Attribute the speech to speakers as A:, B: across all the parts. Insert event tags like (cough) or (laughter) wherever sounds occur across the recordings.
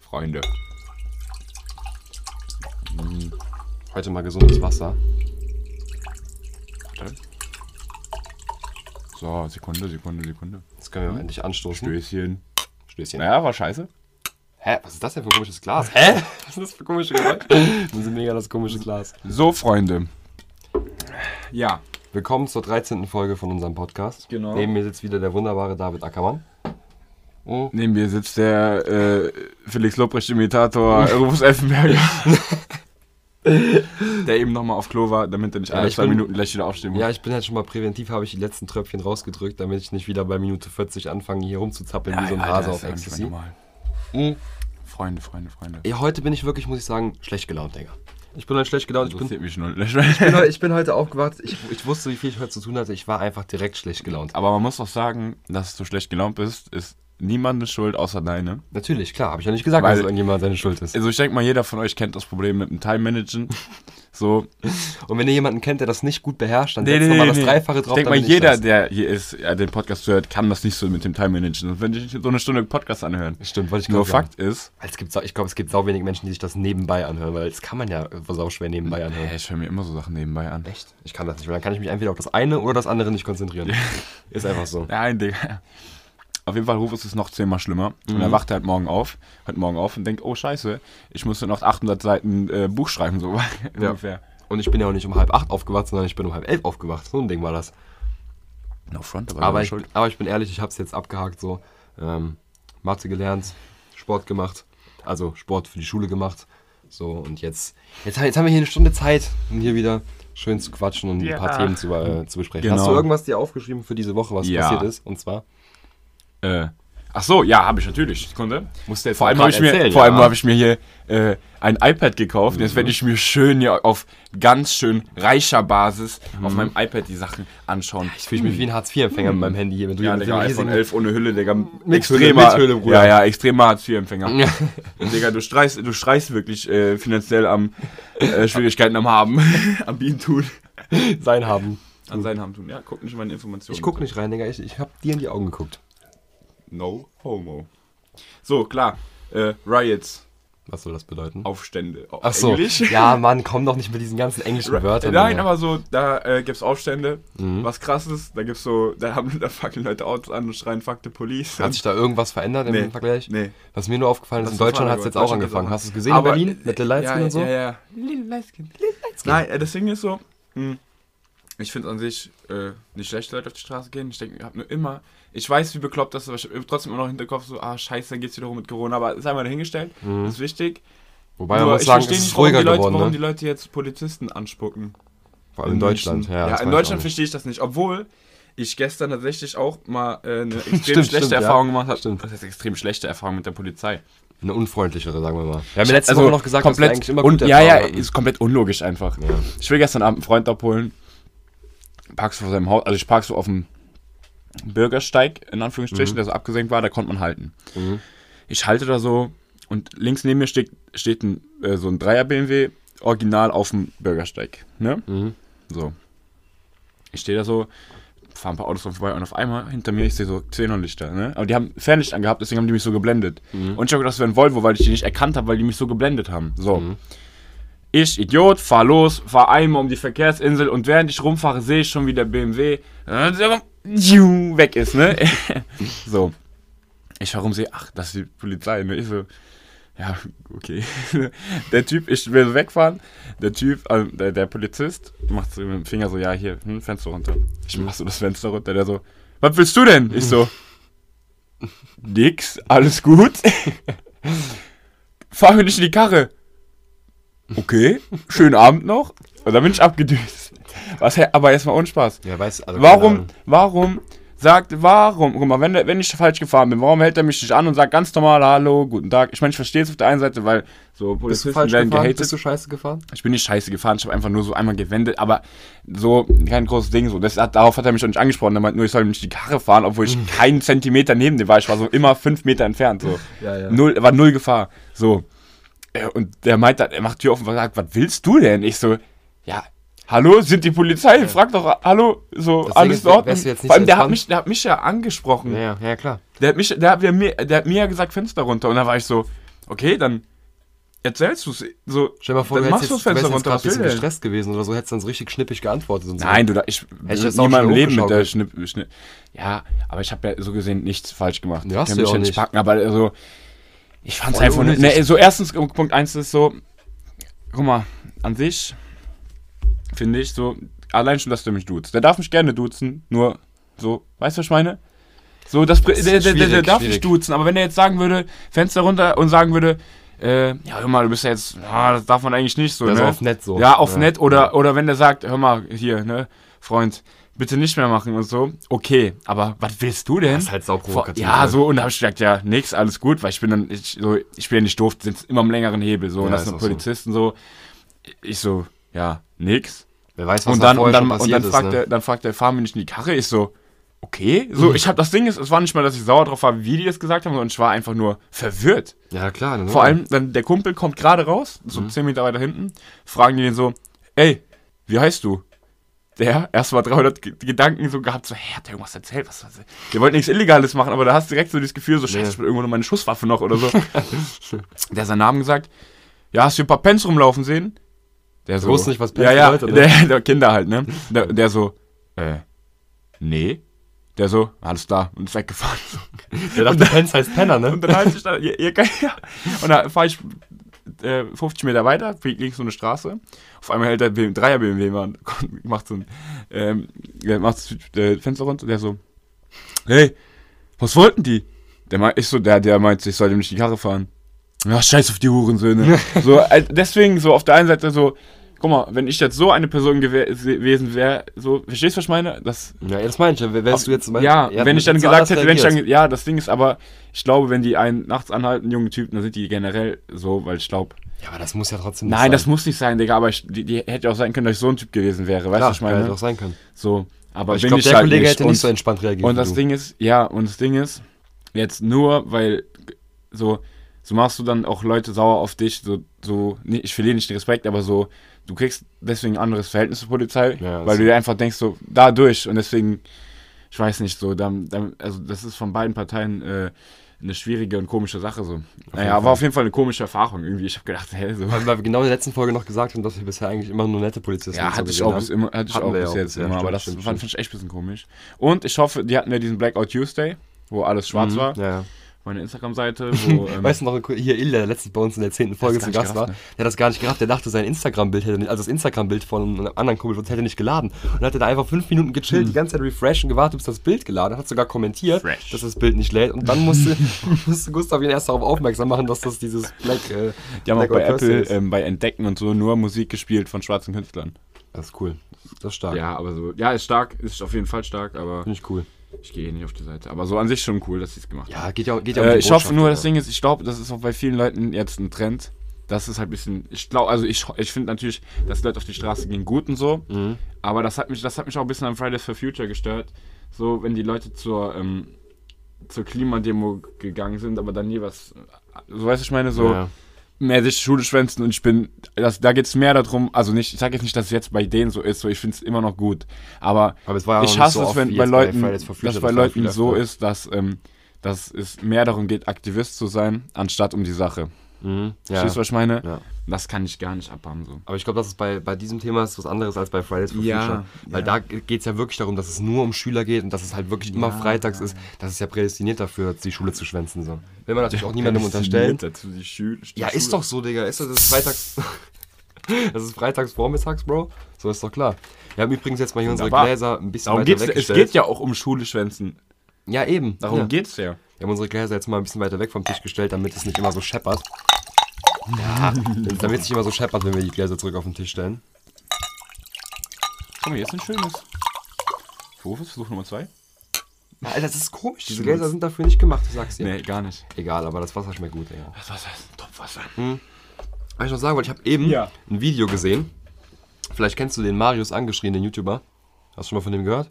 A: Freunde.
B: Heute mal gesundes Wasser.
A: So, Sekunde, Sekunde, Sekunde.
B: Jetzt können wir mal endlich anstoßen.
A: Mhm. Stößchen.
B: Stößchen.
A: Naja, war scheiße.
B: Hä? Was ist das denn für ein komisches Glas? Hä? (laughs) Was ist das für ein komisches Geräusch? Das ist mega das komische Glas.
A: So, Freunde. Ja.
B: Willkommen zur 13. Folge von unserem Podcast.
A: Genau.
B: Neben mir sitzt wieder der wunderbare David Ackermann. Oh.
A: Neben mir sitzt der äh, Felix
B: (laughs)
A: Lobrecht-Imitator Rufus Effenberger. der eben nochmal auf Klo war, damit er nicht alle
B: ich
A: zwei
B: bin-
A: Minuten gleich wieder aufstehen muss.
B: Ja, ich bin halt schon mal präventiv, habe ich die letzten Tröpfchen rausgedrückt, damit ich nicht wieder bei Minute 40 anfange, hier rumzuzappeln wie so ein
A: Alter,
B: Hase
A: ist
B: auf
A: ja nicht
B: Ecstasy.
A: normal. Freunde, Freunde, Freunde.
B: Ja, heute bin ich wirklich, muss ich sagen, schlecht gelaunt, Digga. Ich bin heute schlecht gelaunt. Ich bin,
A: Interessiert mich null. (laughs)
B: bin
A: Also,
B: heu- (laughs) ich bin heute aufgewacht. Ich, ich wusste, wie viel ich heute zu tun hatte. Ich war einfach direkt schlecht gelaunt.
A: Aber man muss doch sagen, dass du schlecht gelaunt bist, ist niemandes Schuld außer deine.
B: Natürlich, klar, habe ich ja nicht gesagt,
A: Weil-
B: dass irgendjemand seine Schuld ist.
A: Also ich denke mal, jeder von euch kennt das Problem mit dem (laughs) Time-Managen. So,
B: Und wenn ihr jemanden kennt, der das nicht gut beherrscht, dann
A: Nee,
B: setzt
A: nee,
B: nochmal
A: nee,
B: das
A: nee.
B: Dreifache
A: Ich
B: drauf.
A: denke mal,
B: damit ich
A: jeder,
B: das-
A: der hier ist, ja, den Podcast hört, kann das nicht so mit dem Time Managen. Und wenn ich so eine Stunde Podcast anhören.
B: Stimmt, wollte ich
A: Nur
B: gerade sagen.
A: Fakt ist,
B: Es gibt, sau- ich glaube, es gibt sau wenig Menschen, die sich das nebenbei anhören, weil das kann man ja sau schwer nebenbei anhören.
A: hey, ich höre mir immer so Sachen nebenbei an.
B: Echt? Ich kann das nicht, weil dann kann ich mich entweder auf das eine oder das andere
A: (laughs)
B: nicht konzentrieren. Ist einfach so.
A: Nein, Digga. Auf jeden Fall Rufus ist noch zehnmal schlimmer. Und er wacht halt morgen auf, hört morgen auf und denkt, oh scheiße, ich muss nur noch 800 Seiten äh, Buch schreiben, so (laughs) ungefähr.
B: Und ich bin ja auch nicht um halb acht aufgewacht, sondern ich bin um halb elf aufgewacht. So ein Ding war das.
A: No front,
B: Aber
A: seine
B: ich, aber ich bin ehrlich, ich habe es jetzt abgehakt so. Ähm, Mathe gelernt, Sport gemacht, also Sport für die Schule gemacht. So und jetzt, jetzt, jetzt haben wir hier eine Stunde Zeit, um hier wieder schön zu quatschen und
A: Ja.
B: ein paar Themen zu, äh, zu besprechen.
A: Genau.
B: Hast du irgendwas dir aufgeschrieben für diese Woche, was
A: Ja.
B: passiert ist? Und zwar?
A: Äh, ach so, ja, habe ich natürlich. Sekunde. Musste jetzt vor
B: mal
A: allem habe ich,
B: grad
A: mir-
B: erzählen,
A: vor allem
B: ja. Mhm.
A: hab ich mir hier äh, ein iPad gekauft. Jetzt werde ich mir schön hier auf ganz schön reicher Basis auf meinem iPad die Sachen anschauen.
B: Mhm. Ich fühle mich wie ein Hartz-IV-Empfänger mit meinem Handy hier. Wenn du
A: Ja,
B: hier mit
A: Digga,
B: dem
A: iPhone
B: riesigen-
A: 11 ohne Hülle, Digga.
B: Hülle, mit Hülle, Bruder.
A: Ja, ja, extremer Hartz-IV-Empfänger. Digga, du streichst, du streichst wirklich äh, finanziell am äh, Schwierigkeiten am
B: (laughs)
A: Haben, am Bientun. (laughs)
B: sein haben.
A: An seinen Haben tun. Ja, guck nicht meine Informationen.
B: Ich guck nicht rein, Digga. Ich, ich habe dir in die Augen geguckt.
A: No homo. So, klar. Äh, Riots,
B: Was soll das bedeuten?
A: Aufstände. Auf
B: Ach so.
A: Englisch.
B: Ja, Mann, komm doch nicht mit diesen ganzen englischen Wörtern.
A: Nein,
B: Digga.
A: aber so, da äh, gibt's Aufstände, was krass ist, da gibt's so, da haben da fucking Leute Autos an und schreien fuck the police.
B: Hat sich da irgendwas verändert im
A: (laughs) Nee,
B: Vergleich?
A: nee.
B: Was mir nur aufgefallen ist, in
A: Das ist
B: Deutschland
A: eine
B: hat es
A: Frage,
B: jetzt auch
A: Also Deutschland
B: angefangen.
A: geht's
B: Hast du es gesehen
A: Aber,
B: in Berlin?
A: äh,
B: Mit der Lightskin
A: ja,
B: und so?
A: Ja, ja. Little Lightskin, Little Lightskin. Nein, äh, das Ding ist so, mh, ich finde an sich äh, nicht schlecht, Leute auf die Straße gehen. Ich denke, ich habe nur immer, ich weiß, wie bekloppt das ist, aber ich habe trotzdem immer noch im Hinterkopf so, ah, scheiße, dann geht's wieder rum mit Corona, aber sei mal dahingestellt, das ist wichtig.
B: Wobei man
A: Nur Mhm.
B: muss
A: ich
B: sagen, es
A: verstehe
B: ist
A: nicht, warum die
B: ruhiger
A: Leute,
B: geworden,
A: warum die
B: ne?
A: Leute jetzt Polizisten anspucken.
B: Vor allem in Deutschland.
A: München. Ja,
B: das
A: in
B: weiß ich
A: Deutschland
B: auch nicht.
A: verstehe ich das nicht. Obwohl ich gestern tatsächlich auch mal äh,
B: (laughs)
A: eine extrem
B: Stimmt,
A: schlechte
B: stimmt, ja.
A: Erfahrung gemacht habe.
B: Stimmt.
A: Das heißt, extrem schlechte Erfahrung mit der Polizei.
B: Eine unfreundlichere, sagen wir mal. Wir haben ja letzte Woche noch gesagt,
A: Also komplett
B: dass wir eigentlich immer
A: un
B: gute
A: Ja, ja,
B: Erfahrungen hatten.
A: ist komplett unlogisch einfach. Ich will gestern Abend einen Freund abholen. Parkst vor seinem Haus, also ich park so auf dem Bürgersteig, in
B: Mhm.
A: Anführungsstrichen, der so abgesenkt war, da konnte man halten. Ich halte da so und links neben mir steht, steht ein, äh, so ein Dreier-BMW, original auf dem Bürgersteig. Ne?
B: Mhm.
A: So. Ich stehe da so, fahren ein paar Autos dran vorbei und auf einmal hinter mir, ich sehe so Xenonlichter, ne? Aber die haben Fernlicht angehabt, deswegen haben die mich so geblendet. Und ich habe gedacht, das wäre ein Volvo, weil ich die nicht erkannt habe, weil die mich so geblendet haben. So. Ich, Idiot, fahr los, fahr einmal um die Verkehrsinsel und während ich rumfahre, sehe ich schon, wie der BMW äh, juh, weg ist, ne? (laughs) so. Ich fahre rum, sehe, ach, das ist die Polizei, ne? Ich so, ja, okay. (laughs) der Typ, ich will wegfahren. Der Typ, äh, der, der Polizist, macht so mit dem Finger so, ja, hier, hm, Fenster runter. Ich mach so das Fenster runter. Der so, was willst du denn? Ich so, nix, alles gut. (laughs) Fahr mir nicht in die Karre. Okay, schönen Abend noch. Und dann bin ich abgedüst. Was, hä- aber erstmal ohne Spaß.
B: Ja, weiß, also
A: Warum, warum sagt, warum, guck mal, wenn, der- wenn ich falsch gefahren bin, warum hält er mich nicht an und sagt ganz normal, hallo, guten Tag. Ich meine, ich verstehe es auf der einen Seite, weil so
B: Bist du
A: Polizisten
B: falsch
A: werden
B: gefahren?
A: gehatet.
B: Bist du scheiße gefahren?
A: ich bin nicht scheiße gefahren, ich habe einfach nur so einmal gewendet, aber so kein großes Ding. So. Das hat, darauf hat er mich auch nicht angesprochen. Er meint nur, ich soll nicht die Karre fahren, obwohl
B: (laughs)
A: ich keinen Zentimeter neben dem war. Ich war so immer fünf Meter entfernt. So.
B: Ja, ja.
A: Null, war null Gefahr. So. Äh, Und der meint dann, er macht Tür offen und sagt, was willst du denn? Ich so, ja. Hallo, sind die Polizei? Frag doch, hallo, so,
B: Deswegen
A: alles in Ordnung.
B: wärst du jetzt nicht
A: Vor allem,
B: so
A: der hat,
B: entspannt.
A: mich, der hat mich ja angesprochen.
B: Ja, ja, ja, klar.
A: Der hat, mich, der, hat mir, der hat mir ja gesagt, Fenster runter. Und da war ich so, okay, dann erzählst du es. So,
B: Stell dir mal vor,
A: dann
B: du
A: machst du das
B: wärst jetzt, du wärst
A: Fenster
B: jetzt
A: runter.
B: gerade ein
A: Was will
B: bisschen
A: der?
B: gestresst gewesen oder so, hättest dann so richtig schnippig geantwortet und so.
A: Nein, du, da, ich
B: ich
A: hätte
B: jetzt
A: nie
B: auch
A: in meinem
B: schon
A: Leben mit der
B: hochgeschaukelt.
A: Schnipp, Schnipp. Ja, aber ich habe ja so gesehen nichts falsch gemacht.
B: Ja, hast
A: ich
B: du
A: kann mich
B: ja auch
A: ja nicht
B: nicht.
A: packen, aber also, ich fand es
B: Voll
A: einfach nur.
B: unnötig.
A: Nee, so erstens, Punkt eins ist so, guck mal, an sich finde ich so, allein schon, dass du mich duzt. Der darf mich gerne duzen, nur so, weißt du, was ich meine? So, das, der,
B: ist
A: der, der, der
B: schwierig,
A: darf
B: schwierig.
A: nicht duzen, aber wenn er jetzt sagen würde, Fenster runter und sagen würde, äh, ja, hör mal, du bist ja jetzt, ah, das darf man eigentlich nicht so,
B: Das ist
A: ne?
B: auf nett so.
A: Ja, auf
B: Ja.
A: nett oder, oder wenn der sagt, hör mal, hier, ne, Freund, bitte nicht mehr machen und so, okay, aber was willst du denn?
B: Das ist halt
A: Vor,
B: sauprovokativ.
A: ja,
B: ne?
A: so, und da hab ich gesagt, ja, nix, alles gut, weil ich bin dann, ich, so, ich bin ja nicht doof, sind immer am längeren Hebel, so,
B: Ja,
A: und das
B: ist
A: sind
B: auch so.
A: Polizisten so. Ich so, ja, nix.
B: Wer weiß, was
A: Und
B: da
A: dann, und
B: vorher
A: dann,
B: schon
A: und dann
B: passiert
A: fragt,
B: ist, ne?
A: der, dann fragt der, fahren wir nicht in die Karre? Ich so, okay.
B: (laughs)
A: So, ich hab das Ding, ist, es war nicht mal, dass ich sauer drauf war, wie die das gesagt haben, sondern ich war einfach nur verwirrt.
B: Ja, klar. Ne?
A: Vor allem, dann der Kumpel kommt gerade raus, so
B: Mhm.
A: 10 Meter weiter hinten, fragen die den so, ey, wie heißt du? Der erstmal 300 Ge- Gedanken so gehabt, so, hä, hat der irgendwas erzählt? Was, was, der wollte nichts Illegales machen, aber da hast du direkt so dieses Gefühl, so, scheiße, ich bin irgendwo nur meine Schusswaffe noch oder
B: (laughs)
A: so. der hat seinen Namen gesagt, ja, hast du ein paar Pens rumlaufen sehen? Der so,
B: wusste nicht, was Pens
A: ja, ja,
B: bedeutet, ne?
A: der, der Kinder halt, ne? Der, der so, äh, nee. Der so, alles klar, und ist weggefahren. So.
B: Der dachte, Pens heißt Penner, ne?
A: Und dann halte ich da, ihr, ihr, ja. Und da fahre ich äh, 50 Meter weiter, fliegt links so eine Straße. Auf einmal hält der BMW, Dreier BMW mal und kommt- (laughs) macht so ein, ähm, ja, macht das äh, Fenster runter. Der so, hey, was wollten die? Der meint, ich so, der, der meint, ich soll dem nicht die Karre fahren. Ja, scheiß auf die Hurensöhne. so, äh, deswegen so auf der einen Seite so, guck mal, wenn ich jetzt so eine Person gewä- gewesen wäre, so, verstehst du, was ich meine? Das
B: Ja, das meine ich. ja. Wer Wärst du jetzt zum Beispiel-
A: ja,
B: Er hat
A: wenn ich dann
B: jetzt
A: gesagt
B: anders
A: hätte, wenn ich
B: reagiert.
A: dann, ja, das Ding ist aber, ich glaube, wenn die einen nachts anhalten, junge Typen, dann sind die generell so, weil ich glaube.
B: Ja, aber das muss ja trotzdem
A: Nein, das
B: muss.
A: muss nicht sein, Digga, aber ich, die, die hätte auch sein können, dass ich so ein Typ gewesen wäre, weißt du,
B: Klar,
A: was ich meine?
B: hätte auch sein können.
A: So, aber
B: Ich
A: bin
B: glaube,
A: ich
B: der
A: halt
B: Kollege
A: nicht.
B: hätte
A: und,
B: nicht so entspannt reagiert.
A: und
B: wie
A: das
B: du.
A: Ding ist, ja, und das Ding ist, jetzt nur, weil so, so machst du dann auch Leute sauer auf dich, so, so nee, ich verliere nicht den Respekt, aber so, du kriegst deswegen ein anderes Verhältnis zur Polizei,
B: Ja,
A: weil
B: so.
A: du dir einfach denkst, so, dadurch und deswegen, ich weiß nicht, so, dann, dann, also das ist von beiden Parteien äh, eine schwierige und komische Sache, so. Naja, war auf jeden Fall eine komische Erfahrung irgendwie, ich habe gedacht, hä, so.
B: Weil wir genau in der letzten Folge noch gesagt haben, dass wir bisher eigentlich immer nur nette Polizisten
A: Ja,
B: so
A: hatte ich
B: gesehen
A: auch
B: haben.
A: bis, immer, hatte ich
B: Hatten
A: auch
B: wir ja
A: bis
B: auch
A: jetzt
B: bisher,
A: immer, aber
B: stimmt,
A: das
B: stimmt,
A: fand ich echt ein bisschen komisch. Und ich hoffe, die hatten ja diesen Blackout Tuesday, wo alles schwarz war.
B: Mhm. Ja, ja.
A: Meine Instagram-Seite, wo.
B: (laughs)
A: Ähm,
B: Weißt du noch, hier Il, der letztens bei uns in der 10. Folge
A: gar
B: zu
A: nicht
B: Gast war,
A: gerafft, ne?
B: der hat das gar nicht gerafft. Der dachte, sein Instagram-Bild hätte nicht, also das Instagram-Bild von einem anderen Kumpel von uns hätte nicht geladen. Und hat er da einfach fünf Minuten gechillt,
A: Hm.
B: die ganze Zeit refreshen, gewartet, bis das Bild geladen hat, hat sogar kommentiert,
A: Fresh.
B: dass das Bild nicht lädt. Und dann
A: (laughs)
B: musste, musste Gustav ihn erst darauf aufmerksam machen, dass das dieses Black. Äh,
A: Die haben auch
B: Black
A: bei
B: on Thursday
A: Apple
B: ist.
A: ähm, bei Entdecken und so nur Musik gespielt von schwarzen Künstlern.
B: Das ist cool. Das ist stark.
A: Ja, aber so. Ja, ist stark, ist auf jeden Fall stark, aber
B: Finde ich cool.
A: ich gehe eh nicht auf die Seite. Aber so an sich schon cool, dass sie es gemacht haben.
B: Ja, geht ja, auch- geht ja um
A: Äh,
B: die
A: ich hoffe
B: Botschaft,
A: nur,
B: ja.
A: das Ding ist, ich glaube, das ist auch bei vielen Leuten jetzt ein Trend. Das ist halt ein bisschen. Ich glaube, also ich, ich finde natürlich, dass Leute auf die Straße gehen gut und so. Aber das hat mich, das hat mich auch ein bisschen an Fridays for Future gestört. So, wenn die Leute zur, ähm, zur Klimademo gegangen sind, aber dann nie was. äh, So weißt du, ich meine, so.
B: Ja, ja.
A: mehr sich Schule schwänzen und ich bin, das, da geht es mehr darum, also nicht, ich sage jetzt nicht, dass es jetzt bei denen so ist, so ich finde es immer noch gut, aber,
B: Aber es war ja auch
A: ich
B: nicht
A: hasse
B: so
A: es,
B: oft
A: wenn
B: wie
A: bei
B: jetzt bei
A: Leuten,
B: Fridays for Future,
A: dass bei
B: das war
A: Leuten
B: viel
A: so
B: öfter.
A: ist, dass, ähm, dass es mehr darum geht, Aktivist zu sein, anstatt um die Sache.
B: Mhm. Ja.
A: Verstehst du, was ich meine?
B: Ja.
A: Das kann ich gar nicht abhaben, so.
B: Aber ich glaube, das ist bei, bei diesem Thema ist was anderes als bei Fridays for
A: Ja,
B: Future. Weil da geht es ja wirklich darum, dass es nur um Schüler geht und dass es halt wirklich immer freitags ist. Das ist ja prädestiniert dafür, die Schule zu schwänzen. So. Will man natürlich auch niemandem unterstellen.
A: Dazu die Schül
B: Ja, ist doch so, Digga. Ist das, das ist freitags. (laughs) das ist freitags vormittags, Bro. So ist doch klar. Wir haben übrigens jetzt mal hier unsere
A: Wunderbar.
B: Gläser ein bisschen
A: Darum
B: weiter
A: geht's, es
B: weggestellt.
A: geht ja auch um Schule schwänzen.
B: ja, eben.
A: Darum
B: ja.
A: geht's ja.
B: Wir haben unsere Gläser jetzt mal ein bisschen weiter weg vom Tisch gestellt, damit es nicht immer so scheppert. Ja, damit es nicht immer so scheppert, wenn wir die Gläser zurück auf den Tisch stellen.
A: Komm, jetzt ein schönes. Wo ist Versuch Nummer zwei?
B: Ja, Alter, das ist komisch. Diese
A: Schmutz.
B: Gläser sind dafür nicht gemacht, ich sag's dir.
A: Nee, gar nicht.
B: Egal, aber das Wasser schmeckt gut, Digga.
A: Das Wasser ist Topfwasser.
B: Hm? Was ich noch sagen wollte, ich habe eben
A: Ja.
B: ein Video gesehen. Vielleicht kennst du den Marius angeschrien, den YouTuber. Hast du schon mal von dem gehört?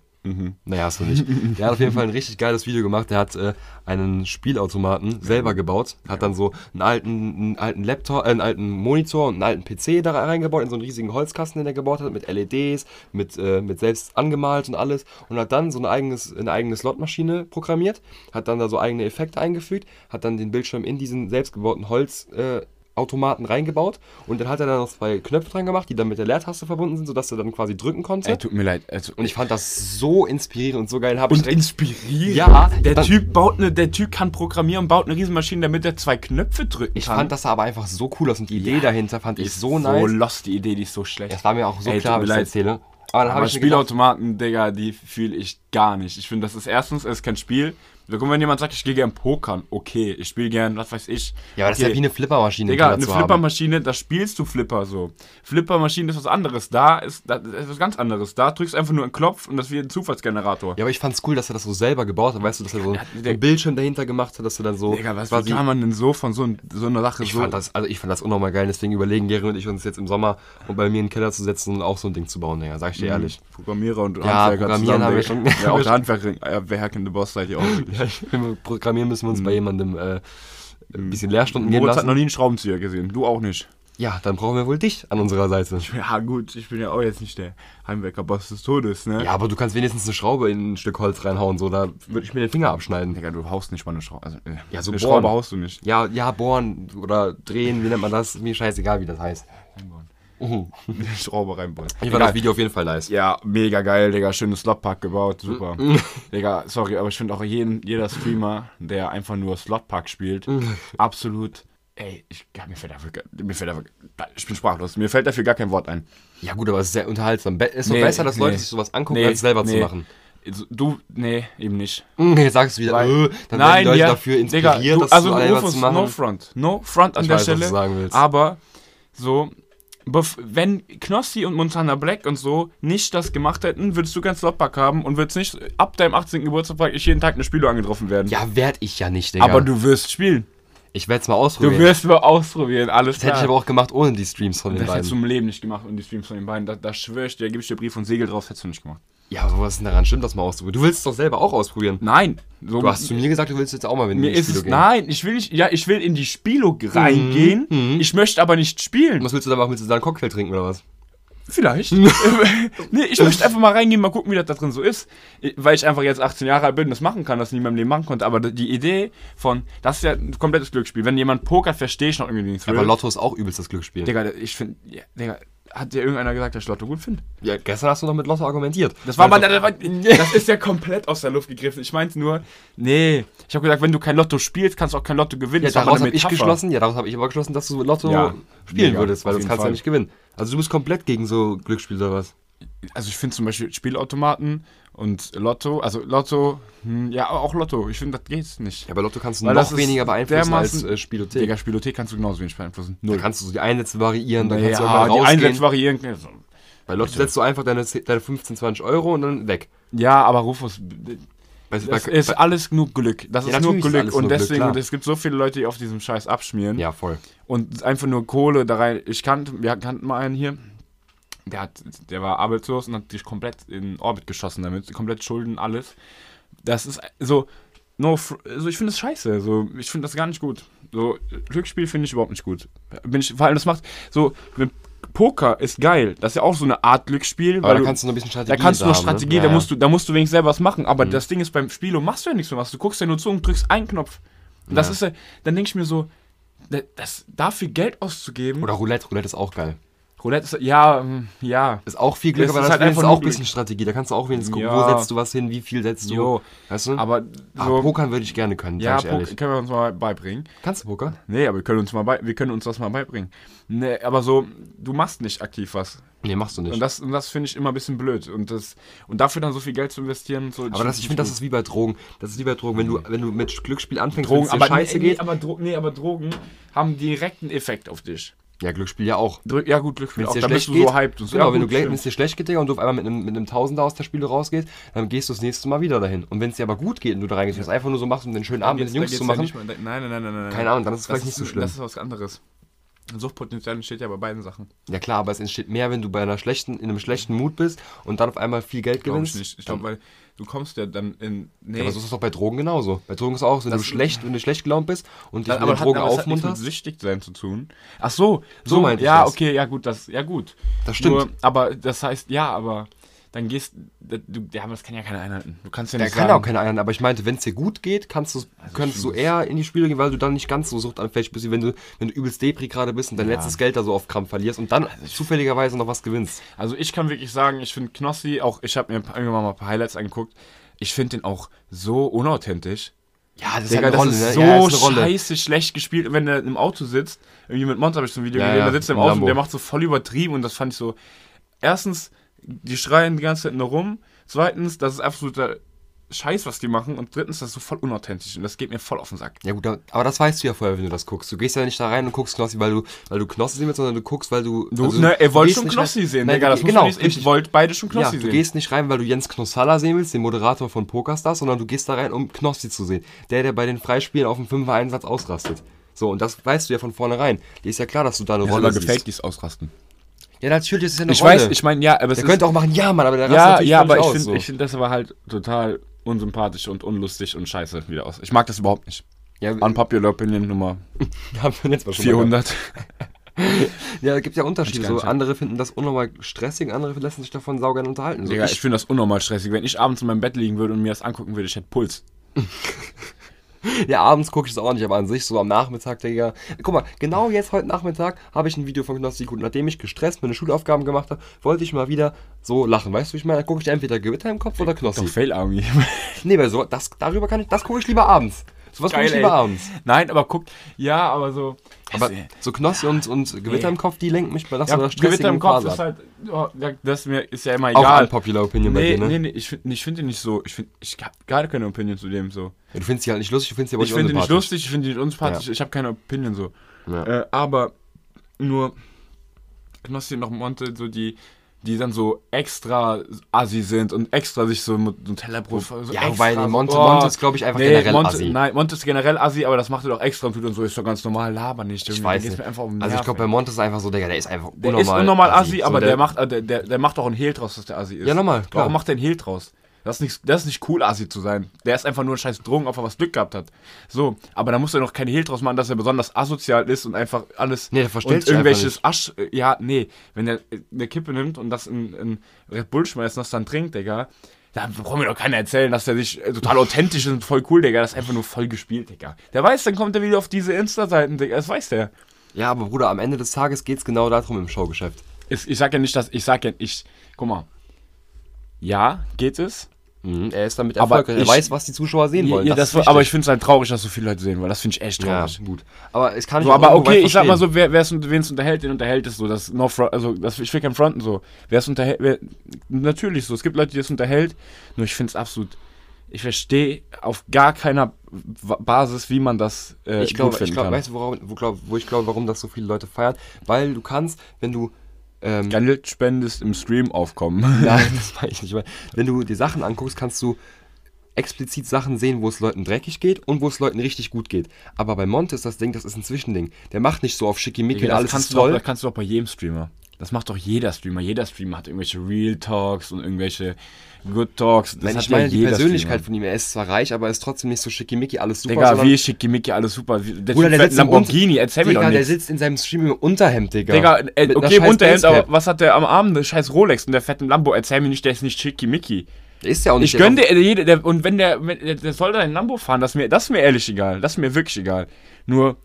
B: Naja, hast du nicht. Der hat auf jeden Fall ein richtig geiles Video gemacht. Der hat äh, einen Spielautomaten selber gebaut. Hat dann so einen alten, einen alten Laptop, äh, einen alten Monitor und einen alten PC da reingebaut, in so einen riesigen Holzkasten, den er gebaut hat, mit LEDs, mit, äh, mit selbst angemalt und alles. Und hat dann so ein eigenes, eine eigene Slotmaschine programmiert, hat dann da so eigene Effekte eingefügt, hat dann den Bildschirm in diesen selbstgebauten Holz. Äh, Automaten reingebaut und dann hat er da noch zwei Knöpfe dran gemacht, die dann mit der Leertaste verbunden sind, sodass er dann quasi drücken konnte.
A: Ey, tut mir leid. Also,
B: Und ich fand das so inspirierend und so geil. Hab ich
A: und
B: direkt-
A: inspirieren.
B: Ja,
A: der
B: dann-
A: Typ baut eine, der Typ kann programmieren und baut eine Riesenmaschine, damit er zwei Knöpfe drücken
B: ich
A: kann.
B: fand das aber einfach so cool aus und die Idee
A: Ja.
B: dahinter fand ich so
A: So
B: nice.
A: lost die Idee, die ist so schlecht.
B: das war mir auch so
A: Ey,
B: klar,
A: tut
B: wenn
A: mir
B: ich das
A: leid.
B: erzähle. Aber dann habe
A: Aber
B: ich mir gedacht,
A: Spielautomaten, Digga, die fühle ich gar nicht. Ich finde, das ist erstens, es ist kein Spiel. Wir gucken, wenn jemand sagt, ich gehe gern pokern, okay, ich spiele gern, was weiß ich.
B: ja, aber das ist ja wie eine Flippermaschine.
A: Digga,
B: im
A: eine
B: Keller zu haben.
A: Flippermaschine, da spielst du Flipper so. Flippermaschine ist was anderes. Da ist, da ist was ganz anderes. Da drückst du einfach nur einen Knopf und das wird ein Zufallsgenerator.
B: Ja, aber ich fand's cool, dass er das so selber gebaut hat. Weißt du, dass er so einen
A: der-
B: einen Bildschirm dahinter gemacht hat, dass er dann so
A: Digga, was, wie kann man denn so von so, ein- so einer Sache
B: ich
A: so.
B: fand das, also ich fand das unnormal geil, deswegen überlegen Gary und ich uns jetzt im Sommer und bei mir in den Keller zu setzen und auch so ein Ding zu bauen, Digga. Sag
A: Mhm.
B: ich dir ehrlich. (laughs)
A: Programmierer und
B: Programmieren
A: zusammen,
B: haben wir
A: Digga.
B: schon-
A: (laughs) Ja, auch der Handwerker, äh, wer hackende Boss seid
B: (laughs)
A: ihr auch.
B: Ja, ich- programmieren müssen wir
A: Mhm.
B: uns bei jemandem äh, ein bisschen Lehrstunden geben
A: Moritz hat
B: lassen.
A: noch nie einen Schraubenzieher gesehen, du auch nicht.
B: Ja, dann brauchen wir wohl dich an unserer Seite.
A: Ja, gut, ich bin ja auch jetzt nicht der Heimwerkerboss des Todes, ne?
B: Ja, aber du kannst wenigstens eine Schraube in ein Stück Holz reinhauen, so, da würde ich mir den Finger abschneiden.
A: Digga, du haust nicht mal eine Schraube. Also, äh,
B: Ja, so
A: eine
B: bohren.
A: Schraube haust du
B: (laughs)
A: nicht.
B: Ja, ja, bohren oder drehen, wie nennt man das? Mir scheißegal, wie das heißt. Mhm.
A: Eine Schraube reinbohren.
B: Ich fand das Video auf jeden Fall nice.
A: Ja, mega geil, Digga. Schönes Slotpack gebaut,
B: Mhm.
A: super. Digga, sorry, aber ich finde auch jeden, jeder Streamer, der einfach nur Slotpack spielt,
B: Mhm.
A: absolut. Ey, ich, ja, mir fällt dafür, gar- mir fällt dafür, ich bin sprachlos. Mir fällt dafür gar kein Wort ein.
B: Ja gut, aber es ist sehr unterhaltsam. Be ist doch
A: Nee,
B: besser, dass Leute
A: nee.
B: sich sowas angucken,
A: Nee,
B: als selber zu
A: nee.
B: machen.
A: Du, nee, eben nicht.
B: Mhm, Jetzt sagst du wieder,
A: Weil-
B: äh, dann werden die Leute dafür inspiriert,
A: Digga, du,
B: das
A: also
B: zu
A: Rufus,
B: selber zu machen.
A: No front. No front an
B: Ich
A: der
B: weiß, was
A: Stelle.
B: du sagen willst.
A: Aber so, bef- wenn Knossi und Montana Black und so nicht das gemacht hätten, würdest du keinen Slotpack haben und würdest nicht äh, ab deinem 18. Geburtstag praktisch jeden Tag eine Spielung angetroffen werden.
B: ja, werd ich ja nicht, Digga.
A: Aber du wirst spielen.
B: ich werd's mal
A: Du
B: ausprobieren.
A: wirst mal ausprobieren, alles
B: das hätte
A: klar.
B: ich aber auch gemacht ohne die Streams von den
A: das hättest du
B: beiden.
A: im Leben nicht gemacht und die Streams von den beiden. Da, da schwör ich dir, da gebe ich dir Brief und Segel drauf, das hättest du nicht gemacht.
B: Ja, aber was ist denn daran? Stimmt das mal auszuprobieren? Du willst es doch selber auch ausprobieren.
A: Nein. So
B: Du hast zu mir gesagt, du willst jetzt auch mal, wenn
A: Mir
B: wir ins
A: ist
B: Studio
A: es,
B: gehen.
A: nein, ich will nicht, ja, ich will in die Spielung reingehen, ich möchte aber nicht spielen.
B: Was willst du da machen? Willst du da einen Cocktail trinken oder was?
A: Vielleicht. (laughs) nee, ich möchte einfach mal reingehen, mal gucken, wie das da drin so ist. Weil ich einfach jetzt 18 Jahre alt bin und das machen kann, das ich nie in meinem Leben machen konnte. Aber die Idee von, das ist ja ein komplettes Glücksspiel. Wenn jemand pokert, verstehe ich noch irgendwie den Thrill.
B: Aber Lotto ist auch übelst das Glücksspiel.
A: Digga, ich finde, ja, Digga, hat dir irgendeiner gesagt, dass ich Lotto gut finde?
B: Ja, gestern hast du noch mit Lotto argumentiert.
A: Das war mal,
B: Also-
A: das, war, das ist ja komplett aus der Luft gegriffen. Ich meinte nur, nee, ich habe gesagt, wenn du kein Lotto spielst, kannst du auch kein Lotto gewinnen.
B: Ja,
A: Das war
B: daraus
A: meine
B: habe ich
A: Metapher.
B: geschlossen, ja, daraus habe ich aber geschlossen, dass du Lotto
A: Ja,
B: spielen
A: mega,
B: würdest, weil
A: auf
B: sonst
A: jeden
B: kannst du ja
A: Fall.
B: nicht gewinnen. Also du bist komplett gegen so Glücksspiel oder was?
A: also ich finde zum Beispiel Spielautomaten und Lotto, also Lotto, hm, ja, auch Lotto, ich finde, das geht nicht.
B: Ja, bei Lotto kannst du
A: Weil das
B: noch
A: ist
B: weniger beeinflussen als
A: dermaßen-
B: äh, Spielothek.
A: Digga, Spielothek kannst du genauso wenig beeinflussen.
B: Da kannst du so die Einsätze variieren, dann kannst du
A: Ja,
B: irgendwann
A: die
B: rausgehen.
A: Einsätze variieren.
B: bei Lotto setzt du einfach deine, 10 deine 15, 20 Euro und dann weg.
A: Ja, aber Rufus,
B: Bei,
A: das
B: bei,
A: ist
B: bei,
A: alles nur Glück. Das
B: Ja,
A: ist nur
B: natürlich ist
A: Glück.
B: alles
A: und
B: nur Glück,
A: deswegen,
B: klar.
A: und es gibt so viele Leute, die auf diesem Scheiß abschmieren.
B: ja, voll.
A: und einfach nur Kohle da rein. Ich kannte, wir kannten mal einen hier, der, hat, der war arbeitslos und hat sich komplett in Orbit geschossen damit, komplett Schulden, alles. Das ist so, no, fr- also ich finde das scheiße, so, ich finde das gar nicht gut. So, Glücksspiel finde ich überhaupt nicht gut. Bin ich, vor allem das macht, so, mit Poker ist geil, das ist ja auch so eine Art Glücksspiel,
B: Aber
A: weil
B: da
A: du-
B: kannst du noch ein bisschen Strategie
A: da kannst du noch
B: haben, ne?
A: Strategie,
B: Ja,
A: da,
B: ja. Mhm.
A: musst du, da musst du wenigstens selber was machen. Aber das Ding ist, beim Spielo machst du ja nichts mehr was. Du guckst ja nur zu und drückst einen Knopf. Und das
B: Ja.
A: ist ja, dann denke ich mir so, da- das, dafür Geld auszugeben.
B: Oder Roulette, Roulette ist auch geil.
A: Roulette ist, ja, hm, ja.
B: Ist auch viel Glück,
A: Das
B: aber
A: ist
B: das
A: halt
B: ist
A: einfach nur
B: auch ein
A: Glück.
B: bisschen Strategie. Da kannst du auch wenigstens gucken,
A: Ja.
B: wo setzt du was hin, wie viel setzt du.
A: Jo.
B: Weißt du?
A: Aber
B: ah,
A: so,
B: Pokern würde ich gerne können,
A: ja,
B: sag ich
A: Poker
B: ehrlich.
A: können wir uns mal beibringen.
B: Kannst du Poker?
A: Nee, aber wir können uns, mal bei, wir können uns das mal beibringen. Nee, aber so, du machst nicht aktiv was.
B: Nee, machst du nicht.
A: Und das, und das finde ich immer ein bisschen blöd. Und, das, und dafür dann so viel Geld zu investieren und so.
B: Aber das, ich finde, das ist wie bei Drogen. Das ist wie bei Drogen. Wenn du, wenn du mit Glücksspiel anfängst,
A: Drogen,
B: wenn's dir
A: aber,
B: scheiße
A: nee, nee,
B: geht.
A: aber, Dro nee, aber Drogen haben direkten Effekt auf dich.
B: Ja, Glücksspiel ja auch.
A: Drück- Ja, gut, Glück.
B: Wenn es
A: Auch,
B: dir
A: dann bist
B: schlecht
A: du
B: geht,
A: so hyped. Und so.
B: genau,
A: ja,
B: wenn du
A: gut,
B: gleich- wenn
A: stimmt.
B: es dir schlecht geht, Digga, und du auf einmal mit einem, mit einem Tausender aus der Spiele rausgehst, dann gehst du das nächste Mal wieder dahin. Und wenn es dir aber gut geht und du da reingehst, und es einfach nur so machst, um den schönen Abend mit
A: Jetzt-
B: den Jungs
A: jetzt
B: zu
A: ja
B: machen,
A: nicht mal- nein, nein, nein, nein, nein.
B: Keine Ahnung, dann ist es
A: Das
B: vielleicht nicht so schlimm.
A: Das ist was anderes. Suchtpotenzial entsteht ja bei beiden Sachen.
B: Ja klar, aber es entsteht mehr, wenn du bei einer schlechten, in einem schlechten Mut bist und dann auf einmal viel Geld
A: Glaube
B: gewinnst.
A: ich nicht. Ich glaube, weil du kommst ja dann in. Nee,
B: Ja, aber so ist es doch bei Drogen genauso. Bei Drogen ist es auch, so, wenn du schlecht, wenn du schlecht gelaunt bist und dich
A: Dann,
B: mit den
A: aber
B: Drogen
A: Drogen hat, aber aufmunterst?
B: aufmunterst.
A: süchtig sein zu tun. Ach so,
B: So
A: so,
B: meinte ich
A: ja,
B: das.
A: okay, ja gut, das ja gut.
B: Das stimmt.
A: aber das heißt, ja, aber dann gehst du ja, aber das kann ja keiner einhalten. Du kannst ja
B: Der
A: nicht
B: kann ja
A: sagen,
B: auch keine Eiern, aber ich meinte, wenn es dir gut geht, kannst du kannst du eher in die Spiele gehen, weil du dann nicht ganz so suchtanfällig bist, wie wenn du, wenn du übelst Depri gerade bist und dein letztes Geld da so auf Krampf verlierst und dann zufälligerweise noch was gewinnst.
A: Also ich kann wirklich sagen, ich finde Knossi, auch ich habe mir ein paar- irgendwann mal ein paar Highlights angeguckt, ich finde den auch so unauthentisch.
B: Ja, das
A: Digga, das ist so
B: So ja, das ist eine Rolle.
A: scheiße schlecht gespielt, wenn er im Auto sitzt. Irgendwie mit Monster habe ich so ein Video
B: Ja,
A: gesehen,
B: ja,
A: der sitzt im
B: im
A: Auto
B: Lambo.
A: und der macht so voll übertrieben und das fand ich so. Erstens, die schreien die ganze Zeit nur rum. Zweitens, das ist absoluter Scheiß, was die machen. Und drittens, das ist so voll unauthentisch und das geht mir voll auf den Sack.
B: Ja gut, da- aber das weißt du ja vorher, wenn du das guckst. Du gehst ja nicht da rein und guckst Knossi, weil du, weil du Knossi sehen willst, sondern du guckst, weil du.
A: Du,
B: also,
A: ne,
B: du
A: ihr wollt
B: gehst
A: schon
B: nicht
A: Knossi
B: rein-
A: sehen,
B: Nein,
A: Digga. Das
B: genau,
A: genau, ich
B: richtig.
A: wollt beide schon Knossi
B: ja,
A: sehen.
B: Du gehst nicht rein, weil du Jens Knossalla sehen willst, den Moderator von Pokerstar, sondern du gehst da rein, um Knossi zu sehen. Der, der bei den Freispielen auf dem 5 einsatz ausrastet. So, und das weißt du ja von vornherein. Dir ist ja klar, dass du da eine Rolle siehst.
A: dies ausrasten.
B: Ja, natürlich, das ist ja eine
A: Ich
B: Rolle.
A: weiß, ich meine, ja, aber es
B: Der
A: ist,
B: könnte auch machen, ja, Mann, aber der
A: Ja,
B: natürlich
A: ja,
B: völlig
A: aber ich
B: aus,
A: finde
B: so.
A: ich find das aber halt total unsympathisch und unlustig und scheiße wieder aus. Ich mag das überhaupt nicht.
B: Ja,
A: Unpopular Opinion Nummer
B: (laughs) haben wir letztes Mal schon mal gehabt.
A: 400.
B: Ja, da gibt ja Unterschiede.
A: Hab ich gar
B: So,
A: nicht
B: andere finden das unnormal stressig, andere lassen sich davon saugern unterhalten. So,
A: Digga, ich finde das unnormal stressig. Wenn ich abends in meinem Bett liegen würde und mir das angucken würde, ich hätte Puls.
B: Ja, abends gucke ich es auch nicht, aber an sich so am Nachmittag, Digga. Guck mal, genau jetzt heute Nachmittag habe ich ein Video von Knossi gut. Nachdem ich gestresst meine Schulaufgaben gemacht habe, wollte ich mal wieder so lachen. Weißt du, wie ich meine? Dann gucke ich entweder Gewitter im Kopf oder
A: Doch,
B: Knossi.
A: Fail
B: (laughs)
A: Army.
B: Nee, weil so, das, darüber kann ich, das gucke ich lieber abends. So was gucke ich lieber abends.
A: Nein, aber guck, ja, aber so.
B: Aber so Knossi und, und
A: Nee.
B: Gewitter im Kopf, die lenken mich bei das
A: ja,
B: oder stressigen
A: Gewitter im Kopf
B: Phase
A: ist
B: ab.
A: halt. Oh, ja, das ist mir ist ja immer
B: Auch
A: egal.
B: unpopular Opinion bei
A: nee,
B: dir, ne?
A: nee, nee, ich finde ich find den nicht so. Ich, find- ich habe gar keine Opinion zu dem so.
B: Ja, du findest sie halt nicht lustig, du findest sie aber
A: Ich finde ihn nicht
B: unsympathisch.
A: lustig, ich finde ihn nicht unsympathisch, ich habe keine Opinion so.
B: Ja.
A: Äh, aber nur Knossi und noch Monte, so die, die dann so extra assi sind und extra sich so mit so einem Tellerbrot so
B: Ja,
A: extra
B: weil
A: so- oh.
B: Monte, Monte ist, glaube ich, einfach generell
A: Monte,
B: assi.
A: Nein, Monte ist generell assi, aber das macht er doch extra und tut dann so, ist doch ganz normal, laber nicht.
B: Ich
A: irgendwie,
B: weiß
A: der geht's
B: nicht.
A: mir einfach um den
B: also ich glaube, bei
A: Nerv,
B: Monte ist einfach so, Digga, der ist einfach
A: ey. der ist unnormal assi, aber der, macht, äh, der, der, der macht auch ein Hehl draus, dass der assi ist.
B: Ja, nochmal, klar.
A: Warum macht der ein Hehl draus? Das ist, nicht, das ist nicht cool, assi zu sein. Der ist einfach nur ein scheiß Drogenopfer, was Glück gehabt hat. So, aber da muss er noch kein Hehl draus machen, dass er besonders asozial ist und einfach alles.
B: Nee, der versteht
A: und
B: sich einfach
A: irgendwelches Asch. äh, Ja, nee. Wenn der äh, eine Kippe nimmt und das in, in Red Bull schmeißt und das dann trinkt, Digga, da braucht mir doch keiner erzählen, dass der sich äh, total authentisch ist und voll cool, Digga. Das ist einfach nur voll gespielt, Digga. Der weiß, dann kommt er wieder auf diese Insta-Seiten, Digga. Das weiß der.
B: Ja, aber Bruder, am Ende des Tages geht's genau darum im Showgeschäft.
A: Ich, ich sag ja nicht, dass. Ich sag ja, ich. Guck mal. Ja, geht es.
B: Mhm, er ist damit
A: Aber
B: erfolgreich.
A: ich-
B: er weiß, was die Zuschauer sehen
A: Ja,
B: wollen.
A: ja, das
B: ist
A: aber ich
B: wichtig.
A: finde es halt traurig, dass so viele Leute sehen, weil das finde ich echt
B: Ja,
A: traurig.
B: gut. Aber es kann
A: So,
B: ich auch
A: aber
B: irgendwo
A: okay,
B: weit
A: ich sag mal
B: verstehen.
A: so, wer es wen's unterhält, den unterhält es so. Das no fro- also das, ich will kein Fronten so. Wer es unterhält, wer, natürlich so. Es gibt Leute, die es unterhält, nur ich finde es absolut. Ich verstehe auf gar keiner Wa- Basis, wie man das äh,
B: Ich glaube,
A: gut
B: ich
A: finden
B: glaube,
A: kann.
B: weißt du, worauf, wo, glaub, wo ich glaube, warum das so viele Leute feiern? Weil du kannst, wenn du ähm,
A: Geld spendest im Stream aufkommen.
B: (laughs)
A: (laughs)
B: Nein, das meine ich nicht. Weil wenn du dir Sachen anguckst, kannst du explizit Sachen sehen, wo es Leuten dreckig geht und wo es Leuten richtig gut geht. Aber bei Monte ist das Ding, das ist ein Zwischending. Der macht nicht so auf Schickimicki und
A: das
B: alles
A: also kannst
B: ist
A: du doch,
B: toll.
A: das kannst du doch bei jedem Streamer. Das macht doch jeder Streamer. Jeder Streamer hat irgendwelche Real Talks und irgendwelche Good Talks. Das
B: Nein,
A: hat
B: ich meine die
A: jeder
B: Persönlichkeit
A: Streamer.
B: von ihm. Er ist zwar reich, aber er ist trotzdem nicht so Schickimicki, alles super.
A: Digga,
B: sondern-
A: wie schickimicki, alles super. Wie- Der Typ
B: Bruder, der
A: fährt
B: sitzt im
A: Lamborghini,
B: Unter-
A: erzähl mir
B: Digga,
A: doch
B: der
A: nichts.
B: sitzt in seinem Stream im Unterhemd, Digga.
A: Digga, ey,
B: Mit einer
A: okay, im
B: scheiß
A: Unterhemd,
B: Basecap.
A: aber was hat der am Arm? Ne scheiß Rolex und der fetten Lambo. Erzähl mir nicht, der ist nicht schickimicki.
B: Der ist ja auch nicht
A: Ich
B: der-
A: gönn dir jede, der, und wenn der, wenn, der- der soll da in Lambo fahren, das ist mir, das ist mir ehrlich egal. Das ist mir wirklich egal. Nur,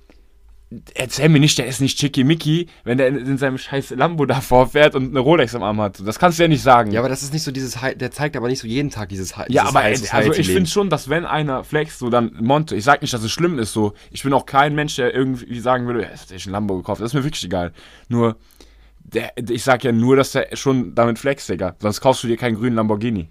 A: erzähl mir nicht, der ist nicht schickimicki, wenn der in, in seinem scheiß Lambo davor fährt und eine Rolex am Arm hat. Das kannst du ja nicht sagen.
B: Ja, aber das ist nicht so dieses, High- der zeigt aber nicht so jeden Tag dieses High-
A: Ja,
B: dieses
A: aber
B: High
A: ey, also ich
B: Society-Leben.
A: finde schon, dass wenn einer flext, so dann Monte, ich sag nicht, dass es schlimm ist, so. Ich bin auch kein Mensch, der irgendwie sagen würde, er hat sich ein Lambo gekauft, das ist mir wirklich egal. Nur, der, ich sag ja nur, dass der schon damit flext, Digga. Sonst kaufst du dir keinen grünen Lamborghini.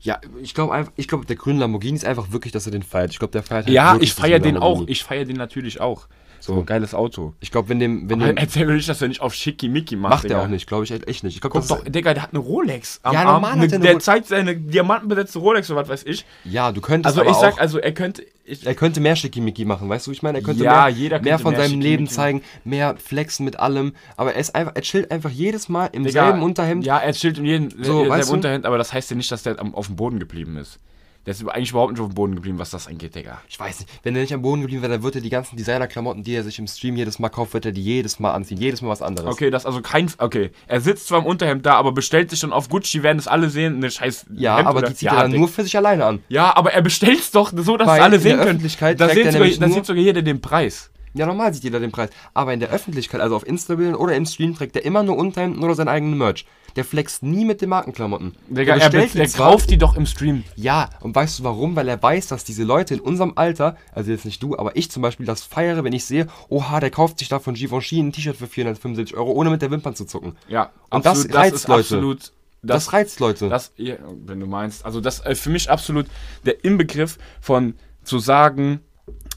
B: Ja, ich glaube einfach, ich glaube, der grüne Lamborghini ist einfach wirklich, dass er den feiert. Ich glaube, der feiert halt
A: Ja,
B: wirklich
A: ich feier
B: diesen
A: den auch,
B: Lamborghini.
A: ich feier den natürlich auch. So, geiles Auto.
B: Ich glaube, wenn dem, wenn
A: Nein,
B: dem
A: erzähl mir nicht, dass er nicht auf Schickimicki macht.
B: macht er
A: Digga.
B: auch nicht, glaube ich halt echt- echt nicht. Ich glaube,
A: Guck
B: das
A: doch,
B: doch.
A: Digga, der hat eine Rolex am
B: Ja,
A: Arm.
B: normal hat
A: Eine,
B: der eine
A: der
B: Rolex.
A: zeigt seine diamantenbesetzte Rolex oder was weiß ich.
B: Ja, du könntest
A: Also
B: aber
A: ich
B: auch,
A: sag, also er könnte. Ich,
B: er könnte mehr Schickimicki machen, weißt du, wie ich meine, er könnte
A: Ja,
B: mehr,
A: jeder könnte
B: mehr von
A: mehr
B: seinem Leben
A: Schickimicki
B: zeigen, mehr flexen mit allem, aber er ist einfach er chillt einfach jedes Mal im
A: Digga,
B: selben Unterhemd.
A: Ja, er chillt in jedem
B: So,
A: so,
B: weißt du?
A: Unterhemd, aber das heißt ja nicht, dass der am, auf dem Boden geblieben ist. Der ist eigentlich überhaupt nicht auf dem Boden geblieben, was das angeht, Digga.
B: Ich weiß nicht, wenn er nicht am Boden geblieben wäre, dann wird er die ganzen Designerklamotten, die er sich im Stream jedes Mal kauft, wird er die jedes Mal anziehen, jedes Mal was anderes.
A: Okay, das ist also kein. Okay, er sitzt zwar im Unterhemd da, aber bestellt sich dann auf Gucci, werden es alle sehen, eine scheiß.
B: Ja,
A: Hemd
B: aber
A: oder-
B: die zieht
A: ja,
B: er dann
A: Digga.
B: nur für sich alleine an.
A: Ja, aber er bestellt's doch so, dass
B: Bei-
A: es alle
B: in
A: sehen
B: der
A: können.
B: Öffentlichkeit
A: da
B: trägt
A: sieht
B: er
A: sogar,
B: nämlich
A: da
B: nur-
A: sieht sogar jeder den Preis.
B: Ja, normal sieht jeder den Preis. Aber in der Öffentlichkeit, also auf Instagram oder im Stream, trägt er immer nur Unterhemden oder seinen eigenen Merch. Der flext nie mit den Markenklamotten.
A: Digga,
B: der
A: er,
B: bestellt
A: be- er
B: die zwar-
A: kauft die doch im Stream.
B: Ja, und weißt du warum? Weil er weiß, dass diese Leute in unserem Alter, also jetzt nicht du, aber ich zum Beispiel, das feiere, wenn ich sehe, oha, der kauft sich da von Givenchy ein T-Shirt für 475 Euro, ohne mit der Wimpern zu zucken.
A: Ja,
B: Und das
A: absolut,
B: reizt
A: ist
B: Leute.
A: absolut.
B: Das,
A: Das,
B: reizt Leute.
A: das, ja, wenn du meinst. Also, das äh, für mich absolut der Inbegriff von zu sagen,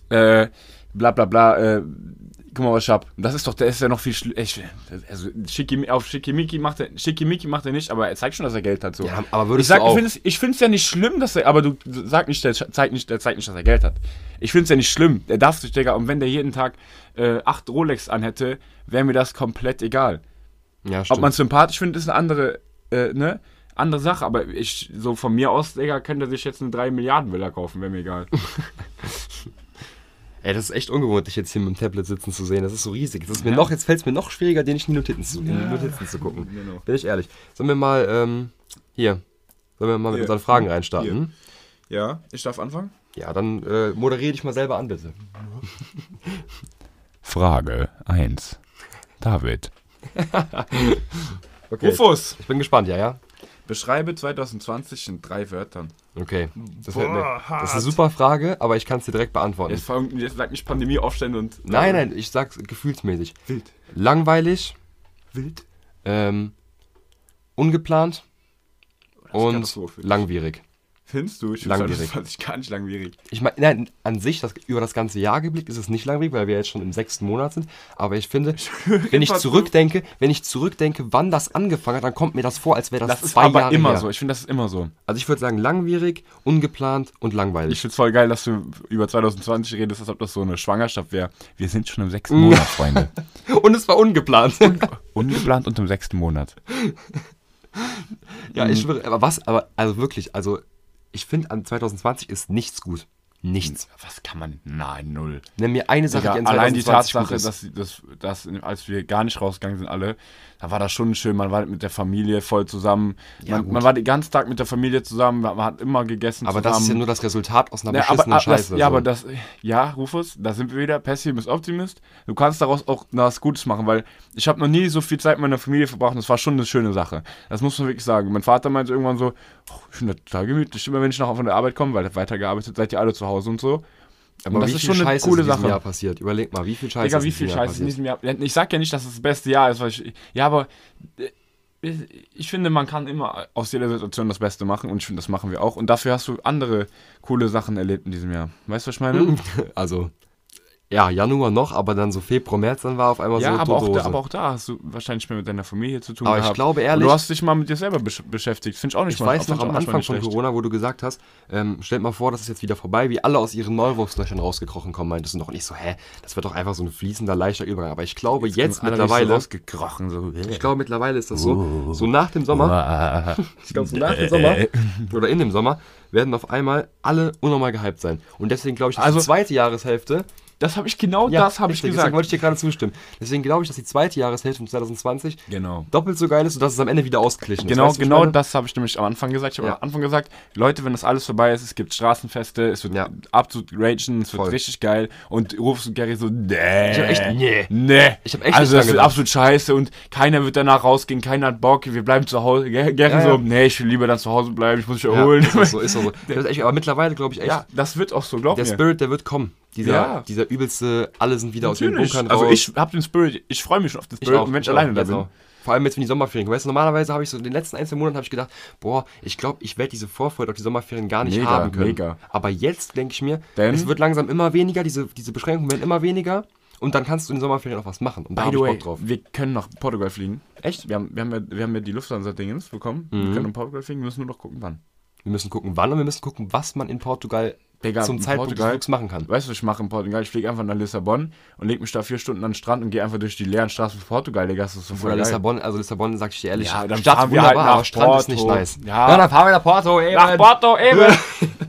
A: äh, bla bla bla, äh, guck mal, was ich hab. Das ist doch, der ist ja noch viel schlimmer. Also, Schicki, auf Schickimicki macht er, Schickimicki macht er nicht, aber er zeigt schon, dass er Geld hat. So.
B: Ja, aber würdest
A: ich sag,
B: du auch-
A: Ich find's- ich finde es ja nicht schlimm, dass er, aber du sag nicht, der zeigt nicht, der zeigt nicht, dass er Geld hat. Ich finde es ja nicht schlimm. Der darf sich, Digga, und wenn der jeden Tag äh, acht Rolex anhätte, wäre mir das komplett egal.
B: ja,
A: Ob man es sympathisch findet, ist eine andere, äh, ne? andere Sache. Aber ich, so von mir aus, Digga, könnte er sich jetzt eine 3 Milliarden Villa kaufen, wäre mir egal.
B: Ey, das ist echt ungewohnt, dich jetzt hier mit dem Tablet sitzen zu sehen. Das ist so riesig. Das ist mir noch, jetzt fällt es mir noch schwieriger, dir nicht in die Notizen zu, in die Notizen zu gucken.
A: (laughs) Genau.
B: Bin ich ehrlich. Sollen wir mal, ähm, hier, sollen wir mal mit
A: Hier.
B: unseren Fragen reinstarten?
A: ja, ich darf anfangen?
B: Ja, dann äh, moderiere dich mal selber an, bitte.
A: Frage 1. David.
B: Okay.
A: Rufus,
B: Ich bin gespannt, ja, ja?
A: beschreibe 2020 in drei Wörtern.
B: Okay. Das, fällt mir. das ist eine super Frage, aber ich kann es dir direkt beantworten.
A: Jetzt, fang- jetzt sag nicht Pandemie aufstellen und.
B: nein, nein, ich sag's gefühlsmäßig.
A: Wild.
B: Langweilig,
A: Wild?
B: ähm, ungeplant und
A: Katastrophe.
B: langwierig.
A: Findest du? Ich
B: Langwierig.
A: langwierig. Das gar nicht langwierig.
B: Ich meine, nein, an sich, das, über das ganze Jahr geblickt, ist es nicht langweilig, weil wir jetzt schon im sechsten Monat sind. Aber ich finde, wenn ich
A: immer zu.
B: zurückdenke, wenn ich zurückdenke, wann das angefangen hat, dann kommt mir das vor, als wäre das,
A: Das ist
B: zwei
A: aber
B: Jahre
A: immer
B: her.
A: so. Ich finde, das ist immer so.
B: Also ich würde sagen, langwierig, ungeplant und langweilig.
A: Ich finde es voll geil, dass du über 2020 redest, als ob das so eine Schwangerschaft wäre. Wir sind schon im
B: Mm.
A: sechsten Monat, Freunde.
B: Und es war ungeplant.
A: Ungeplant und im sechsten Monat.
B: (laughs)
A: Mm.
B: ja, ich
A: Mhm.
B: schwöre, aber was, aber, also wirklich, also ich finde, an 2020 ist nichts gut. Nichts.
A: Was kann man? Nein, null.
B: Nenn mir eine Sache,
A: Digga,
B: die an 2020
A: Mhm. allein die Tatsache,
B: gut ist.
A: dass, dass, dass, als wir gar nicht rausgegangen sind, alle, da war das schon schön. Man war halt mit der Familie voll zusammen. man,
B: gut.
A: man war den ganzen Tag mit der Familie zusammen. Man, man hat immer gegessen.
B: aber
A: zusammen.
B: das ist ja nur das Resultat aus einer
A: ähm, Ja, aber,
B: beschissenen
A: aber das, ja,
B: Scheiße. so.
A: aber das, ja, Rufus, da sind wir wieder. Pessimist, Optimist. Du kannst daraus auch na, was Gutes machen, weil ich habe noch nie so viel Zeit mit meiner Familie verbracht und das war schon eine schöne Sache. Das muss man wirklich sagen. Mein Vater meinte irgendwann so, oh, ich bin total gemütlich, immer wenn ich nachher von der Arbeit komme, weil er hat weitergearbeitet, seid ihr alle zu Hause und so.
B: aber
A: und das
B: wie
A: ist
B: viel
A: schon eine
B: Scheiße
A: coole
B: ist in diesem
A: Sache.
B: Jahr passiert? Überleg mal, wie viel Scheiße
A: Digga,
B: ist
A: wie
B: in
A: viel
B: diesem Jahr
A: Scheiße in
B: passiert?
A: diesem Jahr. Ich sag ja nicht, dass es das beste Jahr ist, weil ich, ja, aber äh, ich finde, man kann immer aus jeder Situation das Beste machen und ich finde, das machen wir auch. Und dafür hast du andere coole Sachen erlebt in diesem Jahr. Weißt du, was ich meine?
B: Also, ja, Januar noch, aber dann so Februar, März, dann war auf einmal
A: Ja,
B: so
A: aber, auch
B: Todose.
A: da, aber auch da hast du wahrscheinlich mehr mit deiner Familie zu tun
B: Also Aber ich
A: gehabt.
B: glaube
A: Und
B: ehrlich-
A: du hast dich mal mit dir selber besch beschäftigt. Finde ich auch nicht
B: ich
A: mal-
B: weiß
A: find
B: noch
A: auch
B: am
A: manchmal
B: Anfang
A: nicht
B: von
A: schlecht.
B: Corona, wo du gesagt hast, ähm, stellt mal vor, das ist jetzt wieder vorbei, wie alle aus ihren Maulwurfslöchern rausgekrochen kommen, meintest du noch. Und ich so, hä, das wird doch einfach so ein fließender, leichter Übergang. Aber ich glaube jetzt,
A: Alle richtig
B: mittlerweile, äh.
A: rausgekrochen. So.
B: ich glaube mittlerweile ist das so, so nach dem Sommer, ich glaube so nach (laughs) dem Sommer oder in dem Sommer, werden auf einmal alle unnormal gehypt sein. Und deswegen glaube ich, dass
A: Also-
B: die zweite Jahreshälfte
A: Das habe ich genau, das habe ich
B: richtig,
A: gesagt.
B: Deswegen wollte ich dir gerade zustimmen. Deswegen glaube ich, dass die zweite Jahreshälfte von 2020
A: Genau.
B: doppelt so geil ist, sodass es am Ende wieder ausgeglichen
A: Genau,
B: ist. Weißt du, was ich
A: genau
B: meine?
A: das habe ich nämlich am Anfang gesagt. Ich habe
B: Ja.
A: am Anfang gesagt, Leute, wenn das alles vorbei ist, es gibt Straßenfeste, es wird
B: Ja.
A: absolut ragen, es wird
B: Voll.
A: richtig geil. Und Rufus und Gary so, nee.
B: Ich hab echt- nee.
A: Nee.
B: Ich hab echt nicht
A: also, das wird
B: dran gedacht.
A: absolut scheiße und keiner wird danach rausgehen, keiner hat Bock, wir bleiben zu Hause. Ger- Gary
B: Ja,
A: so,
B: ja.
A: nee, ich will lieber dann zu Hause bleiben, ich muss mich
B: Ja,
A: erholen.
B: ist auch so, ist auch so. Das ist echt, aber mittlerweile glaube ich
A: (laughs)
B: echt,
A: Ja, das wird auch so, glaub
B: der
A: mir.
B: Spirit, der wird kommen. Dieser,
A: Ja.
B: dieser übelste, alle sind wieder aus den
A: Natürlich.
B: Bunkern
A: Also
B: raus.
A: ich habe den Spirit, ich freue mich schon auf den Spirit, wenn ich alleine da
B: jetzt
A: bin.
B: auch. genau. Vor allem jetzt, wenn die Sommerferien kommen. Weißt du, normalerweise habe ich so in den letzten ein, zwei Monaten habe ich gedacht, boah, ich glaube, ich werde diese Vorfreude auf die Sommerferien gar nicht
A: Mega,
B: haben können.
A: mega.
B: Aber jetzt denke ich mir,
A: Denn-
B: es wird langsam immer weniger, diese, diese Beschränkungen werden immer weniger. Und dann kannst du in den Sommerferien auch was machen. Und da
A: By
B: habe
A: the
B: ich
A: way,
B: Bock drauf.
A: wir können nach Portugal fliegen. Echt? Wir haben, wir haben, ja, wir haben ja die Lufthansa-Dingens bekommen.
B: Mhm.
A: Wir können nach Portugal fliegen, wir müssen nur noch gucken, wann.
B: Wir müssen gucken, wann und wir müssen gucken, was man in Portugal
A: Digga,
B: zum
A: in
B: Zeitpunkt
A: Portugal-
B: des Flugs machen kann.
A: Weißt du, was ich mache in Portugal? Ich fliege einfach nach Lissabon und leg mich da vier Stunden an den Strand und gehe einfach durch die leeren Straßen von Portugal, Digga. Das ist so voll
B: Oder
A: geil.
B: Lissabon, also Lissabon, sag ich dir ehrlich,
A: Ja, dann
B: Stadt
A: fahren wir
B: wunderbar,
A: halt nach
B: aber Strand ist nicht
A: Porto.
B: nice.
A: Ja.
B: dann fahren wir nach Porto, ey.
A: Nach
B: Mann.
A: Porto eben!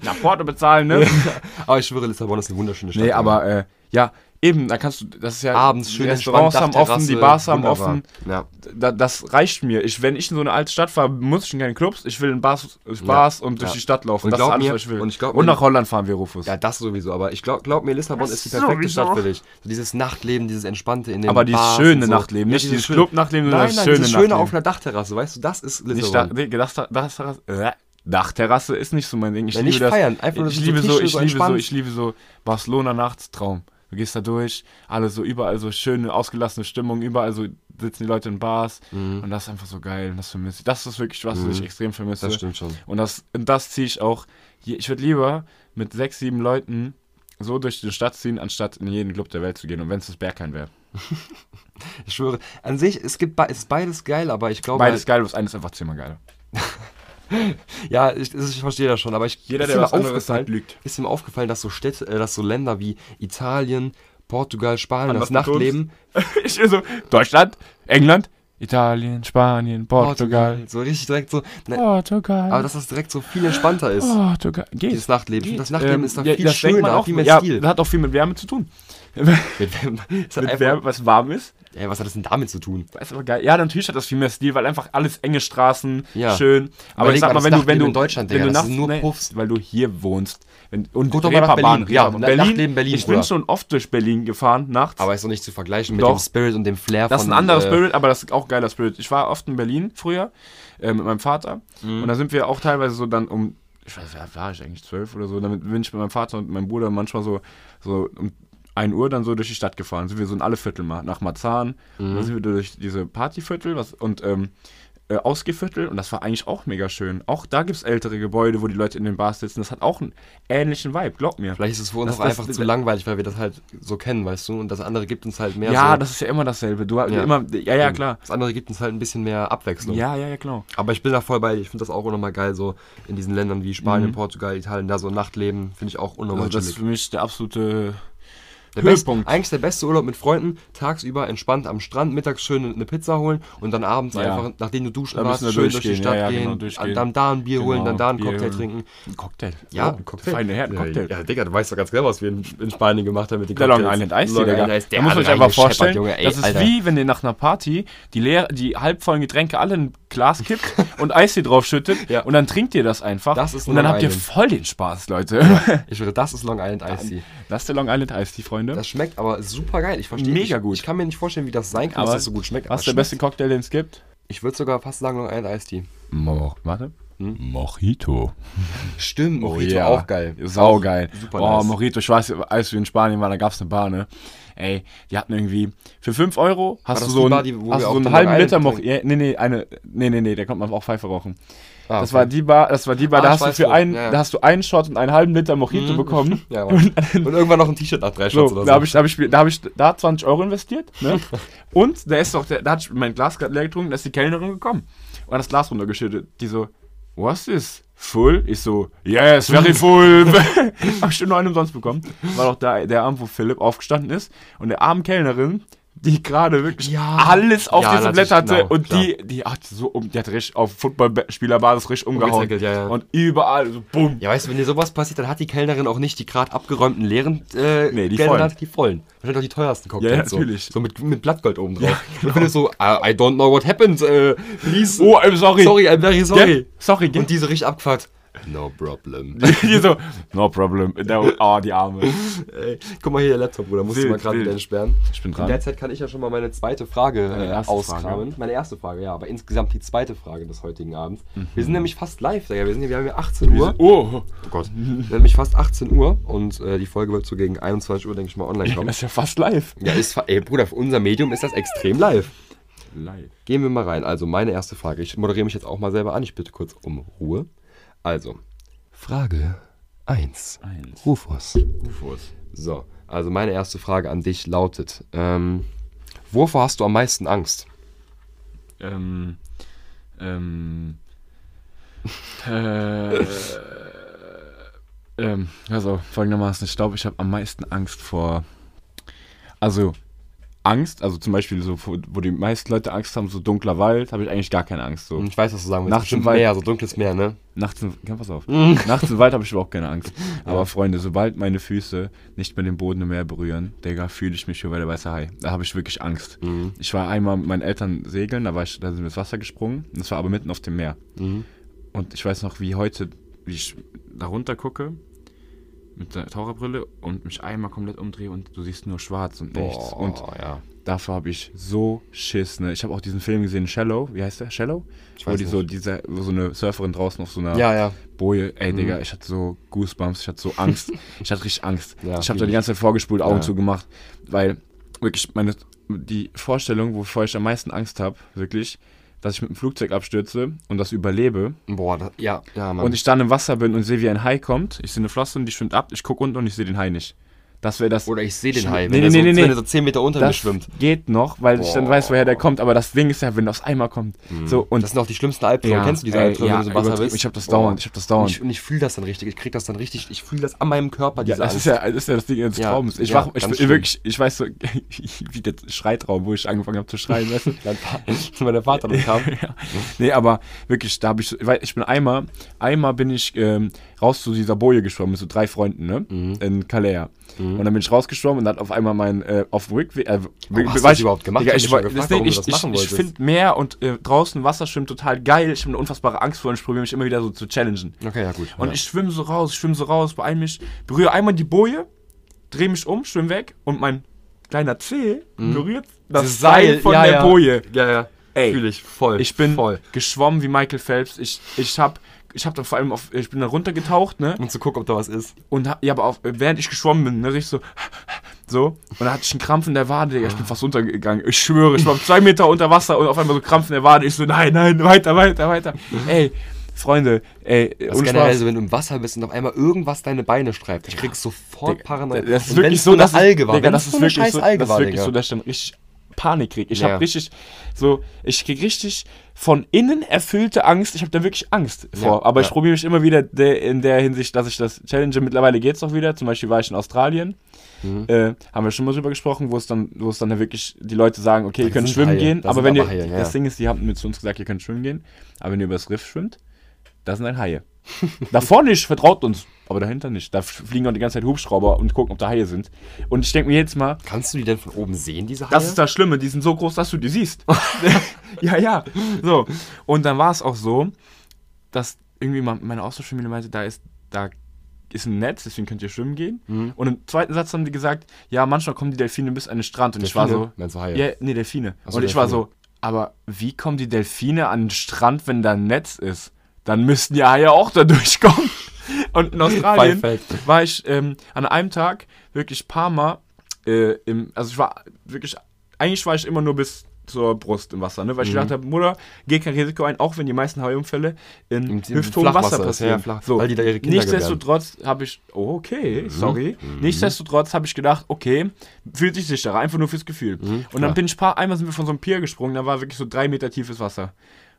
A: nach Porto bezahlen, ne?
B: Aber ich schwöre, Lissabon ist eine wunderschöne
A: (laughs)
B: Stadt.
A: Nee, aber äh, ja, eben, da kannst du, das ist ja.
B: abends schön
A: die
B: entspannt,
A: Restaurants haben offen, die
B: Dachterrasse,
A: Bars haben
B: wunderbar.
A: offen.
B: Ja.
A: Da, das reicht mir. Ich, wenn ich in so eine alte Stadt fahre, muss ich in keine Clubs. Ich will in Bars, Bars und durch
B: Ja.
A: die Stadt laufen.
B: Und
A: das ist
B: glaub
A: alles,
B: mir-
A: was ich will.
B: und ich glaub mir-
A: nach Holland fahren wir, Rufus.
B: Ja, das sowieso, aber ich glaube glaub mir, Lissabon ist die perfekte
A: sowieso.
B: Stadt für dich. So dieses Nachtleben, dieses entspannte in den
A: Aber dieses
B: Bars
A: schöne
B: und so.
A: Nachtleben, nicht dieses
B: schöne-
A: Club-Nachtleben, sondern das
B: nein, nein,
A: schöne
B: dieses schöne
A: Nachtleben.
B: auf einer Dachterrasse, weißt du, das ist
A: Nicht da,
B: Lissabon.
A: Digga, das, das, das, äh, Dachterrasse ist nicht so mein Ding. Ich
B: Ja,
A: liebe
B: nicht
A: das.
B: feiern, einfach nur
A: ich
B: so
A: liebe
B: Tische,
A: so, ich
B: so
A: liebe so,
B: entspannt.
A: ich liebe so Barcelona Nachtstraum. Du gehst da durch, alle so überall so schöne ausgelassene Stimmung, überall so sitzen die Leute in Bars
B: Mhm.
A: und das ist einfach so geil und das vermisse ich. Das ist wirklich was, was ich extrem vermisse.
B: Das stimmt schon.
A: Und das, und das ziehe ich auch. je- Ich würde lieber mit sechs, sieben Leuten so durch die Stadt ziehen, anstatt in jeden Club der Welt zu gehen. Und wenn es das Berghain wäre.
B: Ich schwöre, an sich, es gibt be- es ist beides Oh, geil, aber ich glaube,
A: Beides geil, bloß eines ist einfach zehnmal geiler.
B: ja, ich, ich verstehe das schon, aber ich
A: Jeder,
B: ist
A: der
B: mir
A: was anderes
B: aufgefallen-
A: sagt, lügt.
B: ist ihm aufgefallen, dass so Städte, äh, dass so Länder wie Italien, Portugal, Spanien,
A: Mann,
B: das
A: was betonst?
B: Nachtleben,
A: (laughs) Ich so, Deutschland, England, Italien, Spanien, Portugal.
B: Oh, so richtig direkt so, ne,
A: Portugal.
B: aber dass das direkt so viel entspannter ist.
A: Portugal.
B: Dieses
A: Geht.
B: Nachtleben. Ich finde, das Nachtleben
A: Ähm,
B: ist da
A: ja,
B: viel
A: das denkt man
B: schöner,
A: auch,
B: viel mehr
A: ja,
B: Stil.
A: Das hat auch viel mit Wärme zu tun. (laughs)
B: Mit wem? Ist halt
A: mit
B: einfach,
A: Wärme, was warm ist.
B: ey, was hat das denn damit zu tun?
A: Ist aber geil. Ja, natürlich hat das viel mehr Stil, weil einfach alles enge Straßen,
B: Ja.
A: schön. Aber
B: Überleg
A: ich sag
B: mal,
A: mal, wenn du, wenn
B: das Nachtleben
A: du
B: in Deutschland,
A: wenn
B: Digga,
A: du
B: das
A: nachts,
B: sind nur
A: nee,
B: Puffs.
A: weil du hier wohnst. Wenn, und
B: Guck doch mal nach
A: Reeperbahn,
B: Berlin. Ja,
A: Reeperbahn.
B: nach- Nachtleben Berlin,
A: Ich bin
B: Bruder.
A: schon oft durch Berlin gefahren, nachts.
B: Aber ist doch nicht zu vergleichen mit
A: Doch.
B: dem Spirit und dem Flair
A: das ist
B: von...
A: ein anderer
B: äh,
A: Spirit, aber das ist auch geiler Spirit. Ich war oft in Berlin früher äh, mit meinem Vater
B: Mhm.
A: und da sind wir auch teilweise so dann um, ich weiß, ja, war ich eigentlich zwölf oder so, dann bin ich mit meinem Vater und meinem Bruder manchmal so, so um 1 Uhr dann so durch die Stadt gefahren. Sind wir so in alle Viertel mal, nach Marzahn,
B: Mhm.
A: und dann sind wir durch diese Partyviertel was, und ähm, äh, Ausgeviertel und das war eigentlich auch mega schön. Auch da gibt es ältere Gebäude, wo die Leute in den Bars sitzen. Das hat auch einen ähnlichen Vibe, glaub mir.
B: Vielleicht ist es für uns
A: Das-
B: auch
A: das-
B: einfach zu langweilig, weil wir das halt so kennen, weißt du? Und das andere gibt uns halt mehr
A: ja,
B: so...
A: das ist ja immer dasselbe. Du immer, ja, ja, klar.
B: Das andere gibt uns halt ein bisschen mehr Abwechslung.
A: Ja, ja, ja, genau.
B: Aber ich bin da voll bei dir. Ich finde das auch unnormal geil, so in diesen Ländern wie Spanien, Portugal, Italien, da so Nachtleben, finde ich auch unnormal
A: Mhm. Also das ist
B: chillig.
A: für mich der absolute
B: der beste,
A: Höhepunkt.
B: Eigentlich der beste Urlaub mit Freunden, tagsüber entspannt am Strand, mittags schön eine Pizza holen und dann abends
A: Ja.
B: einfach, nachdem du duschen
A: Da müssen
B: warst,
A: wir
B: schön durch die
A: durchgehen.
B: Stadt
A: Ja, ja, genau,
B: gehen,
A: durchgehen.
B: dann da ein Bier holen,
A: Genau,
B: dann da einen
A: Bier
B: Cocktail
A: holen.
B: trinken.
A: Ein Cocktail.
B: Ja,
A: ein Cocktail. Feine Herren, Cocktail.
B: Ja, Digga, du weißt doch ganz genau, was wir in, in Spanien gemacht haben mit den
A: Der Long
B: Cocktails.
A: Island Ice Tea,
B: Long
A: Digga.
B: Island Ice,
A: Da
B: der
A: muss
B: hat
A: man sich einfach
B: reingescheppert,
A: vorstellen,
B: Junge, ey,
A: das ist
B: Alter.
A: wie, wenn ihr nach einer Party die, leer, die halbvollen Getränke alle in ein Glas kippt
B: (laughs)
A: und Eistee drauf schüttet
B: Ja.
A: und dann trinkt ihr das einfach
B: Das ist
A: und dann
B: Long
A: habt ihr
B: Island.
A: voll den Spaß, Leute.
B: Ich würde, das ist Long Island Ice Tea.
A: (laughs) Das ist der Long Island Ice Tea, Freunde.
B: Das schmeckt aber super geil. Ich verstehe
A: Mega
B: ich,
A: gut.
B: Ich kann mir nicht vorstellen, wie das sein kann, dass das so gut schmeckt. aber
A: Was ist der
B: schmeckt.
A: beste Cocktail, den es gibt?
B: Ich würde sogar fast sagen Long Island Ice Tea.
A: Mo warte. Mojito.
B: Stimmt, Mojito
A: ja.
B: auch geil.
A: Saugeil.
B: super
A: oh,
B: nice.
A: Mojito, ich weiß, als wir in Spanien waren, da gab es eine Bar, ne? Ey, die hatten irgendwie für 5 Euro hast
B: das
A: du
B: die
A: so,
B: Bar,
A: einen,
B: die- wo wir
A: hast du
B: auch
A: so einen
B: den
A: halben
B: Long
A: Liter
B: Island
A: Mojito. Ja, nee, nee, eine, nee, nee, nee, da kommt man auch Pfeife rauchen.
B: Ah,
A: Das
B: okay.
A: war die Bar, das war die Bar,
B: Ah,
A: da
B: ich
A: hast du
B: weiß
A: für
B: wo.
A: einen,
B: Ja, Mhm. ja.
A: da hast du einen Shot und einen halben Liter Mojito
B: (laughs)
A: bekommen.
B: Ja, Mann. und irgendwann noch ein T-Shirt nach drei Shots
A: So,
B: oder so.
A: da habe ich, da hab ich, da hab ich da 20 Euro investiert.
B: (laughs)
A: Ne? und da ist doch, der, da hat mein Glas gerade leer getrunken, da ist die Kellnerin gekommen und hat das Glas runtergeschüttet. Die so, was ist full? Ich so, yes,
B: (laughs)
A: very full. (laughs) hab ich nur einen umsonst bekommen. War doch da, der Abend, wo Philipp aufgestanden ist und der armen Kellnerin, die gerade wirklich
B: Ja.
A: alles auf
B: Ja,
A: diesem
B: natürlich,
A: Blatt hatte
B: genau,
A: und
B: klar.
A: die, die hat so um, die hat richtig auf Footballspielerbasis richtig umgehauen.
B: Umgezackelt, ja, ja.
A: Und überall so bumm.
B: ja, weißt du, wenn dir sowas passiert, dann hat die Kellnerin auch nicht die gerade abgeräumten leeren äh,
A: Nee, die
B: Kellner
A: vollen.
B: Hat die vollen. Wahrscheinlich auch die teuersten Cocktails.
A: Ja, ja, natürlich. genau.
B: So, so mit, mit Blattgold oben drauf. Und wenn du so, "Ah, I, I don't know what happened, äh, please.
A: Oh, I'm sorry.
B: sorry, I'm very sorry.
A: Gell? Sorry, gell?
B: Und diese richtig abgefuckt. No problem.
A: (laughs) die so, no problem. Da, oh, die Arme.
B: Ey, guck mal hier, der Laptop, Bruder. Musst du
A: Wild,
B: mal gerade
A: wild.
B: wieder entsperren.
A: Ich bin
B: In
A: dran.
B: der Zeit kann ich ja schon mal meine zweite Frage
A: Deine
B: äh,
A: erste
B: auskramen. Meine erste Frage, ja, aber insgesamt die zweite Frage des heutigen Abends. Wir sind nämlich fast live, Digga. Wir, sind, hier- wir haben ja 18 Uhr.
A: Oh,
B: Oh Gott. nämlich fast 18 Uhr und äh, die Folge wird so gegen 21 Uhr, denke ich mal, online kommen.
A: das ist (laughs) ja fast live.
B: Ja, ist, fa- ey, Bruder, für unser Medium ist das extrem live.
A: Live.
B: Gehen wir mal rein. Also, meine erste Frage. Ich moderiere mich jetzt auch mal selber an. Ich bitte kurz um Ruhe. Also, Frage 1.
A: Eins.
B: Rufus,
A: Rufus.
B: So, also meine erste Frage an dich lautet: ähm, Wovor hast du am meisten Angst?
A: Ähm. Ähm. Äh, (laughs) ähm, also folgendermaßen, ich glaube, ich habe am meisten Angst vor. Also Angst, also zum Beispiel so, wo wo die meisten Leute Angst haben, so dunkler Wald, habe ich eigentlich gar keine Angst. So.
B: Ich weiß, was du sagen willst.
A: Nachts
B: Bestimmt
A: im Wald.
B: Meer, so dunkles Meer, ne?
A: Nachts, im, ja, pass auf.
B: Mhm.
A: Nachts im Wald habe ich überhaupt keine
B: (laughs)
A: Angst. Aber Freunde, sobald meine Füße nicht mehr den Boden im Meer berühren, Digga, fühle ich mich wie bei der weiße Hai. Da habe ich wirklich Angst.
B: Mhm.
A: Ich war einmal mit meinen Eltern segeln, da, war ich, da sind wir ins Wasser gesprungen. Das war aber mitten auf dem Meer.
B: Mhm.
A: Und ich weiß noch, wie heute, wie ich da runter gucke mit der Taucherbrille und mich einmal komplett umdrehe und du siehst nur schwarz und nichts.
B: Boah,
A: Oh, Und
B: ja.
A: Dafür habe ich so Schiss. Ne? Ich habe auch diesen Film gesehen, Shallow. Wie heißt der? Shallow?
B: Ich
A: Wo
B: weiß
A: die
B: nicht.
A: so, diese, wo so eine Surferin draußen auf so einer
B: Ja, ja.
A: Boje. Ey,
B: Mhm.
A: Digga, ich hatte so Goosebumps, ich hatte so
B: (laughs)
A: Angst. ich hatte richtig Angst.
B: Ja,
A: ich habe da
B: fühl
A: die ganze Zeit vorgespult, Augen
B: Ja.
A: zugemacht. Weil wirklich meine, die Vorstellung, wovor ich am meisten Angst habe, wirklich, dass ich mit dem Flugzeug abstürze und das überlebe.
B: Boah, das, ja, ja, Mann.
A: Und ich dann im Wasser bin und sehe, wie ein Hai kommt. Ich sehe eine Flosse und die schwimmt ab. Ich gucke unten und ich sehe den Hai nicht. Das wäre das.
B: Oder ich sehe den
A: Schli-
B: Hai, wenn,
A: Nee,
B: der
A: nee,
B: so,
A: nee, nee.
B: wenn er so 10 Meter unter mir
A: Das
B: schwimmt.
A: geht noch, weil ich dann
B: Boah. Mhm.
A: weiß, woher der kommt. Aber das Ding ist ja, wenn das einmal kommt. So, und
B: Das sind auch die schlimmsten Albträume.
A: Ja,
B: Kennst du diese
A: ey,
B: Albträume,
A: ja,
B: wenn du so im Wasser
A: übertrieben.
B: bist?
A: Ich hab das dauernd, ich hab das dauernd.
B: Und ich, und ich fühle das dann richtig. Ich krieg das dann richtig. Ich fühle das an meinem Körper,
A: ja,
B: diese
A: das ist
B: (laughs)
A: ja, das ist ja das Ding des
B: Ja,
A: Traums. Ich
B: ja,
A: wach, ich,
B: ganz
A: bin
B: schlimm.
A: wirklich, ich weiß so, (laughs) wie der Schreitraum, wo ich angefangen habe zu schreien, weißt
B: (laughs)
A: du?
B: Angst. Wenn der
A: (laughs)
B: Vater dann kam.
A: ja. Nee, aber wirklich, da habe ich, so- weil ich bin einmal, einmal bin ich ähm, raus zu dieser Boje geschwommen mit so drei Freunden, ne?
B: Mhm.
A: In Calais. Und dann bin ich rausgeschwommen und dann hat auf einmal mein, äh, auf dem Rückweg, äh,
B: Warum Mhm. Oh, hast
A: weiß
B: du das
A: ich-
B: überhaupt gemacht?
A: Digga,
B: Ich hab
A: ich
B: mich
A: war,
B: schon gefragt,
A: das Ding,
B: warum du
A: ich,
B: das
A: ich,
B: machen
A: ich
B: wolltest.
A: finde Meer und äh, draußen Wasser schwimmen total geil. Ich habe eine unfassbare Angst vor und ich probiere mich immer wieder so zu challengen.
B: Okay, ja, gut.
A: Und
B: ja.
A: ich schwimme so raus, ich schwimme so raus, beeil mich, berühre einmal die Boje, drehe mich um, schwimme weg und mein kleiner Zeh berührt das Seil von der Boje.
B: Mhm. Ja, ja.
A: Ey,
B: Fühle ich voll.
A: Ich bin
B: voll.
A: geschwommen wie Michael Phelps. Ich, ich hab, ich hab dann vor allem auf, ich bin da runtergetaucht, ne?
B: Um zu gucken, ob da was ist.
A: Und hab, ja, aber auf, während ich geschwommen bin, ne, richtig so, so. Und dann hatte ich einen Krampf in der Wade, Digga. Ich bin fast untergegangen. Ich schwöre, ich war zwei Meter unter Wasser und auf einmal so Krampf in der Wade. Ich so, nein, nein, weiter, weiter, weiter. Ey, Freunde, ey,
B: Das ist
A: ohne
B: generell
A: Spaß.
B: so, wenn du im Wasser bist und auf einmal irgendwas deine Beine streift. Ich krieg sofort Paranoia.
A: Das ist
B: Und
A: wirklich
B: wenn's
A: so,
B: nur eine
A: dass ich-
B: Alge war.
A: Digga,
B: Wenn
A: das
B: es
A: ist
B: nur eine
A: wirklich
B: scheiß
A: so,
B: Alge
A: das
B: war,
A: ist wirklich
B: Digga.
A: so, dass ich dann richtig Panik krieg. Ich
B: Ja.
A: hab richtig so, ich krieg richtig von innen erfüllte Angst. Ich habe da wirklich Angst vor. Aber ich
B: ja.
A: probiere mich immer wieder de, in der Hinsicht, dass ich das challenge. Mittlerweile geht's auch wieder. Zum Beispiel war ich in Australien.
B: Mhm.
A: Äh, haben wir schon mal drüber gesprochen, wo es dann, wo es dann wirklich die Leute sagen, okay, ihr könnt
B: Ah, sind
A: schwimmen
B: Haie.
A: gehen,
B: Da
A: aber
B: sind
A: wenn ihr,
B: aber Haie, ja,
A: das
B: ja.
A: Ding ist, die haben mir zu uns gesagt, ihr könnt schwimmen gehen, aber wenn ihr übers Riff schwimmt, da sind dann Haie.
B: (laughs)
A: Davor nicht, vertraut uns. Aber dahinter nicht. Da fliegen auch die ganze Zeit Hubschrauber und gucken, ob da Haie sind. Und ich denke mir jetzt mal,
B: Kannst du die denn von oben sehen, diese Haie?
A: das ist das Schlimme, die sind so groß, dass du die siehst. (laughs) ja, ja. So. Und dann war es auch so, dass irgendwie mal meine Austauschfamilie meinte, da ist, da ist ein Netz, deswegen könnt ihr schwimmen gehen. Und im zweiten Satz haben die gesagt, ja, manchmal kommen die Delfine bis an den Strand. Und ich war
B: Delfine?
A: so.
B: Meinst du Haie?
A: Ja, nee, Delfine.
B: Ach so,
A: und ich war
B: Delfine.
A: so, aber wie kommen die Delfine an den Strand, wenn da ein Netz ist? Dann müssten ja Haie auch da (laughs) durchkommen. Und in Australien
B: Fun Fact.
A: war ich ähm, an einem Tag wirklich paar Mal äh, im, also ich war wirklich, eigentlich war ich immer nur bis zur Brust im Wasser, ne? Weil ich
B: Mhm.
A: gedacht habe, Mutter, geh kein Risiko ein, auch wenn die meisten Haiunfälle in
B: Im- im
A: hüfthohem Wasser
B: Flachwasser ist,
A: passieren.
B: ja, flach- weil die da ihre Kinder
A: Nichtsdestotrotz habe ich, oh, okay,
B: Mhm.
A: sorry. Nichtsdestotrotz habe ich gedacht, okay, fühlt sich sicherer, einfach nur fürs Gefühl.
B: Mhm,
A: und dann bin ich paar, einmal sind wir von so einem Pier gesprungen, da war wirklich so drei Meter tiefes Wasser.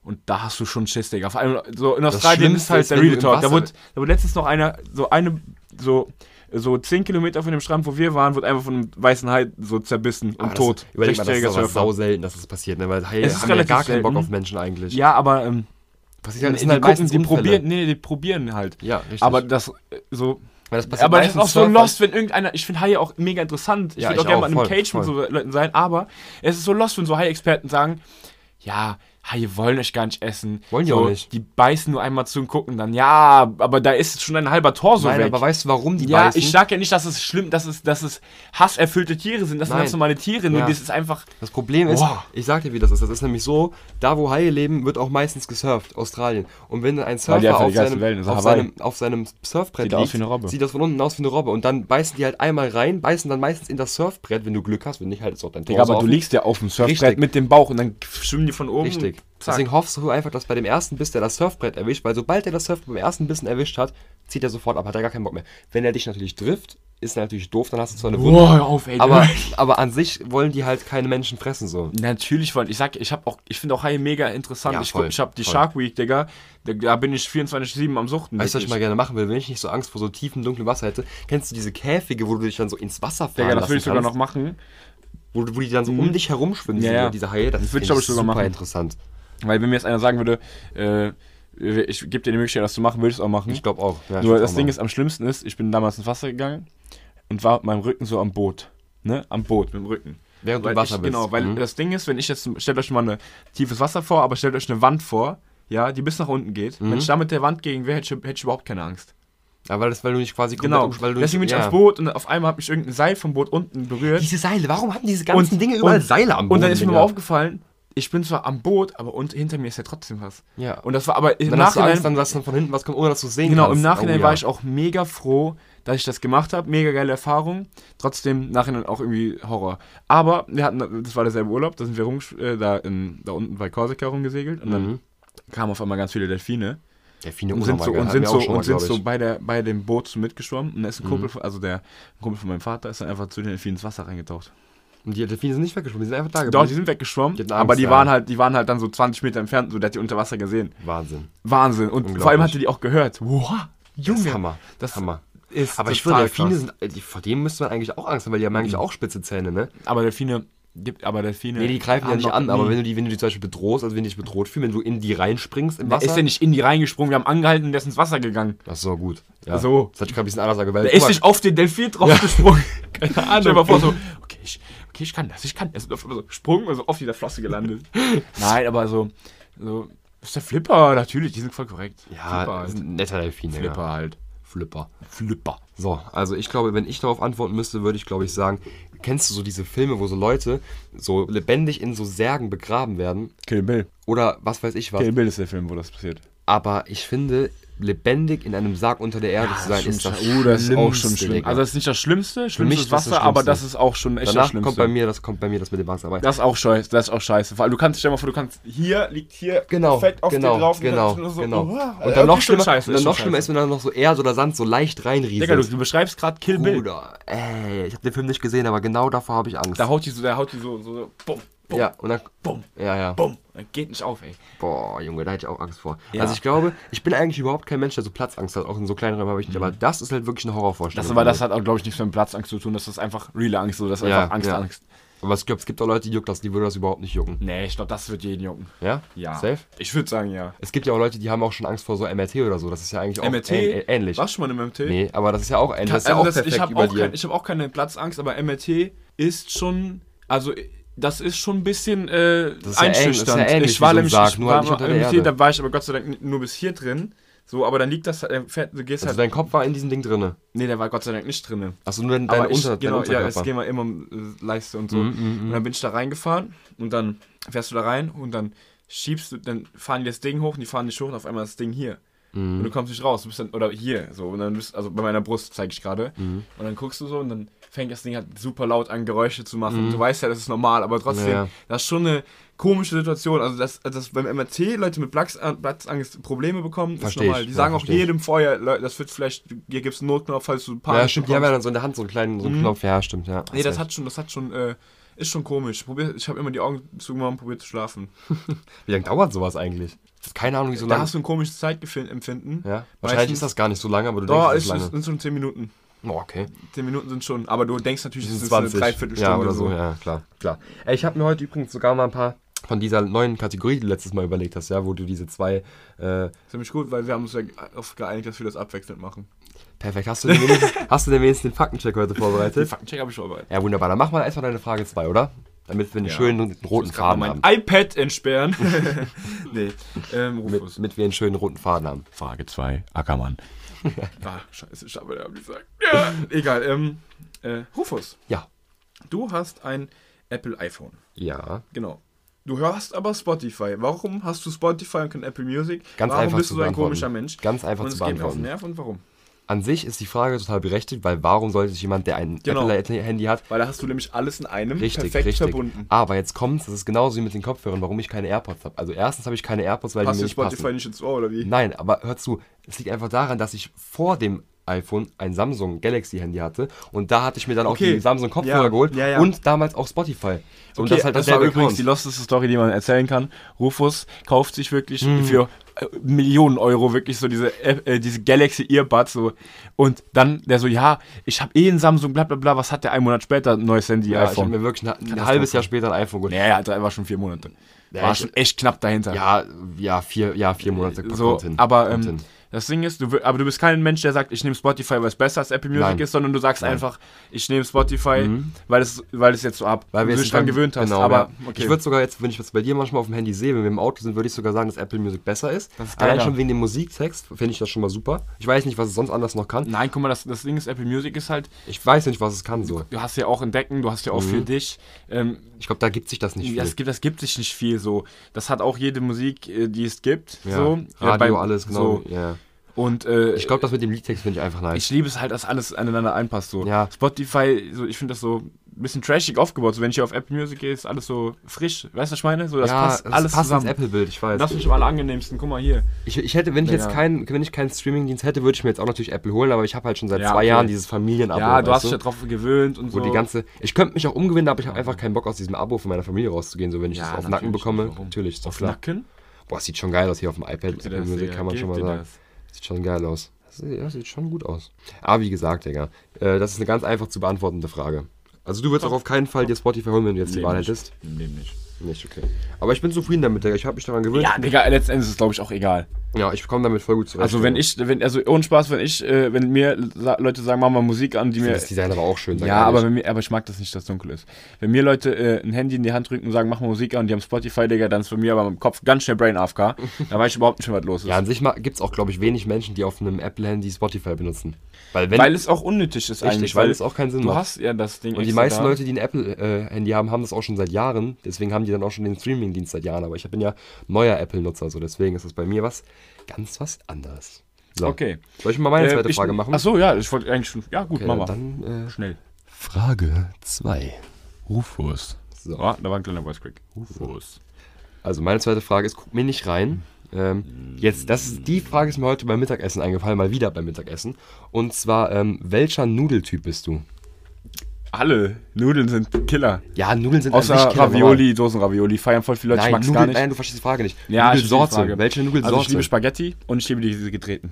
A: Und da hast du schon Schiss, Digga. Vor allem so in Australien ist
B: Schlimmste
A: halt
B: ist,
A: der
B: wenn du
A: Real
B: im
A: Talk. Da
B: Wasser
A: wurde,
B: bist.
A: da wurde letztens noch einer, so eine, so, so 10 Kilometer von dem Strand, wo wir waren, wurde einfach von einem weißen Hai so zerbissen und
B: Aber Ah, das-
A: tot.
B: Überleg mal, das ist
A: 60-jähriger
B: aber
A: Surfer.
B: sau selten, dass das passiert, ne? weil Haie
A: Es ist
B: haben ja
A: relativ
B: gar keinen Bock
A: selten.
B: auf Menschen eigentlich.
A: Ja, aber ähm,
B: passiert
A: die,
B: halt,
A: die, gucken,
B: meistens
A: die
B: Unfälle.
A: probieren, nee, die probieren halt.
B: Ja, richtig.
A: Aber das äh, so.
B: Weil das passiert
A: Aber das ist
B: meistens
A: auch so
B: Surfern.
A: lost, wenn irgendeiner. Ich finde Haie auch mega interessant. Ich
B: Ja,
A: würde auch
B: ich
A: gerne mal
B: auch,
A: in einem
B: voll,
A: Cage mit so Leuten sein, aber es ist so lost, wenn so Haie-Experten sagen, ja, Haie wollen euch gar nicht essen.
B: Wollen die
A: so,
B: auch nicht.
A: Die beißen nur einmal zu und gucken dann, ja, aber da ist schon ein halber Torso
B: Nein,
A: weg.
B: aber weißt du, warum die
A: Ja,
B: beißen?
A: ich sag ja nicht, dass es schlimm, dass es, dass es hasserfüllte Tiere sind. Das sind
B: Nein.
A: ganz normale Tiere. Nur
B: Ja.
A: das ist einfach.
B: Das Problem ist,
A: Boah.
B: ich sag dir, wie das ist. Das ist nämlich so, da wo Haie leben, wird auch meistens gesurft, Australien. Und wenn ein
A: die
B: Surfer
A: einfach die
B: auf
A: geilsten
B: seinem,
A: Wellen, das ist
B: auf,
A: Hawaii.
B: seinem, auf seinem Surfbrett
A: Sieht
B: liegt,
A: aus wie eine Robbe.
B: sieht das von unten aus wie eine Robbe. Und dann beißen die halt einmal rein, beißen dann meistens in das Surfbrett, wenn du Glück hast, wenn nicht, halt ist auch dein Torso offen.
A: ja auf dem
B: Richtig.
A: mit dem Bauch und dann schwimmen die von oben.
B: Richtig.
A: Zack.
B: Deswegen hoffst du einfach, dass bei dem ersten Biss der das Surfbrett erwischt, weil sobald er das Surfbrett beim ersten Bissen erwischt hat, zieht er sofort ab, hat er gar keinen Bock mehr. Wenn er dich natürlich trifft, ist natürlich doof, dann hast du zwar eine Wunde.
A: Boah, hör auf, ey. (laughs)
B: Aber, aber an sich wollen die halt keine Menschen fressen, so.
A: Natürlich wollen. Ich sag, ich habe auch, ich finde auch Haie mega interessant.
B: Ja,
A: ich
B: voll,
A: guck, ich habe die
B: voll.
A: Shark Week, Digga. Da, da bin ich 24/7 am Suchten.
B: Weißt du, was
A: wirklich.
B: ich mal gerne machen will, wenn ich nicht so Angst vor so tiefem, dunklem Wasser hätte? Kennst du diese Käfige, wo du dich dann so ins Wasser fahren
A: Digga, das
B: lassen
A: will ich sogar noch
B: kannst?
A: machen,
B: Wo, du- wo die dann so um dich herumschwimmen,
A: Ja,
B: diese-
A: ja.
B: diese Haie? Das,
A: Das
B: ist
A: würd ich, glaub ich, sogar
B: super
A: machen.
B: interessant.
A: weil wenn mir jetzt einer sagen würde, äh, ich gebe dir die Möglichkeit, das zu machen, würde ich es auch machen.
B: Ich glaube auch. Ja, ich
A: Nur
B: würd's
A: das
B: auch
A: Ding
B: machen.
A: ist, am schlimmsten ist, ich bin damals ins Wasser gegangen und war mit meinem Rücken so am Boot. Ne? Am Boot, mit dem Rücken.
B: Während du
A: weil
B: im Wasser
A: ich,
B: bist.
A: Genau, weil
B: Mhm.
A: das Ding ist, wenn ich jetzt, stellt euch mal ein tiefes Wasser vor, aber stellt euch eine Wand vor, ja, die bis nach unten geht.
B: Mhm.
A: Wenn ich da mit der Wand gegen wäre, hätte, ich- hätte ich überhaupt keine Angst.
B: Ja, weil, das, weil du nicht quasi komplett
A: Genau,
B: umsch- weil du
A: deswegen bin
B: nicht,
A: ich aufs Boot und auf einmal hat mich irgendein Seil vom Boot unten berührt.
B: Diese Seile, warum haben diese ganzen Dinge überall
A: und,
B: Seile am
A: Und dann ist mir
B: Digga?
A: mal aufgefallen, ich bin zwar am Boot, aber und, hinter mir ist ja trotzdem was.
B: Ja.
A: Und das war aber im
B: Dann hast du
A: Nachhinein,
B: Angst, dann, dass dann von hinten was kommt, ohne dass du es sehen
A: genau,
B: kannst.
A: im Nachhinein
B: Oh,
A: war
B: ja.
A: ich auch mega froh, dass ich das gemacht habe. Mega geile Erfahrung. Trotzdem im nachhinein auch irgendwie Horror. Aber wir hatten, das war derselbe Urlaub, da sind wir rum, äh, da, in, da unten bei Korsika rumgesegelt und
B: Mhm.
A: dann kamen auf einmal ganz viele Delfine
B: Delfine
A: und sind so
B: unnormal
A: und
B: geil,
A: sind
B: hatten
A: so
B: wir auch schon mal,
A: und sind
B: glaub
A: so
B: ich. Mhm.
A: bei der bei dem Boot so mitgeschwommen und da ist ein Kumpel von, also der Kumpel von meinem Vater ist dann einfach zu den Delfinen ins Wasser reingetaucht.
B: Und die Delfine sind nicht weggeschwommen, die Genau, sind einfach da
A: Doch, die
B: geblieben.
A: sind weggeschwommen,
B: Die hatten Angst,
A: aber die
B: ja.
A: waren halt die waren halt dann so 20 Meter entfernt, so der hat die unter Wasser gesehen.
B: Wahnsinn.
A: Wahnsinn und
B: Unglaublich.
A: vor allem hat die die auch gehört. Wow, Junge,
B: Das ist Hammer.
A: Das
B: Hammer.
A: ist
B: Aber ich
A: total
B: finde, Delfine
A: krass.
B: sind, äh, die- vor denen müsste man eigentlich auch Angst haben, weil die haben eigentlich auch spitze Zähne, ne?
A: aber Delfine gibt aber Delfine
B: Nee, die greifen ja
A: haben
B: nicht
A: noch
B: an, aber
A: nie-
B: wenn du die, wenn du die zum Beispiel bedrohst, also wenn die dich bedroht fühlen, wenn du in die reinspringst im
A: der
B: Wasser.
A: ist ja nicht in die reingesprungen, wir haben angehalten und der ist ins Wasser gegangen.
B: Ach so, gut. Ja.
A: So.
B: Das hatte ich gerade ein bisschen anders gesagt.
A: Der ist nicht auf den Delfin draufgesprungen. (laughs) Keine Ahnung. Stell dir mal vor, so, okay, ich, okay, ich kann das, ich kann das. Und auf einmal so gesprungen und so auf dieser Flosse gelandet. (laughs) Nein, aber so, so, das ist der Flipper, natürlich, die sind voll korrekt. Flipper
B: Ja, das
A: halt.
B: ist ein netter Delfin. Digga.
A: Flipper halt.
B: Flipper.
A: Flipper.
B: So, also ich glaube, wenn ich darauf antworten müsste, würde ich glaube ich sagen, kennst du so diese Filme, wo so Leute so lebendig in so Särgen begraben werden
A: Kill Bill.
B: oder was weiß ich was.
A: Kill Bill ist der Film, wo das passiert.
B: Aber ich finde, lebendig in einem Sarg unter der Erde zu sein, ist das,
A: oh, das ist auch schon
B: Schlimmste,
A: schlimm.
B: Digga.
A: Also das ist nicht das Schlimmste, schlimmste
B: mich
A: ist
B: ist das
A: Wasser,
B: das
A: aber
B: Schlimmste.
A: das ist auch schon echt das
B: Danach
A: Schlimmste.
B: kommt bei mir, das kommt bei mir das mit dem Wachs. Aber
A: das ist auch scheiße, das ist auch scheiße. Vor allem, du kannst, stell dir mal vor, du kannst, hier liegt hier
B: genau,
A: perfekt auf
B: genau,
A: dir drauf. und dann
B: genau,
A: ist nur so,
B: genau.
A: oh,
B: und dann
A: okay,
B: noch
A: ist
B: schlimmer,
A: schon scheiße,
B: und dann
A: ist schon
B: noch schlimmer ist, wenn dann noch so Erde oder Sand so leicht reinrieselt.
A: Digga, du, du beschreibst gerade Kill Bill.
B: Bruder, ey, ich habe den Film nicht gesehen, aber genau davor habe ich Angst.
A: Da haut die so, da haut die so, so, so bumm, bumm,
B: ja, und dann,
A: bumm,
B: ja, ja.
A: bumm. Das geht nicht auf, ey.
B: Boah, Junge, da hätte ich auch Angst vor.
A: Ja.
B: Also ich glaube, ich bin eigentlich überhaupt kein Mensch, der so Platzangst hat. Auch in so kleinen Räumen habe ich nicht. Aber das ist halt wirklich eine Horrorvorstellung.
A: Mhm. Das, aber das hat auch, glaube ich, nichts mit Platzangst zu tun. Das ist einfach reale Angst, so. Das ist
B: Ja,
A: einfach Angst,
B: ja.
A: Angst.
B: aber es gibt, es gibt auch Leute, die juckt das, die würde das überhaupt nicht jucken.
A: Nee, ich glaube, das wird jeden jucken.
B: Ja? Safe?
A: Ich würde sagen, ja.
B: Es gibt ja auch Leute, die haben auch schon Angst vor so MRT oder so. Das ist ja eigentlich auch
A: MRT?
B: ähn- äh, ähnlich.
A: Warst du schon mal im MRT?
B: Nee, aber das ist ja auch ähnlich. Das ist ja
A: also
B: auch
A: das,
B: perfekt
A: ich habe
B: über
A: auch,
B: dir.
A: kein, ich hab auch keine Platzangst, aber MRT ist schon, also das ist schon ein bisschen äh,
B: ist ja ähnlich-
A: einschüchternd.
B: das ist ja ähnlich
A: ich war
B: wie so ein
A: nämlich
B: Sarg,
A: ich
B: nur
A: war
B: halt nicht
A: mal
B: unter
A: im
B: der
A: MRT,
B: Erde.
A: da war ich aber Gott sei Dank nur bis hier drin. So, aber dann liegt das, äh, fährt, du gehst
B: also
A: halt,
B: dein Kopf war in diesem Ding drinne.
A: nee, der war Gott sei Dank nicht drinne.
B: Achso, nur dein, dein,
A: Aber ich,
B: Unter,
A: genau,
B: dein
A: ja, es
B: Unterkörper. Mhm,
A: ging mal immer um äh, Leiste und so. und dann bin ich da reingefahren und dann fährst du da rein und dann schiebst du, dann fahren die das Ding hoch und die fahren dich hoch und auf einmal ist das Ding hier.
B: Mhm.
A: Und du kommst nicht raus, du bist dann, oder hier, so, und dann bist, also bei meiner Brust zeige ich gerade.
B: Mhm.
A: Und dann guckst du so und dann fängt das Ding halt super laut an, Geräusche zu machen. Du weißt ja, das ist normal, aber trotzdem,
B: Mhm. Ja, ja.
A: das ist schon eine komische Situation. Also, dass, dass beim MRT Leute mit Plax- äh, Platzangst Probleme bekommen,
B: Versteh
A: ist
B: ich,
A: normal. Die
B: ja,
A: sagen auch
B: versteh ich.
A: jedem vorher, Leute, das wird vielleicht, hier gibt es einen Notknopf, falls du Panik
B: Ja, stimmt, die haben ja dann so in der Hand so einen kleinen so einen Knopf. Ja, stimmt, ja.
A: Mhm. Nee, das hat schon, das hat schon, äh, ist schon komisch. Probier, ich habe immer die Augen zugemacht und probiert zu schlafen.
B: Wie lange dauert sowas eigentlich? Keine Ahnung, wie so
A: Da
B: lange.
A: hast du ein komisches Zeitempfinden.
B: Ja, wahrscheinlich ist das gar nicht so lange, aber du
A: Doch,
B: denkst, es
A: es
B: ist lange.
A: ist- sind schon 10 Minuten.
B: Oh, okay.
A: 10 Minuten sind schon, aber du denkst natürlich, es
B: Bis
A: ist
B: 20.
A: eine Dreiviertelstunde
B: ja, oder so. Ja, klar, klar. Ey, ich habe mir heute übrigens sogar mal ein paar von dieser neuen Kategorie, die du letztes Mal überlegt hast, ja, wo du diese zwei äh,
A: Ziemlich gut, weil wir haben uns ja oft geeinigt, dass wir das abwechselnd machen.
B: perfekt hast du
A: (laughs)
B: denn wenigstens, hast du denn wenigstens den Faktencheck heute
A: Den
B: vorbereitet?
A: Faktencheck habe ich vorbereitet.
B: Ja, wunderbar. Dann machen wir erstmal deine Frage 2, oder? Damit wir einen
A: Ja.
B: schönen roten
A: Ich kann
B: Faden
A: mal
B: haben.
A: mein iPad
B: (laughs)
A: entsperren. (laughs) nee, ähm, Rufus.
B: Damit wir einen schönen roten Faden haben.
A: Frage 2, Ackermann. ah, scheiße, ich habe gesagt. Ja, egal, ähm, äh, Rufus,
B: Ja.
A: du hast ein Apple iPhone.
B: Ja.
A: Genau. Du hörst aber Spotify. Warum hast du Spotify und kein Apple Music?
B: Ganz
A: warum
B: einfach
A: bist
B: zu
A: du so ein
B: beantworten.
A: komischer Mensch?
B: Ganz einfach
A: und
B: zu
A: es geht mir auf den
B: beantworten.
A: Nerv und warum?
B: an sich ist die Frage total berechtigt, weil warum sollte sich jemand, der ein
A: Genau.
B: Apple-Handy hat,
A: Weil da hast du nämlich alles in einem
B: richtig,
A: perfekt
B: richtig.
A: verbunden.
B: Aber jetzt kommt's, das ist genauso wie mit den Kopfhörern, warum ich keine AirPods habe. Also erstens habe ich keine AirPods, weil
A: Passt
B: die mir
A: dir
B: nicht passen.
A: Spotify nicht ins Ohr oder wie?
B: Nein, aber hör zu, es liegt einfach daran, dass ich vor dem iPhone ein Samsung Galaxy Handy hatte und da hatte ich mir dann auch
A: Okay.
B: die Samsung Kopfhörer
A: Ja,
B: geholt
A: ja, ja.
B: und damals auch Spotify. So, und
A: Okay,
B: das ist halt
A: das war
B: derselbe
A: übrigens die
B: Account.
A: losteste Story, die man erzählen kann. Rufus kauft sich wirklich
B: Hm.
A: für äh, Millionen Euro wirklich so diese, App- äh, diese Galaxy Earbuds so. Und dann der so, ja, ich habe eh ein Samsung, bla bla bla, was hat der einen Monat später? Ein neues Handy,
B: Ja, ich habe
A: iPhone.
B: mir wirklich ein, ein halbes Jahr später ein iPhone geholt.
A: naja, ja, drei war schon vier Monate.
B: Ja,
A: war
B: ich-
A: schon echt knapp dahinter.
B: Ja, ja, vier, ja, vier Monate
A: Äh, so,
B: kommt hin,
A: aber
B: kommt
A: ähm,
B: hin.
A: das Ding ist, du, wi- aber du bist kein Mensch, der sagt, ich nehme Spotify, weil es besser als Apple Music
B: Nein. Mhm.
A: ist, sondern du sagst einfach, ich nehme Spotify, weil es weil es jetzt so ab,
B: weil wir
A: du
B: jetzt
A: dich dran
B: beim-
A: gewöhnt hast.
B: Genau,
A: aber
B: ja.
A: okay.
B: ich würde sogar jetzt, wenn ich das bei dir manchmal auf dem Handy sehe, wenn wir im Auto sind, würde ich sogar sagen, dass Apple Music besser ist.
A: Das ist
B: Allein
A: geiler.
B: schon wegen dem Musiktext finde ich das schon mal super. Ich weiß nicht, was es sonst anders noch kann.
A: Nein, guck mal, das, das Ding ist, Apple Music ist halt,
B: Ich weiß nicht, was es kann so.
A: du hast ja auch Entdecken, du hast ja auch für dich. Ähm,
B: Ich glaube, da gibt sich das Mhm. nicht viel.
A: das, gibt, das gibt sich nicht viel so. Das hat auch jede Musik, äh, die es gibt.
B: ja.
A: so.
B: Radio,
A: Ja, beim-
B: alles, genau.
A: So.
B: Ja.
A: Und äh,
B: Ich glaube, das mit dem Liedtext finde ich einfach nice.
A: ich liebe es halt, dass alles aneinander einpasst. So.
B: Ja.
A: Spotify, so, ich finde das so ein bisschen trashig aufgebaut. So, wenn ich hier auf Apple Music gehe, ist alles so frisch. Weißt du, was ich meine? So, das passt alles zusammen.
B: Apple-Bild, ich
A: Das
B: weiß.
A: finde ich am allerangenehmsten. Guck mal hier.
B: Ich, ich hätte, wenn ich
A: Ja,
B: jetzt
A: ja.
B: keinen, wenn ich keinen Streamingdienst hätte, würde ich mir jetzt auch natürlich Apple holen, aber ich habe halt schon seit
A: Ja,
B: zwei
A: okay.
B: Jahren dieses Familienabo.
A: Ja, du
B: weißt
A: hast dich ja drauf gewöhnt und
B: wo
A: so.
B: die ganze. Ich könnte mich auch umgewinnen, aber ich habe einfach keinen Bock aus diesem Abo von meiner Familie rauszugehen, so wenn ich
A: Ja,
B: das auf den
A: natürlich,
B: Nacken bekomme.
A: warum?
B: Natürlich, ist doch
A: auf
B: klar.
A: Nacken?
B: Boah, sieht schon geil aus hier auf dem iPad.
A: dir das,
B: Musik
A: Digga,
B: kann man schon mal
A: gib dir
B: sagen.
A: das.
B: Sieht schon geil aus. Das sieht, ja, sieht schon gut aus. Aber wie gesagt, Digga, äh, das ist eine ganz einfach zu beantwortende Frage. Also du würdest auch auf keinen Fall dir Spotify holen, wenn du jetzt die
A: Nee,
B: Wahl
A: nicht.
B: hättest.
A: Im Leben nicht.
B: Nicht, okay. Aber ich bin zufrieden damit, Digga. Ich habe mich daran gewöhnt.
A: Ja, Digga, letztendlich ist es, glaube ich, auch egal.
B: Ja, ich komme damit voll gut zurecht.
A: Also wenn ich, wenn, also ohne Spaß, wenn ich, äh, wenn mir sa- Leute sagen, machen wir Musik an, die mir.
B: Das Design aber auch schön. sag
A: Ja,
B: ehrlich.
A: aber, wenn mir, aber ich mag das nicht, dass es dunkel ist. Wenn mir Leute äh, ein Handy in die Hand drücken und sagen, mach mal Musik an und die haben Spotify, Digga, dann ist bei mir aber im Kopf ganz schnell Brain AFK. da weiß ich überhaupt nicht, mehr, was los ist.
B: Ja, an sich gibt es auch, glaube ich, wenig Menschen, die auf einem Apple-Handy Spotify benutzen. Weil wenn.
A: weil es auch unnötig ist
B: Richtig,
A: eigentlich.
B: weil es auch keinen Sinn
A: du
B: macht.
A: hast ja das Ding.
B: und die
A: extra
B: meisten
A: da.
B: Leute, die ein Apple-Handy haben, haben das auch schon seit Jahren. Deswegen haben die dann auch schon den Streaming-Dienst seit Jahren. Aber ich bin ja neuer Apple-Nutzer, so deswegen ist das bei mir was ganz was anderes. So.
A: Okay.
B: Soll ich mal meine
A: Äh,
B: zweite
A: ich-
B: Frage machen?
A: Ach so, ja, ich wollte eigentlich schon. Ja, gut,
B: okay,
A: mach mal.
B: Dann äh,
A: Schnell.
B: Frage 2.
A: Rufus. So. Ah, da war ein kleiner Voice Crack. Rufus.
B: Also meine zweite Frage ist, guck mir nicht rein. Ähm, jetzt, das ist die Frage, ist mir heute beim Mittagessen eingefallen, mal wieder beim Mittagessen. Und zwar, ähm, welcher Nudeltyp bist du?
A: Alle Nudeln sind Killer.
B: Ja, Nudeln sind an
A: Außer
B: sich Äh, Killer, normal.
A: Ravioli, Dosenravioli, feiern voll viele Leute.
B: Nein,
A: ich mag's
B: Nudeln,
A: gar nicht.
B: nein, du verstehst die Frage nicht.
A: ich verstehe die
B: Nudelsorte.
A: Frage.
B: Welche Nudelsorte?
A: Also ich liebe Spaghetti und ich liebe diese getreten.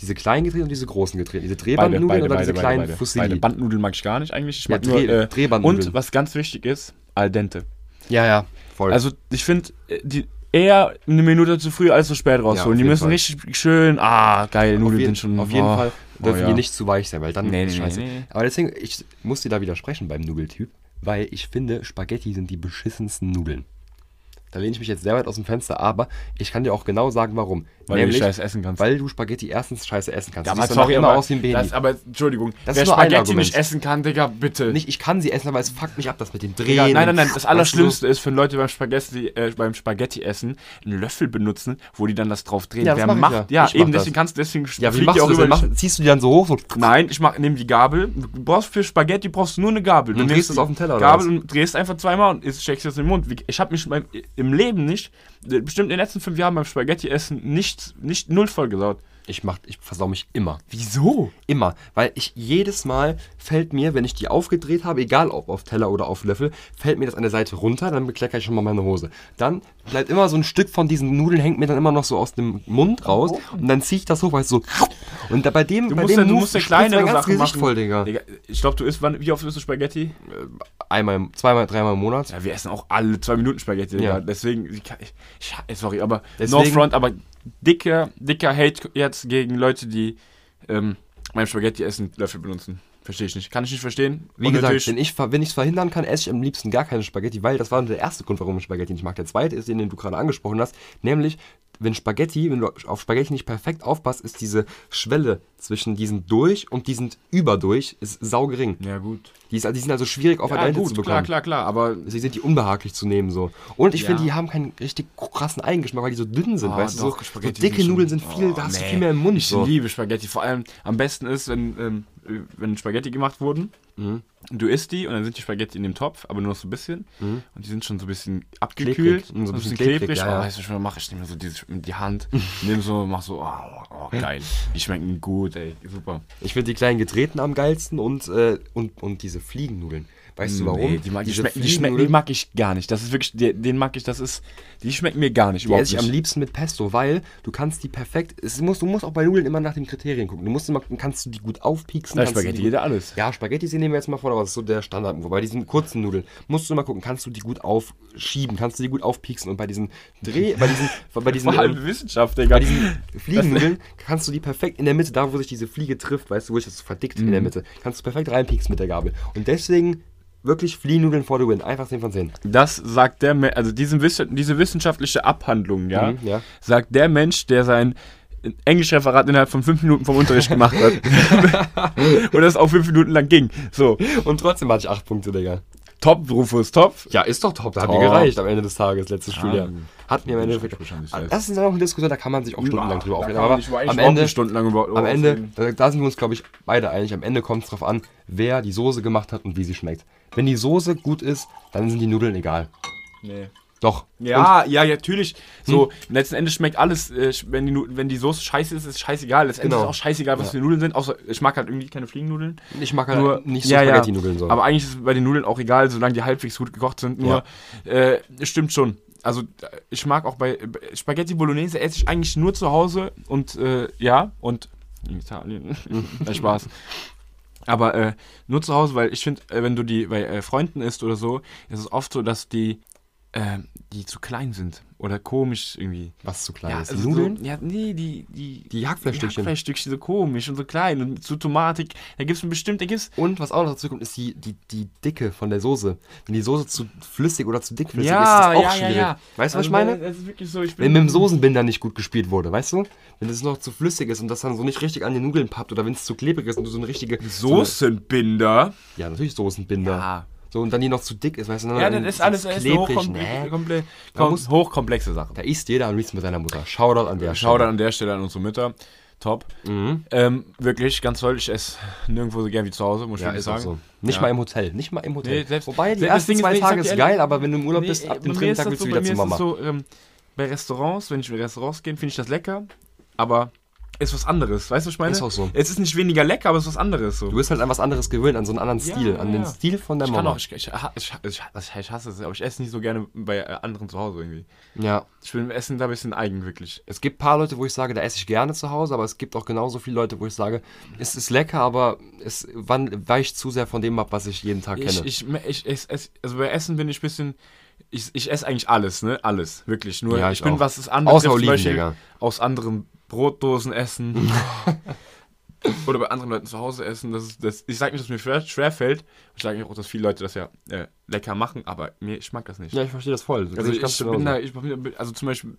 B: diese kleinen getreten und diese großen getreten. Diese
A: Beide,
B: Drehbandnudeln
A: beide,
B: oder
A: beide,
B: diese
A: beide,
B: kleinen
A: beide.
B: Fusilli?
A: beide. Bandnudeln mag ich gar nicht eigentlich. Ich mag
B: Ja,
A: nur
B: Dreh-
A: äh,
B: Drehbandnudeln.
A: Und was ganz wichtig ist, al dente.
B: Ja, ja, voll.
A: Also ich finde, die eher eine Minute zu früh als zu spät
B: Ja, auf
A: rausholen. die
B: jeden
A: müssen
B: Fall.
A: richtig schön, ah, geil,
B: auf
A: Nudeln
B: jeden,
A: sind schon.
B: auf jeden
A: oh,
B: Fall dürfen
A: oh, ja.
B: die nicht zu weich sein, weil dann
A: Nee,
B: ist
A: nee, nee,
B: scheiße.
A: nee.
B: Aber deswegen, ich muss dir da widersprechen beim Nudeltyp, weil ich finde, Spaghetti sind die beschissensten Nudeln. Da lehne ich mich jetzt sehr weit aus dem Fenster, aber ich kann dir auch genau sagen, warum.
A: Weil du scheiße essen kannst.
B: Weil du Spaghetti erstens scheiße essen kannst.
A: Ja,
B: Du
A: aber
B: siehst danach
A: sorry,
B: immer
A: aber,
B: aus wie ein Baby.
A: das, aber Entschuldigung,
B: Das
A: wer
B: ist nur ein
A: Spaghetti nicht
B: Argument.
A: essen kann, Digga, bitte.
B: Nicht, ich kann sie essen, aber es fuckt mich ab, das mit dem Drehen.
A: Digga, nein, nein, nein. Das
B: Weißt
A: Allerschlimmste ist, wenn Leute beim Spaghetti, äh, beim Spaghetti essen einen Löffel benutzen, wo die dann das drauf drehen.
B: Ja, das
A: Wer
B: mach ich
A: macht?
B: ja.
A: Ja,
B: Ich mach
A: eben
B: das.
A: deswegen kannst du deswegen
B: Du, ja, wie
A: fliegt
B: machst
A: die
B: du das denn?
A: über
B: Mach,
A: den
B: ziehst du die dann so hoch? So,
A: Nein, ich mach, nehm die Gabel. Du brauchst für Spaghetti brauchst du nur eine Gabel. Du
B: Und drehst
A: nimmst
B: es
A: die
B: auf den Teller, oder
A: Gabel
B: was?
A: und drehst einfach zweimal und isst- steckst es in den Mund. Wie- Ich habe mich beim, im Leben nicht, äh, bestimmt in den letzten fünf Jahren beim Spaghetti essen nicht, nicht null vollgesaut.
B: Ich, mach, ich versau mich immer.
A: Wieso?
B: Immer. Weil ich jedes Mal fällt mir, wenn ich die aufgedreht habe, egal ob auf Teller oder auf Löffel, fällt mir das an der Seite runter, dann bekleckere ich schon mal meine Hose. Dann bleibt immer so ein Stück von diesen Nudeln, hängt mir dann immer noch so aus dem Mund raus und dann ziehe ich das hoch, weil es so. Und da bei dem,
A: Oh. Du
B: bei
A: musst,
B: dem
A: ja, du
B: Move
A: musst ja
B: spritzt mein
A: kleinere
B: ganzes
A: Sachen
B: Gesicht
A: machen.
B: voll, Digga.
A: ich glaube, du isst, wann, wie oft isst du Spaghetti?
B: Einmal, zweimal, dreimal im Monat.
A: Ja, wir essen auch alle zwei Minuten Spaghetti, Digga.
B: Ja.
A: Deswegen, ich, kann- ich, ich- sorry, aber
B: Deswegen-
A: No Front, aber dicker, dicker Hate jetzt gegen Leute, die ähm, beim Spaghetti essen Löffel benutzen. Verstehe ich nicht. Kann ich nicht verstehen.
B: Wie
A: Und
B: gesagt,
A: natürlich-
B: wenn ich ver- wenn ich es verhindern kann, esse ich am liebsten gar keine Spaghetti, weil das war nur der erste Grund, warum ich Spaghetti nicht mag. Der zweite ist, den, den du gerade angesprochen hast, nämlich wenn Spaghetti, wenn du auf Spaghetti nicht perfekt aufpasst, ist diese Schwelle zwischen diesen durch und diesen überdurch ist saugering.
A: Ja, gut.
B: Die, ist, die sind also schwierig auf
A: Ja,
B: Adente
A: gut,
B: zu
A: klar,
B: bekommen.
A: klar, klar. Aber
B: Deswegen sind die unbehaglich zu nehmen so. Und ich
A: Ja.
B: finde, die haben keinen richtig krassen Eigengeschmack, weil die so dünn sind,
A: Ah,
B: weißt
A: doch,
B: du? So, so
A: Spaghetti
B: dicke
A: schon-
B: Nudeln sind viel,
A: Oh,
B: da hast du
A: nee.
B: viel mehr im Mund.
A: Ich
B: So.
A: liebe Spaghetti. Vor allem am besten ist, wenn, ähm, wenn Spaghetti gemacht wurden.
B: Mhm.
A: Du isst die und dann sind die Spaghetti in dem Topf, aber nur noch so ein bisschen. Und die sind schon so ein bisschen abgekühlt,
B: Mhm. Klebrig, mm, so ein
A: so ein bisschen
B: bisschen klebrig,
A: klebrig.
B: ja, ja.
A: Aber weißt du schon, was ich mache? Ich nehme so dieses, die
B: (laughs)
A: Hand, nehme so, mach so, oh, oh, geil. Die schmecken gut, ey, super.
B: Ich finde die kleinen Gedrehten am geilsten und, äh, und, und diese Fliegennudeln. Weißt du warum?
A: Hm, Nee, die, mag, die,
B: Diese
A: schmecken, die, schmecken, die
B: Fliegennudeln,
A: mag ich gar nicht. Das ist wirklich, die, den mag ich, das ist, die schmecken mir gar nicht.
B: die esse ich
A: nicht.
B: am liebsten mit Pesto, weil du kannst die perfekt. Es muss, du musst auch bei Nudeln immer nach den Kriterien gucken. Du musst immer, kannst du die gut aufpieksen.
A: Na,
B: kannst du
A: Spaghetti
B: die-
A: geht ja alles.
B: Ja, Spaghetti sind nehmen wir jetzt mal vor, aber das ist so der Standard. Wobei diesen kurzen Nudeln musst du immer gucken, kannst du die gut aufschieben, kannst du die gut aufpieksen und bei diesen Dreh, bei diesen, (laughs) bei diesen
A: Vor allem Wissenschaft, Digga.
B: (laughs) Bei diesen Fliegennudeln kannst du die perfekt in der Mitte, da wo sich diese Fliege trifft, weißt du, wo sich das so verdickt in der Mitte, kannst du perfekt reinpieksen mit der Gabel. Und deswegen wirklich Fliegennudeln for the win. Einfach 10 von 10.
A: Das sagt der, Me- also diesen, Wiss- diese wissenschaftliche Abhandlung, ja,
B: Mhm, ja.
A: sagt der Mensch, der sein Englischreferat innerhalb von fünf Minuten vom Unterricht gemacht hat.
B: (laughs)
A: Und das auch fünf Minuten lang ging. So,
B: Und trotzdem hatte ich 8 Punkte, Digga.
A: top, Rufus, top.
B: Ja, ist doch top. Da hat
A: Top.
B: mir gereicht am Ende des Tages, letztes
A: Ja,
B: Schuljahr. Hat mir am Ende. Ah,
A: ich schon nicht selbst.
B: Das ist auch eine Diskussion, da kann man sich auch stundenlang drüber aufregen. Aber am
A: Ende,
B: Ende,
A: stundenlang über,
B: am Ende, da, da sind wir uns, glaube ich, beide einig. Am Ende kommt es drauf an, wer die Soße gemacht hat und wie sie schmeckt. Wenn die Soße gut ist, dann sind die Nudeln egal.
A: Nee.
B: Doch.
A: Ja, ja, ja,
B: Hm?
A: natürlich. So, letzten Endes schmeckt alles, äh, sch- wenn die, Nu- wenn die Soße scheiße ist, ist scheißegal. Letzten Endes ist
B: Genau.
A: auch scheißegal, was für Nudeln sind. Außer, ich mag halt irgendwie keine Fliegennudeln.
B: Und ich mag halt
A: nur
B: nicht so Spaghetti-Nudeln. so.
A: Aber eigentlich ist es bei den Nudeln auch egal, solange die halbwegs gut gekocht sind. Nur, äh, stimmt schon. Also, äh, ich mag auch bei bei Spaghetti Bolognese esse ich eigentlich nur zu Hause und äh, ja, und in Italien.
B: Mhm.
A: (laughs) Na, Spaß. Aber äh, nur zu Hause, weil ich finde, äh, wenn du die bei äh, Freunden isst oder so, ist es oft so, dass die, äh, die zu klein sind oder komisch irgendwie.
B: Was zu klein ist. Die
A: also
B: Nudeln?
A: So, ja, nee, die, die,
B: Die Hackfleischstückchen.
A: Die Hackfleischstückchen so komisch und so klein und zu Tomatik. Da gibt es bestimmt, da gibt's
B: Und was auch noch dazu kommt, ist die, die, die Dicke von der Soße. Wenn die Soße zu flüssig oder zu dickflüssig
A: Ja,
B: ist, ist das auch
A: ja,
B: schwierig.
A: ja, ja.
B: Weißt du,
A: Also,
B: was ich meine?
A: Das ist wirklich so, ich bin
B: Wenn mit dem Soßenbinder nicht gut gespielt wurde, weißt du? Wenn es noch zu flüssig ist und das dann so nicht richtig an den Nudeln pappt oder wenn es zu klebrig ist und du so eine richtige
A: Soßenbinder.
B: So eine, ja, natürlich Soßenbinder.
A: Ja.
B: So, und dann die noch zu dick ist, weißt du?
A: Ah. Ja, dann ist alles
B: so
A: ist eine
B: klebrig.
A: hochkom
B: ne?
A: komple-
B: Man
A: kom-
B: muss-
A: hochkomplexe Sache.
B: Da isst jeder am liebsten mit seiner Mutter. Shoutout an der
A: Schau dann an der Stelle an unsere Mütter. Top.
B: Mhm.
A: Ähm, wirklich, ganz toll. Ich esse nirgendwo so gern wie zu Hause, muss ich
B: Ja,
A: wirklich
B: ist auch
A: sagen.
B: so. Nicht
A: Ja.
B: mal im Hotel. Nicht mal im Hotel.
A: Nee, selbst-
B: Wobei, die
A: selbst das
B: ersten
A: Ding ist,
B: zwei
A: ich sag
B: Tage
A: dir
B: ist
A: ehrlich,
B: geil, aber wenn du im Urlaub
A: Nee,
B: bist, ab
A: bei
B: dem
A: mir
B: dritten
A: ist
B: Tag
A: das
B: willst
A: so,
B: du
A: bei
B: wieder
A: mir
B: zu
A: ist
B: Mama.
A: das So, ähm, bei Restaurants, wenn ich in Restaurants gehe, finde ich das lecker, aber ist was anderes. Weißt du, was ich meine?
B: Ist auch so.
A: Es ist nicht weniger lecker, aber es ist was anderes. So.
B: Du bist halt an was anderes gewöhnt, an so einen anderen
A: Ja,
B: Stil, an
A: ja,
B: den
A: ja.
B: Stil von der
A: ich kann auch,
B: Mama.
A: ich, ich, ich, ich, ich hasse es, aber ich esse nicht so gerne bei äh, anderen zu Hause irgendwie.
B: Ja.
A: Ich bin im Essen da ein bisschen eigen, wirklich.
B: Es gibt ein paar Leute, wo ich sage, da esse ich gerne zu Hause, aber es gibt auch genauso viele Leute, wo ich sage, es ist lecker, aber es wan- weicht zu sehr von dem ab, was ich jeden Tag
A: Ich,
B: kenne.
A: ich, ich, ich, ess- also bei Essen bin ich ein bisschen. Ich, ich esse eigentlich alles, ne? Alles, wirklich. Nur
B: Ja,
A: ich,
B: ich
A: bin,
B: auch.
A: was es
B: Außer
A: anbetrifft, zum
B: Oliven,
A: Beispiel
B: Digga.
A: aus anderen Brotdosen (laughs) essen. Oder bei anderen Leuten zu Hause essen. Das ist, das, ich sage nicht, dass mir schwer, schwer fällt. Ich sage auch, dass viele Leute das ja äh, lecker machen, aber mir, ich mag das nicht.
B: Ja, ich verstehe das voll. Das
A: also
B: sehe
A: ich,
B: ganz
A: bin
B: genauso.
A: da, ich bin da, also zum Beispiel,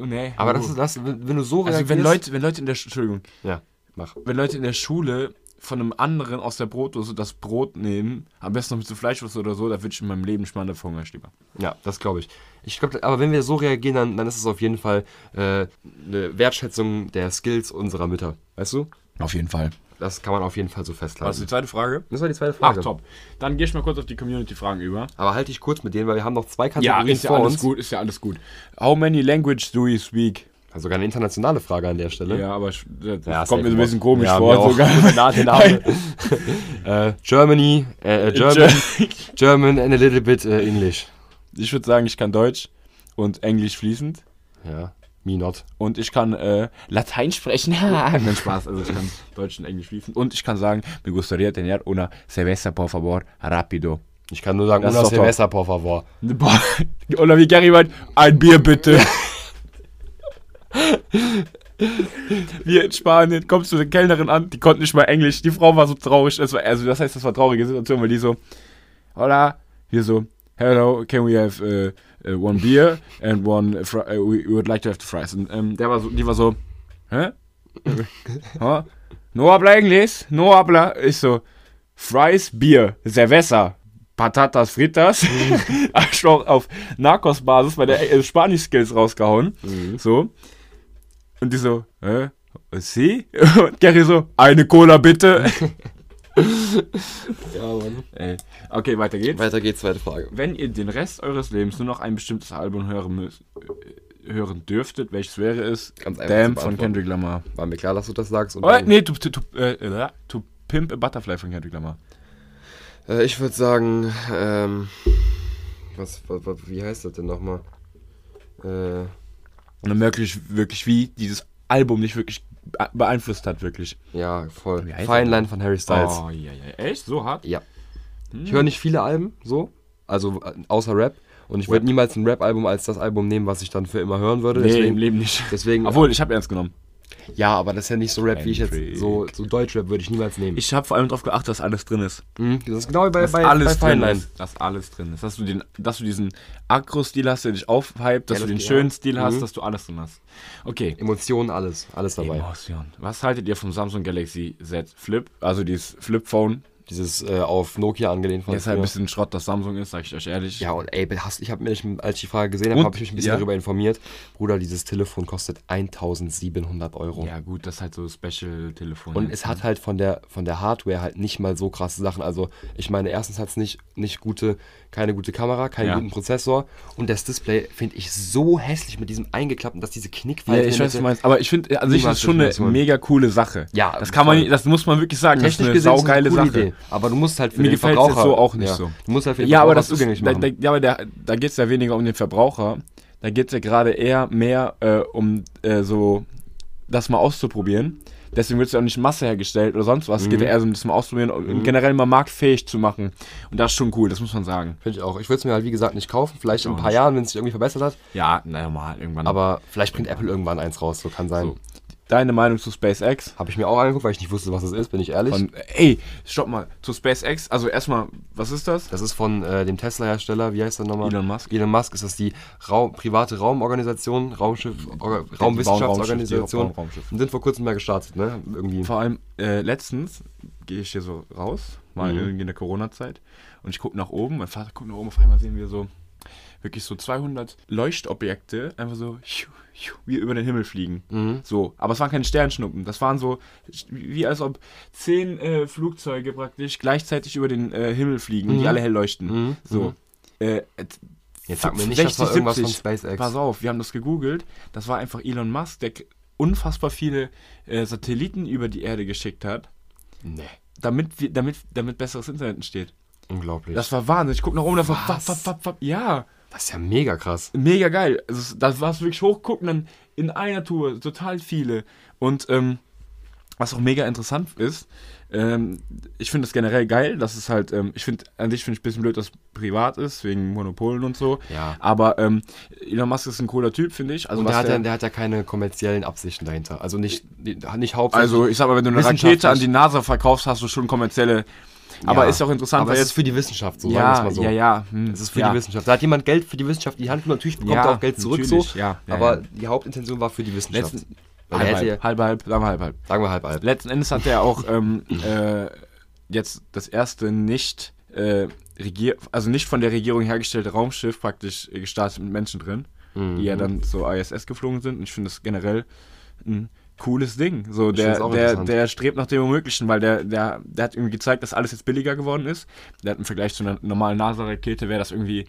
A: oh, nee.
B: aber das ist das, wenn wenn du so
A: also wenn Leute, wenn Leute in der, Sch- Entschuldigung,
B: Ja, mach.
A: wenn Leute in der Schule von einem anderen aus der Brotdose das Brot nehmen, am besten noch mit so Fleischwurst oder so, da würde ich in meinem Leben schmal dafür hungern, lieber.
B: Ja, das glaube ich. Ich glaube, aber wenn wir so reagieren, dann, dann ist es auf jeden Fall äh, eine Wertschätzung der Skills unserer Mütter. Weißt du?
A: Auf jeden Fall.
B: Das kann man auf jeden Fall so
A: Was ist
B: festhalten.
A: die zweite Frage?
B: Also, Das war die zweite
A: Ach,
B: Frage.
A: top. Dann gehe ich mal kurz auf die Community-Fragen über.
B: Aber halte ich kurz mit denen, weil wir haben noch zwei Kategorien vor uns.
A: gut, ist ja alles gut. How many language do you speak?
B: Also sogar eine internationale Frage an der Stelle.
A: Hm? Ja, aber ich- das
B: Ja,
A: kommt mir so ein
B: safe.
A: bisschen komisch
B: Ja, mir
A: vor.
B: auch.
A: Sogar.
B: Nase, Nase.
A: (laughs)
B: äh, Germany, äh, äh, German, German and a little bit äh, English.
A: Ich würde sagen, ich kann Deutsch und Englisch fließend.
B: Ja, me not.
A: Und ich kann äh, Latein sprechen. (laughs) Nein, Spaß. Also ich kann Deutsch und Englisch fließen. Und ich kann sagen, me gustaría tener una cerveza, por favor, rápido.
B: Ich kann nur sagen,
A: Das
B: una
A: ist doch
B: cerveza, por favor.
A: Boah. Oder wie Gary meint, ein Bier bitte. Wir in Spanien, kommst du der Kellnerin an, die konnte nicht mal Englisch, die Frau war so traurig, das war, also das heißt, das war traurige Situation, weil die so, hola, wir so, hello, can we have äh, äh, one beer and one, äh, fri- äh, we, we would like to have the fries. Und ähm, der war so, die war so, hä? (laughs) Hä? No habla inglés, no habla. Ich so, Fries, Bier, Cerveza, Patatas fritas. Mhm. (laughs) Arschloch auf Narcos-Basis bei der äh, Spanisch-Skills rausgehauen. So. Und die so, hä? Sie? (laughs) Und Gary so, eine Cola (laughs) bitte.
B: Ja, Mann.
A: Ey. Okay, weiter geht's.
B: Weiter geht's, zweite Frage.
A: Wenn ihr den Rest eures Lebens nur noch ein bestimmtes Album hören, müsst, äh, hören dürftet, welches wäre es?
B: Ganz einfach
A: Damn
B: zu
A: von
B: beantworten.
A: Kendrick Lamar.
B: War mir klar, dass du das sagst. Und
A: Oh,
B: dann,
A: nee, to, to, to, äh, äh, to Pimp a Butterfly von Kendrick Lamar.
B: äh, ich würde sagen, ähm, was, was, was, wie heißt das denn nochmal? Äh,
A: Und dann wirklich, wirklich, wie dieses Album nicht wirklich be- beeinflusst hat, wirklich.
B: ja, voll.
A: Wie heißt
B: Fine
A: das?
B: Line von Harry Styles.
A: Oh, ja, ja. Echt? So hart?
B: Ja. Ich höre nicht viele Alben, so. Also äh, außer Rap. Und ich würde niemals ein Rap-Album als das Album nehmen, was ich dann für immer hören würde.
A: Nee, im
B: Deswegen,
A: Leben nicht.
B: deswegen
A: Obwohl, ich habe ernst genommen.
B: ja, aber das ist ja nicht so Rap, wie ich
A: Kendrick.
B: jetzt. So, so Deutschrap würde ich niemals nehmen.
A: Ich habe vor allem darauf geachtet, dass alles drin ist.
B: Mhm, das ist genau wie bei,
A: Dass
B: bei,
A: alles
B: bei Fine
A: drin
B: Line.
A: ist. Dass alles drin ist. Dass du, den, dass du diesen Agro-Stil hast, der dich aufhypt, dass du
B: Ja, das
A: den
B: geht
A: schönen
B: auch.
A: Stil hast,
B: Mhm.
A: dass du alles drin hast. Okay.
B: Emotionen, alles. Alles dabei.
A: Emotion. Was haltet ihr vom Samsung Galaxy Z Flip? Also dieses Flip-Phone.
B: Dieses äh, auf Nokia angelehnt von
A: Der ist halt
B: früher.
A: ein bisschen Schrott, dass Samsung ist, sag ich euch ehrlich.
B: Ja, und ey, hast, ich habe mich, als ich die Frage gesehen
A: Und?
B: habe, habe ich mich ein bisschen
A: Ja.
B: darüber informiert. Bruder, dieses Telefon kostet 1700 Euro.
A: Ja, gut, das ist halt so Special-Telefon.
B: Und es hat halt von der, von der Hardware halt nicht mal so krasse Sachen. Also ich meine, erstens hat es nicht, nicht gute, keine gute Kamera, keinen
A: Ja.
B: guten Prozessor. Und das Display finde ich so hässlich mit diesem eingeklappten, dass diese
A: Ja,
B: Knickfalten...
A: ich weiß, was
B: in
A: du
B: der-
A: meinst, aber ich finde, an sich ist
B: Niemals
A: es schon
B: würde
A: eine
B: ich das holen.
A: mega coole Sache.
B: Ja,
A: das kann man,
B: voll.
A: nicht- das muss man wirklich sagen. Das ist
B: Technisch
A: eine
B: gesehen ist es
A: saugeile
B: eine coole
A: Sache.
B: Idee. Aber du musst halt für
A: Mir
B: den
A: gefällt es
B: Verbraucher...
A: jetzt so auch nicht
B: ja.
A: so.
B: Du musst halt für den
A: Ja, aber
B: Verbraucher
A: das
B: zugänglich
A: ist, da,
B: machen.
A: da, ja, aber der, da geht es ja weniger um den Verbraucher. Da geht es ja gerade eher mehr äh, um äh, so das mal auszuprobieren. Deswegen wird es ja auch nicht in Masse hergestellt oder sonst was. Es geht
B: Mhm.
A: ja eher so um das mal auszuprobieren und generell mal marktfähig zu machen. Und das ist schon cool, das muss man sagen.
B: Finde ich auch. Ich würde es mir halt, wie gesagt, nicht kaufen. Vielleicht in
A: auch
B: ein paar
A: nicht.
B: Jahren, wenn es sich irgendwie verbessert hat.
A: Ja, na normal, irgendwann. Aber
B: Aber vielleicht bringt Apple irgendwann eins raus. So kann sein.
A: So. deine Meinung zu SpaceX?
B: Habe ich mir auch angeguckt, weil ich nicht wusste, was es ist, bin ich ehrlich.
A: Von, ey, stopp mal, zu SpaceX. Also erstmal, was ist das?
B: das ist von äh, dem Tesla-Hersteller, wie heißt der nochmal?
A: Elon Musk.
B: Elon Musk ist das die Raum, private Raumorganisation, Raumschiff, Orga,
A: Raumschiff,
B: Raumwissenschaftsorganisation.
A: die Raumschiff.
B: Und sind vor kurzem mal gestartet, ne? Irgendwie.
A: Vor allem, äh, letztens gehe ich hier so raus, mal
B: Mhm.
A: irgendwie in der Corona-Zeit, und ich gucke nach oben, mein Vater guckt nach oben, auf einmal sehen wir so wirklich so 200 Leuchtobjekte einfach so hiu, hiu, wie über den Himmel fliegen.
B: Mhm.
A: So, aber es waren keine Sternschnuppen, das waren so wie als ob zehn äh, Flugzeuge praktisch gleichzeitig über den äh, Himmel fliegen und die
B: Mhm.
A: alle hell leuchten.
B: Mhm.
A: So. Äh,
B: Jetzt sag mir nicht, das war irgendwas von SpaceX.
A: Pass auf, wir haben das gegoogelt. Das war einfach Elon Musk, der k- unfassbar viele äh, Satelliten über die Erde geschickt hat,
B: Nee.
A: damit, wir, damit, damit besseres Internet entsteht.
B: Unglaublich. Das,
A: Das war Wahnsinn. Ich guck nach oben, das war.
B: Was?
A: Wapp, wapp, wapp, wapp. Ja,
B: ist ja mega krass.
A: mega geil. Also, es- das war es wirklich hochgucken, dann in einer Tour total viele. Und ähm, was auch mega interessant ist, ähm, ich finde es generell geil, dass es halt, ähm, ich finde, an sich finde ich ein bisschen blöd, dass es privat ist, wegen Monopolen und so.
B: Ja.
A: Aber ähm, Elon Musk ist ein cooler Typ, finde ich. Also,
B: Und
A: was
B: der hat, ja,
A: der-
B: der hat ja keine kommerziellen Absichten dahinter. Also nicht, nicht hauptsächlich.
A: also ich sag mal, wenn du eine
B: Wissenschaftlich-
A: Rakete an die NASA verkaufst, hast du schon kommerzielle. Aber
B: Ja.
A: ist auch interessant,
B: Aber
A: weil
B: es ist
A: jetzt.
B: für die Wissenschaft, so sagen wir es
A: ja,
B: mal so.
A: ja, ja, hm,
B: Es ist für
A: ja.
B: die Wissenschaft. Da hat jemand Geld für die Wissenschaft in die Hand genommen. Natürlich bekommt
A: Ja,
B: er auch Geld zurück so.
A: natürlich, ja, ja,
B: aber
A: ja.
B: die Hauptintention war für die Wissenschaft.
A: Letzten,
B: Weil
A: halb,
B: er
A: halb,
B: hätte ja-
A: halb, halb, sagen wir halb, halb.
B: sagen wir halb halb.
A: Letzten Endes hat er auch
B: (clears throat)
A: ähm, äh, jetzt das erste nicht, äh, regier also nicht von der Regierung hergestellte Raumschiff praktisch äh, gestartet mit Menschen drin, die
B: Mhm.
A: ja dann zur ISS geflogen sind. Und ich finde das generell ein cooles Ding. So,
B: find's
A: der,
B: auch
A: der,
B: interessant.
A: der strebt nach dem Unmöglichen, weil der, der, der hat irgendwie gezeigt, dass alles jetzt billiger geworden ist. Der hat im Vergleich zu einer normalen NASA-Rakete wäre das irgendwie,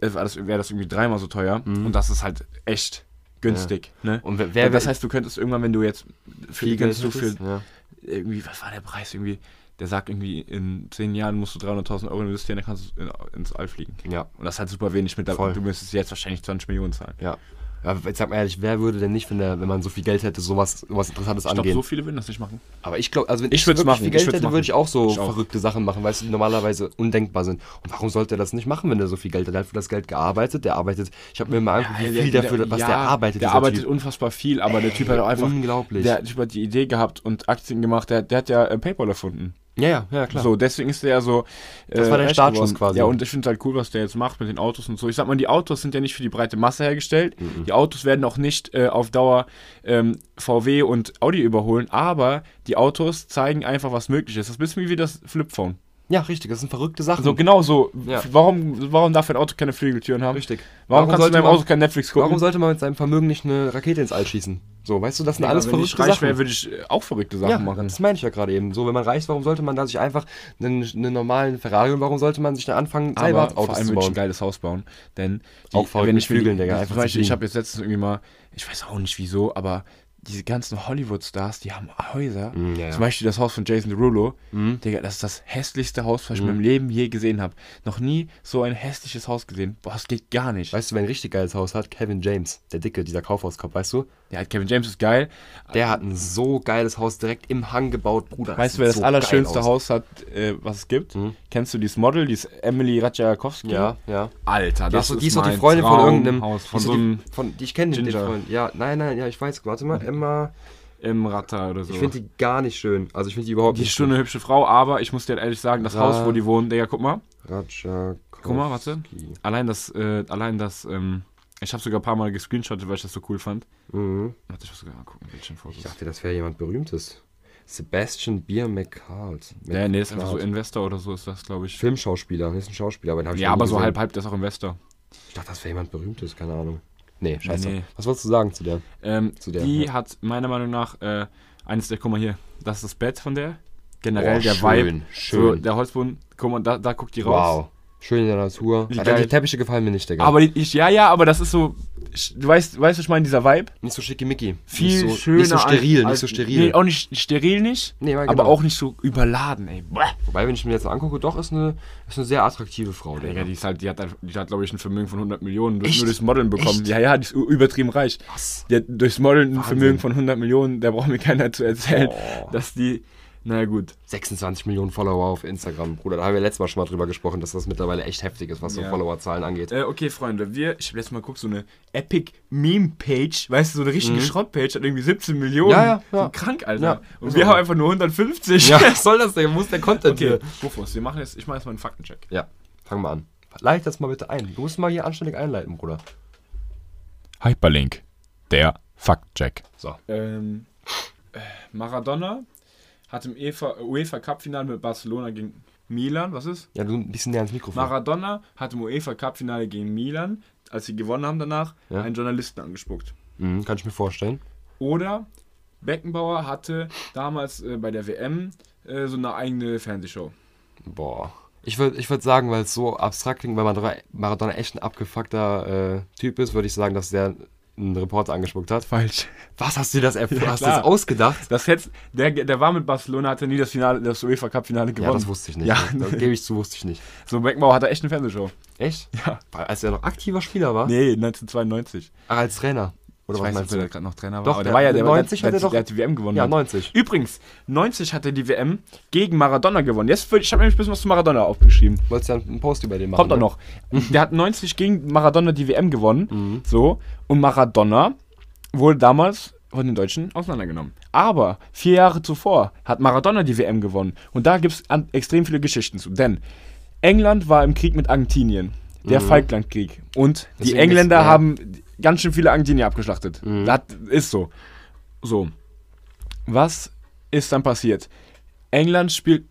A: äh, war das, wäre das irgendwie dreimal so teuer. Und das ist halt echt günstig. Ne?
B: Mhm. Und wer- wer-
A: das heißt, du könntest irgendwann, wenn du jetzt für, könntest du für
B: ja.
A: irgendwie, was war der Preis irgendwie? Der sagt irgendwie, in zehn Jahren musst du 300.000 Euro investieren, dann kannst du in, ins All fliegen.
B: Ja.
A: Und das ist halt super wenig mit dabei.
B: Voll.
A: Du müsstest jetzt wahrscheinlich 20 Millionen zahlen.
B: ja. Ja, jetzt sag mal ehrlich, wer würde denn nicht, wenn, der, wenn man so viel Geld hätte, sowas, sowas Interessantes
A: Ich glaube,
B: angehen?
A: so viele würden das nicht machen.
B: aber ich glaube, also wenn
A: Ich würd's
B: wirklich
A: machen,
B: viel
A: ich
B: Geld
A: würd's
B: hätte,
A: machen.
B: würde ich auch so
A: Ich auch.
B: verrückte Sachen machen, weißt du, die normalerweise undenkbar sind. Und warum sollte er das nicht machen, wenn er so viel Geld hat? Er hat für das Geld gearbeitet, der arbeitet. Ich habe mir mal angeguckt, wie viel dafür, was
A: ja,
B: der arbeitet.
A: Der
B: dieser
A: arbeitet
B: Typ. Äh,
A: unfassbar viel, aber der Typ hat auch einfach.
B: unglaublich.
A: Der Typ hat die Idee gehabt und Aktien gemacht. Der, der hat ja äh, PayPal erfunden.
B: Ja, ja, ja, klar.
A: So, deswegen ist der ja so.
B: Das war der
A: reich
B: Startschuss
A: geworden.
B: quasi.
A: Ja, und ich finde es halt cool, was der jetzt macht mit den Autos und so. Ich sag mal, die Autos sind ja nicht für die breite Masse hergestellt.
B: Mhm.
A: Die Autos werden auch nicht äh, auf Dauer ähm, VW und Audi überholen, aber die Autos zeigen einfach, was möglich ist. Das ist ein bisschen wie das Flipphone.
B: Ja, richtig, das sind verrückte Sachen.
A: So, genau so.
B: Mhm. Ja.
A: F- Warum, warum darf ein Auto keine Flügeltüren haben?
B: richtig.
A: Warum, kannst du
B: sollte
A: in deinem
B: man-
A: Auto kein Netflix gucken?
B: Warum sollte man mit seinem Vermögen nicht eine Rakete ins All schießen? So, weißt du, das sind
A: Ja,
B: alles
A: wenn
B: verrückte
A: ich reich
B: Sachen.
A: wäre, würde ich äh, auch verrückte Sachen
B: ja,
A: machen.
B: das meine ich ja gerade eben. So, wenn man reich ist, warum sollte man da sich einfach einen, einen normalen Ferrari und warum sollte man sich dann anfangen, selber
A: Aber vor
B: Autos
A: allem
B: zu
A: würde ich ein
B: bauen?
A: geiles Haus bauen. Denn
B: Auch verrückt mit
A: mir die-
B: Flügeln, Digga, einfach
A: Zum Beispiel,
B: zu
A: ich habe jetzt letztens irgendwie mal, ich weiß auch nicht wieso, aber diese ganzen Hollywood-Stars, die haben Häuser.
B: Mm, ja, Mm. ja.
A: Zum Beispiel das Haus von Jason Derulo. Digga, das ist das hässlichste Haus,
B: Mm.
A: was ich in meinem Leben je gesehen habe. Noch nie so ein hässliches Haus gesehen. Boah, das geht gar nicht.
B: Weißt du, wer ein richtig geiles Haus hat? Kevin James, der Dicke, dieser Kaufhauskopf, weißt du?
A: Ja, Kevin James ist geil.
B: Der hat ein so geiles Haus direkt im Hang gebaut, Bruder.
A: Weißt du,
B: sieht
A: wer das
B: so geil
A: allerschönste
B: aus. Mm.
A: Haus hat, äh, was es gibt? Kennst du dieses Model, dieses Emily Radzijakowski?
B: Ja, ja.
A: Alter,
B: Die
A: das
B: ist, so-
A: ist
B: die ist doch die
A: mein
B: Freundin von irgendeinem.
A: Traumhaus,
B: die
A: Von
B: ist
A: so
B: doch die,
A: einem
B: von, die, ich kenne den
A: Ginger.
B: Freund. Ja, nein, nein, ja, ich weiß. Warte mal, Emma.
A: Emratter oder so.
B: Ich finde die gar nicht schön. Also ich finde die überhaupt
A: Die ist
B: nicht
A: schon eine hübsche Frau, aber ich muss dir halt ehrlich sagen, das
B: Ja.
A: Haus, wo die wohnen, Digga, guck mal.
B: Raja
A: Guck mal, warte. Allein das, äh, allein das, ähm, ich habe sogar ein paar Mal gescreenshottet, weil ich das so cool fand.
B: Mhm.
A: Warte, ich muss sogar angucken,
B: Ich
A: Bildschirmfotos.
B: dachte, das wäre jemand Berühmtes. Sebastian Beer McCart.
A: Ja, nee, ist einfach so Investor oder so ist das, glaube ich.
B: Filmschauspieler, nee, ist ein Schauspieler, aber den habe ich
A: Ja,
B: noch nie
A: aber so
B: gesehen.
A: halb, halb, der ist auch Investor.
B: Ich dachte, das wäre jemand Berühmtes, keine Ahnung. Nee, scheiße.
A: Nee.
B: Was wolltest du sagen zu der?
A: Ähm,
B: Zu der,
A: die
B: ja.
A: hat meiner Meinung nach äh, eines der, guck mal hier, das ist das Bett von der. Generell
B: Oh,
A: der
B: schön,
A: Vibe. So,
B: schön.
A: der Holzboden, guck mal, da, da guckt die raus.
B: Wow. Schön in der Natur.
A: Wie
B: Alter,
A: geil.
B: die Teppiche gefallen mir nicht, Digga.
A: Aber ich, ja, ja, aber das ist so, ich, du weißt, weißt, was ich meine, dieser Vibe.
B: nicht so schickimicki.
A: viel
B: nicht so,
A: schöner.
B: Nicht so steril,
A: als,
B: nicht so steril.
A: Nee, auch nicht steril nicht,
B: Nee, ja,
A: aber
B: genau.
A: auch nicht so überladen, ey. Bäh.
B: Wobei, wenn ich mir jetzt angucke, doch, ist eine, ist eine sehr attraktive Frau,
A: Digga,
B: Digga.
A: die, ist halt, die hat, halt- die hat glaube ich, ein Vermögen von 100 Millionen durch,
B: Echt?
A: nur durchs Modeln bekommen.
B: Echt?
A: Ja, ja, die ist ü- übertrieben reich.
B: Was?
A: Die hat durchs Modeln ein
B: Wahnsinn.
A: Vermögen von 100 Millionen, da braucht mir keiner zu erzählen,
B: Oh.
A: dass die, naja gut.
B: 26 Millionen Follower auf Instagram, Bruder. Da haben wir letztes Mal schon mal drüber gesprochen, dass das mittlerweile echt heftig ist, was so
A: Ja.
B: Followerzahlen angeht.
A: Äh, okay, Freunde, wir, ich habe letztes Mal geguckt, so eine Epic Meme Page, weißt du, so eine richtige Schrottpage hat irgendwie 17 Millionen.
B: Mhm. Ja, ja, ja.
A: Sind krank, Alter.
B: Ja,
A: Und
B: ist
A: wir
B: so.
A: haben einfach nur 150.
B: (laughs) Ja, was soll das denn? Wo ist der Content
A: (laughs) Okay,
B: hier?
A: Rufus, wir machen jetzt, ich mache jetzt mal einen Faktencheck.
B: Ja, fang mal an. Leite das mal bitte ein. Du musst mal hier anständig einleiten, Bruder.
A: Hyperlink, der Faktcheck.
B: So.
A: Ähm, äh, Maradona hat im EFA, UEFA Cup-Finale mit Barcelona gegen Milan, was ist?
B: Ja, du ein bisschen näher ans Mikrofon.
A: Maradona hat im UEFA Cup-Finale gegen Milan, als sie gewonnen haben danach,
B: Ja.
A: einen Journalisten angespuckt.
B: Mhm, kann ich mir vorstellen.
A: Oder Beckenbauer hatte damals äh, bei der WM äh, so eine eigene Fernsehshow.
B: Boah. Ich würde ich würd sagen, weil es so abstrakt klingt, weil Maradona- Maradona echt ein abgefuckter äh, Typ ist, würde ich sagen, dass der einen Reporter angespuckt hat.
A: Falsch.
B: Was hast du dir das, erf- hast du
A: klar.
B: das ausgedacht?
A: Das jetzt, der, der war mit Barcelona, hatte nie das Finale, das UEFA Cup-Finale gewonnen.
B: Ja, das wusste ich nicht.
A: Ja, (laughs)
B: Das gebe ich zu, wusste ich nicht.
A: so Beckenbauer hatte echt eine Fernsehshow.
B: Echt?
A: Ja.
B: Weil Als er noch aktiver Spieler war?
A: Nee, 1992.
B: Ach, als Trainer. Oder
A: ich
B: was
A: weiß nicht,
B: meinst
A: ob
B: du?
A: der gerade noch Trainer war.
B: Doch,
A: aber
B: der-
A: der war ja der,
B: 90
A: der,
B: hat
A: der,
B: er doch-
A: der hat die WM gewonnen.
B: Ja,
A: hat.
B: 90.
A: Übrigens, 90 hat er die WM gegen Maradona gewonnen. Jetzt, will- ich habe nämlich ein bisschen was zu Maradona aufgeschrieben.
B: Wolltest du ja einen Post über den machen? ne?
A: Kommt auch noch. (laughs) Mhm. Der hat 90 gegen Maradona die WM gewonnen. So. Und Maradona wurde damals von den Deutschen auseinandergenommen. Aber vier Jahre zuvor hat Maradona die WM gewonnen. Und da gibt es extrem viele Geschichten zu. Denn England war im Krieg mit Argentinien. Der Falklandkrieg. Und die
B: Mhm. Deswegen ist-
A: Engländer
B: ja. Mhm.
A: haben ganz schön viele Argentinier abgeschlachtet. Das ist so. So. Was ist dann passiert? England
B: (laughs)
A: spielt.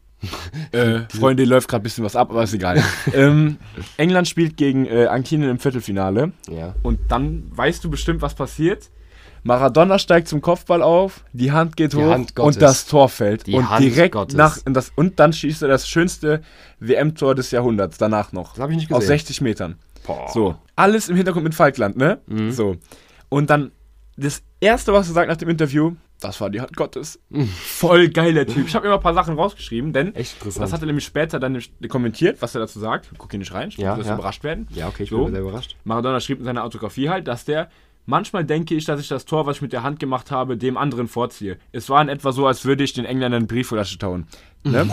A: äh, Freunde, hier läuft gerade ein bisschen was ab, aber ist egal. ähm, England spielt gegen äh, Argentinien im Viertelfinale.
B: ne? Ja.
A: Und dann weißt du bestimmt, was passiert. Maradona steigt zum Kopfball auf, die Hand geht hoch
B: Hand Gottes.
A: und das Tor fällt.
B: Die
A: und
B: Hand
A: direkt
B: Gottes.
A: nach und das und dann schießt er das schönste WM-Tor des Jahrhunderts danach noch.
B: Das hab ich nicht
A: Aus
B: gesehen.
A: 60 Metern.
B: Boah.
A: So, alles im Hintergrund mit Falkland, ne?
B: Mhm.
A: So. Und dann das erste, was er sagt nach dem Interview, das war die Hand Gottes. Voll geiler Typ. Ich habe immer ein paar Sachen rausgeschrieben, denn
B: Mhm. Echt interessant.
A: das hat er nämlich später dann kommentiert, was er dazu sagt. Guck hier nicht rein, ich
B: Ja,
A: muss
B: ja.
A: überrascht werden.
B: ja, okay, ich
A: So.
B: bin sehr überrascht.
A: Maradona schrieb in seiner Autografie halt, dass der Manchmal denke ich, dass ich das Tor, was ich mit der Hand gemacht habe, dem anderen vorziehe. Es war in etwa so, als würde ich den Engländern Briefflasche tauen. Ne?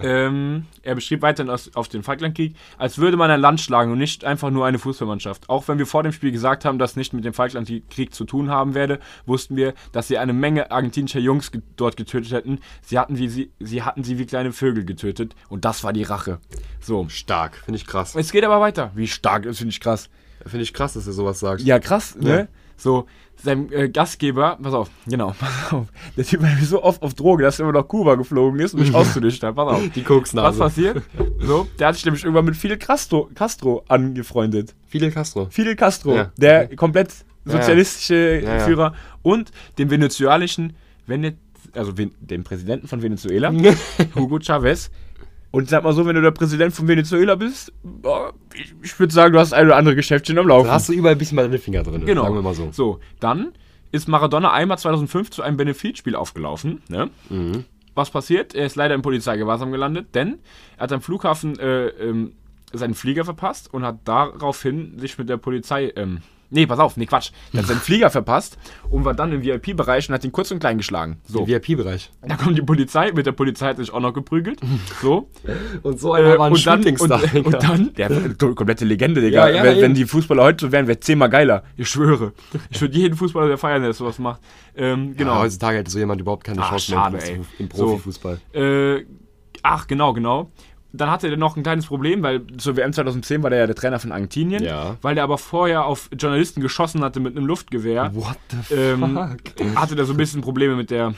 A: ähm, er beschrieb weiterhin aus, auf den Falklandkrieg, als würde man ein Land schlagen und nicht einfach nur eine Fußballmannschaft. Auch wenn wir vor dem Spiel gesagt haben, dass nicht mit dem Falklandkrieg zu tun haben werde, wussten wir, dass sie eine Menge argentinischer Jungs ge dort getötet hätten. Sie hatten, wie sie, sie hatten sie wie kleine Vögel getötet und das war die Rache. So.
B: Stark, finde ich krass.
A: Es geht aber weiter. Wie stark, das finde ich krass.
B: Finde ich krass, dass er sowas sagt.
A: Ja, krass, ne? So, sein äh, Gastgeber, pass auf, genau, (laughs) pass auf. Der Typ war so oft auf Droge, dass er immer nach Kuba geflogen ist, um mich auszudischen. Pass auf.
B: Die also. Koksnase.
A: Was passiert? So, der hat sich nämlich irgendwann mit Fidel Castro, Castro angefreundet.
B: Fidel Castro.
A: Fidel Castro,
B: Ja.
A: der komplett sozialistische
B: Ja, ja.
A: Führer und dem venezolanischen, Venez also Ven dem Präsidenten von
B: (laughs)
A: Venezuela, Hugo Chavez. Und sag mal so, wenn du der Präsident von Venezuela bist, boah, ich, ich würde sagen, du hast ein oder andere Geschäftchen am Laufen.
B: Da hast du überall ein bisschen mal deine Finger drin.
A: Genau.
B: Sagen wir mal so.
A: dann ist Maradona einmal 2005 zu einem Benefizspiel aufgelaufen. Ne?
B: Mhm.
A: Was passiert? Er ist leider im Polizeigewahrsam gelandet, denn er hat am Flughafen äh, ähm, seinen Flieger verpasst und hat daraufhin sich mit der Polizei. Ähm, nee, pass auf, nee, Quatsch. Er
B: (laughs)
A: hat seinen Flieger verpasst und war dann im VIP-Bereich und hat ihn kurz und klein geschlagen. So,
B: Im VIP-Bereich.
A: da kommt die Polizei. Mit der Polizei hat er sich auch noch
B: (laughs)
A: geprügelt. So,
B: Und so
A: äh,
B: einer war ein
A: und, dann, und,
B: Shootingstar.
A: und dann, der war komplette Legende, Digga.
B: Ja, ja,
A: wenn, wenn
B: eben.
A: die Fußballer heute so wären, wäre zehnmal geiler. Ich schwöre. Ich würde jeden Fußballer der feiern, der sowas macht. Ähm,
B: Ja,
A: genau.
B: heutzutage hätte so jemand überhaupt keine
A: Ah,
B: Chance
A: schade,
B: mehr im,
A: ey.
B: im
A: So.
B: Profifußball.
A: äh, ach, genau, genau. Dann hatte er noch ein kleines Problem, weil zur WM 2010 war der ja der Trainer von Argentinien,
B: Ja.
A: weil der aber vorher auf Journalisten geschossen hatte mit einem Luftgewehr.
B: What the
A: Ähm, hatte da so ein bisschen Probleme mit der.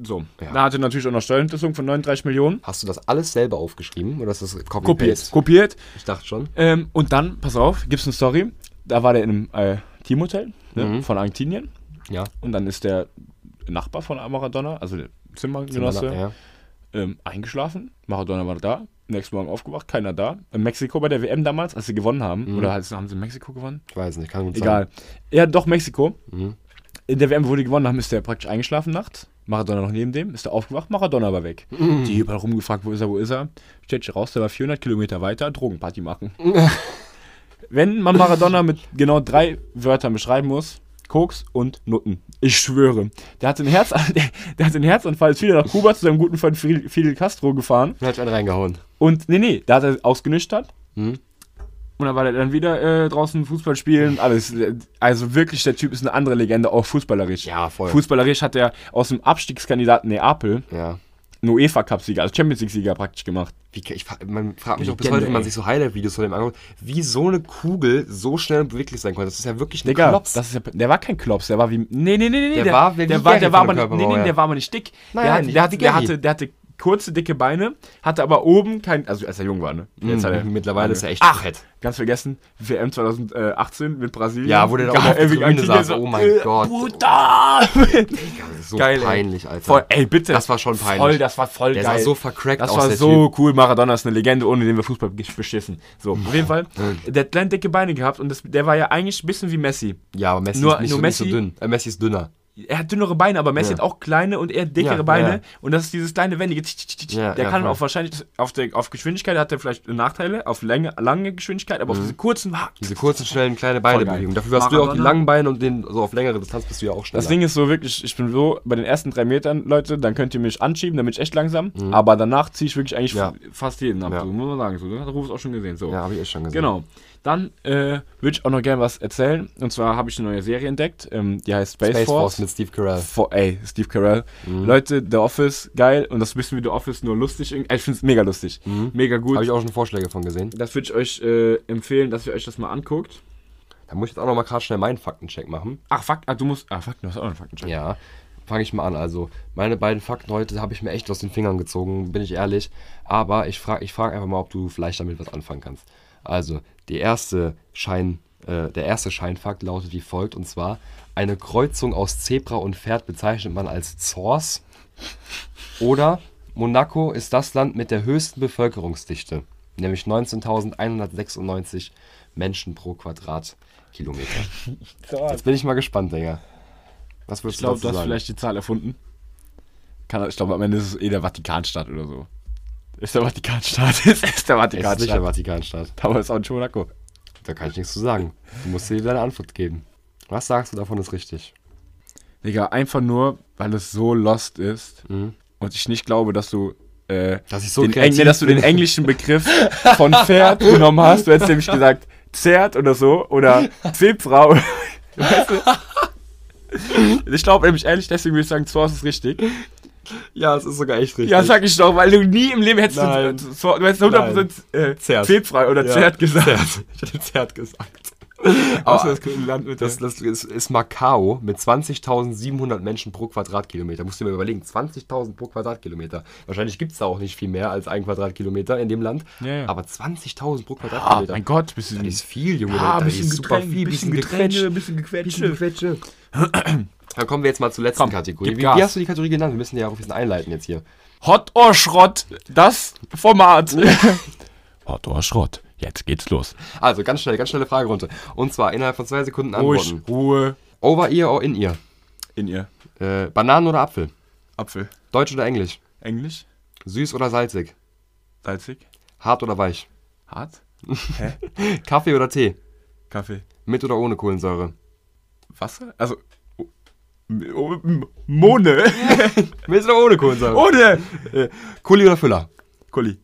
A: So.
B: Ja.
A: Da hatte natürlich auch noch Steuerhinterziehung von 39 Millionen.
B: Hast du das alles selber aufgeschrieben oder ist das Copy
A: Kopiert.
B: Paste?
A: Kopiert.
B: Ich dachte schon.
A: Ähm, und dann, pass auf, gibt's eine Story. Da war der in einem äh, Teamhotel ne, von Argentinien.
B: Ja.
A: Und dann ist der Nachbar von Maradona, also der Zimmergenosse,
B: ja.
A: ähm, eingeschlafen. Maradona war da. Nächsten Morgen aufgewacht, keiner da. In Mexiko bei der WM damals, als sie gewonnen haben. Oder als, haben sie in Mexiko gewonnen?
B: Ich weiß nicht, kann gut
A: Egal. Ja, doch, Mexiko.
B: Mhm.
A: In der WM, wo die gewonnen haben, ist der praktisch eingeschlafen nachts. Maradona noch neben dem, ist er aufgewacht, Maradona war weg. Die überall rumgefragt, wo ist er, wo ist er? Stellt sich raus, der war 400 Kilometer weiter, Drogenparty machen. Wenn man Maradona mit genau drei Wörtern beschreiben muss, Koks und Nutten. Ich schwöre. Der hat den, Herz, (laughs) der, der hat den Herzinfarkt, ist wieder nach Kuba zu seinem guten Freund Fidel Fidel Castro gefahren.
B: sein. Er hat einen reingehauen.
A: Und nee, nee, da hat er ausgenüchtert.
B: Mhm.
A: Und dann war er dann wieder äh, draußen Fußball spielen, alles. Also wirklich, der Typ ist eine andere Legende, auch fußballerisch.
B: Ja, voll.
A: Fußballerisch hat er aus dem Abstiegskandidaten Neapel
B: Ja.
A: einen UEFA-Cup-Sieger, also Champions League-Sieger praktisch gemacht.
B: Wie, ich, fra- man fragt mich auch bis
A: Legende,
B: heute, wenn man
A: ey.
B: sich so Highlight-Videos von dem anguckt, wie so eine Kugel so schnell und beweglich sein konnte. Das ist ja wirklich ein
A: Digga,
B: Klops.
A: Das ist ja, der war kein Klops, der war wie. Nee, nee, nee, nee,
B: Der
A: der
B: war wie
A: der war,
B: Gary
A: der war
B: von
A: aber nicht, nee,
B: der
A: nee,
B: Körpermauer,
A: der war aber nicht dick.
B: Nein,
A: der,
B: nein,
A: hatte,
B: nicht
A: der, hatte,
B: wie
A: der,
B: Gary.
A: hatte, der hatte kurze, dicke Beine, hatte aber oben kein. Also, als er jung war, ne?
B: Mhm.
A: Jetzt hat er,
B: Mittlerweile ist er echt
A: Ach,
B: fett.
A: Ganz vergessen, WM 2018 mit Brasilien.
B: Ja, wo der da
A: Geil,
B: oben auf der
A: wie
B: Tribüne
A: Argentinien
B: saß. Oh mein Gott.
A: Brutal!
B: Das ist so
A: Geil, ey.
B: peinlich, Alter.
A: Voll, ey, bitte.
B: Das war schon peinlich.
A: Voll, das war voll
B: der
A: geil.
B: sah so vercrackt
A: das
B: aus,
A: war
B: der
A: so cool. Maradona ist eine Legende, ohne den wir Fußball gesch- beschissen. So, auf
B: (laughs)
A: jeden Fall.
B: Hm.
A: Der hat kleine dicke Beine gehabt und das, der war ja eigentlich ein bisschen wie Messi.
B: Typ. Ja, aber Messi
A: Nur-
B: ist nicht,
A: nur
B: so, nicht so
A: Messi-
B: dünn. Äh, Messi ist dünner.
A: Er hat dünnere Beine, aber Messi
B: Ja.
A: hat auch kleine und eher dickere
B: Ja,
A: Beine.
B: ja.
A: Und das ist dieses kleine, wendige. Tsch, tsch, tsch, tsch.
B: Ja,
A: der
B: ja,
A: kann
B: voll.
A: auch wahrscheinlich auf, der, auf Geschwindigkeit hat er vielleicht Nachteile, auf Länge, lange Geschwindigkeit,
B: Mhm.
A: aber auf diese kurzen.
B: Diese kurzen, schnellen, kleinen
A: geil.
B: Beinebewegungen. Dafür hast du ja auch die
A: Maradona.
B: langen Beine und den, so auf längere Distanz bist du ja auch schneller.
A: Das Ding ist so wirklich, ich bin so bei den ersten drei Metern, Leute, dann könnt ihr mich anschieben, dann bin ich echt langsam. Aber danach ziehe ich wirklich eigentlich
B: Mhm. Ja.
A: f- fast jeden ab.
B: Ja.
A: So, muss man sagen. So, das hat Rufus auch schon gesehen. So.
B: ja, habe ich eh schon gesehen.
A: Genau. Dann äh, würde ich auch noch gerne was erzählen. Und zwar habe ich eine neue Serie entdeckt. Ähm, die heißt Space,
B: Space Force
A: Force.
B: mit Steve Carell.
A: Vor, ey, Steve Carell.
B: Mhm.
A: Leute, The Office, geil. Und das ist ein bisschen wie The Office, nur lustig. irgendwie. Ich finde es mega lustig. Mega gut.
B: Habe Mhm. ich auch schon Vorschläge von gesehen.
A: Das würde ich euch äh, empfehlen, dass ihr euch das mal anguckt.
B: Da muss ich jetzt auch noch mal gerade schnell meinen Faktencheck machen.
A: Ach, fuck, ah, du musst. Ah, fuck, du hast auch einen Faktencheck.
B: Ja, fange ich mal an. Also, meine beiden Fakten heute habe ich mir echt aus den Fingern gezogen, bin ich ehrlich. Aber ich frage ich frag einfach mal, ob du vielleicht damit was anfangen kannst. Also, die erste Schein, äh, der erste Scheinfakt lautet wie folgt, und zwar, eine Kreuzung aus Zebra und Pferd bezeichnet man als Zors. Oder Monaco ist das Land mit der höchsten Bevölkerungsdichte, nämlich 19.196 Menschen pro Quadratkilometer. Jetzt bin ich mal gespannt, Digga. Was würdest
A: Ich glaube,
B: du
A: du
B: dazu
A: hast
B: sagen?
A: vielleicht die Zahl erfunden. Kann, ich glaube, am Ende ist es eh der Vatikanstaat oder so. Ist der Vatikanstaat? (laughs) ist, ist der
B: Es ist nicht der
A: Vatikanstaat.
B: Vatikanstaat.
A: Aber ist auch ein Monaco.
B: Da kann ich nichts zu sagen. Du musst dir deine Antwort geben. Was sagst du davon ist richtig?
A: Digga, einfach nur, weil es so lost ist und ich nicht glaube, dass du. Äh,
B: Dass ich so
A: den
B: kreativ
A: Engl- Mhm. dass du den
B: bin.
A: englischen (laughs) Begriff von Pferd genommen hast. Du hättest nämlich gesagt Zert oder so oder (laughs) Pfebfrau. weißt (laughs) du? Ich glaube nämlich ehrlich, deswegen würde ich sagen, Zor ist richtig.
B: Ja, es ist sogar echt richtig.
A: Ja, sag ich doch, weil du nie im Leben hättest
B: Nein.
A: du, Zor, du hättest 100% äh,
B: Zert.
A: Pfebfrei oder
B: Ja.
A: Zert gesagt.
B: (laughs) Ich hätte Zert gesagt.
A: (laughs) Außer
B: Aber
A: das kommt ein Land mit
B: das,
A: der-
B: das ist, ist Macau mit 20.700 Menschen pro Quadratkilometer. Musst du dir mal überlegen, 20.000 pro Quadratkilometer. Wahrscheinlich gibt es da auch nicht viel mehr als ein Quadratkilometer in dem Land.
A: Ja, ja.
B: Aber 20.000 pro
A: Ah,
B: Quadratkilometer.
A: mein Gott, bist du
B: Das ist viel, Junge.
A: Ah,
B: das
A: bisschen
B: ist super
A: Getränk,
B: viel.
A: bisschen Getränke,
B: Gequetsche,
A: bisschen Gequetsche.
B: Gequetsche. Dann kommen wir jetzt mal zur letzten
A: Komm,
B: Kategorie.
A: gib
B: Wie, wie
A: Gas.
B: hast du die Kategorie genannt? Wir müssen ja auch ein bisschen einleiten jetzt hier.
A: Hot or Schrott, das Format. Hot or Schrott, jetzt geht's los.
B: Also ganz schnell, ganz schnelle Fragerunde. Und zwar innerhalb von zwei Sekunden
A: Ruhig,
B: antworten.
A: Ruhe.
B: Over ear or in ear?
A: In ihr.
B: Äh, Bananen oder Apfel?
A: Apfel.
B: Deutsch oder Englisch?
A: Englisch,
B: Süß oder salzig?
A: salzig,
B: Hart oder weich?
A: hart.
B: Kaffee oder Tee?
A: Kaffee,
B: Mit oder ohne Kohlensäure?
A: Wasser, also oh, oh, m- Mone,
B: Mit oder ohne
A: (laughs)
B: Kohlensäure?
A: ohne
B: Kuli oder Füller?
A: Kuli.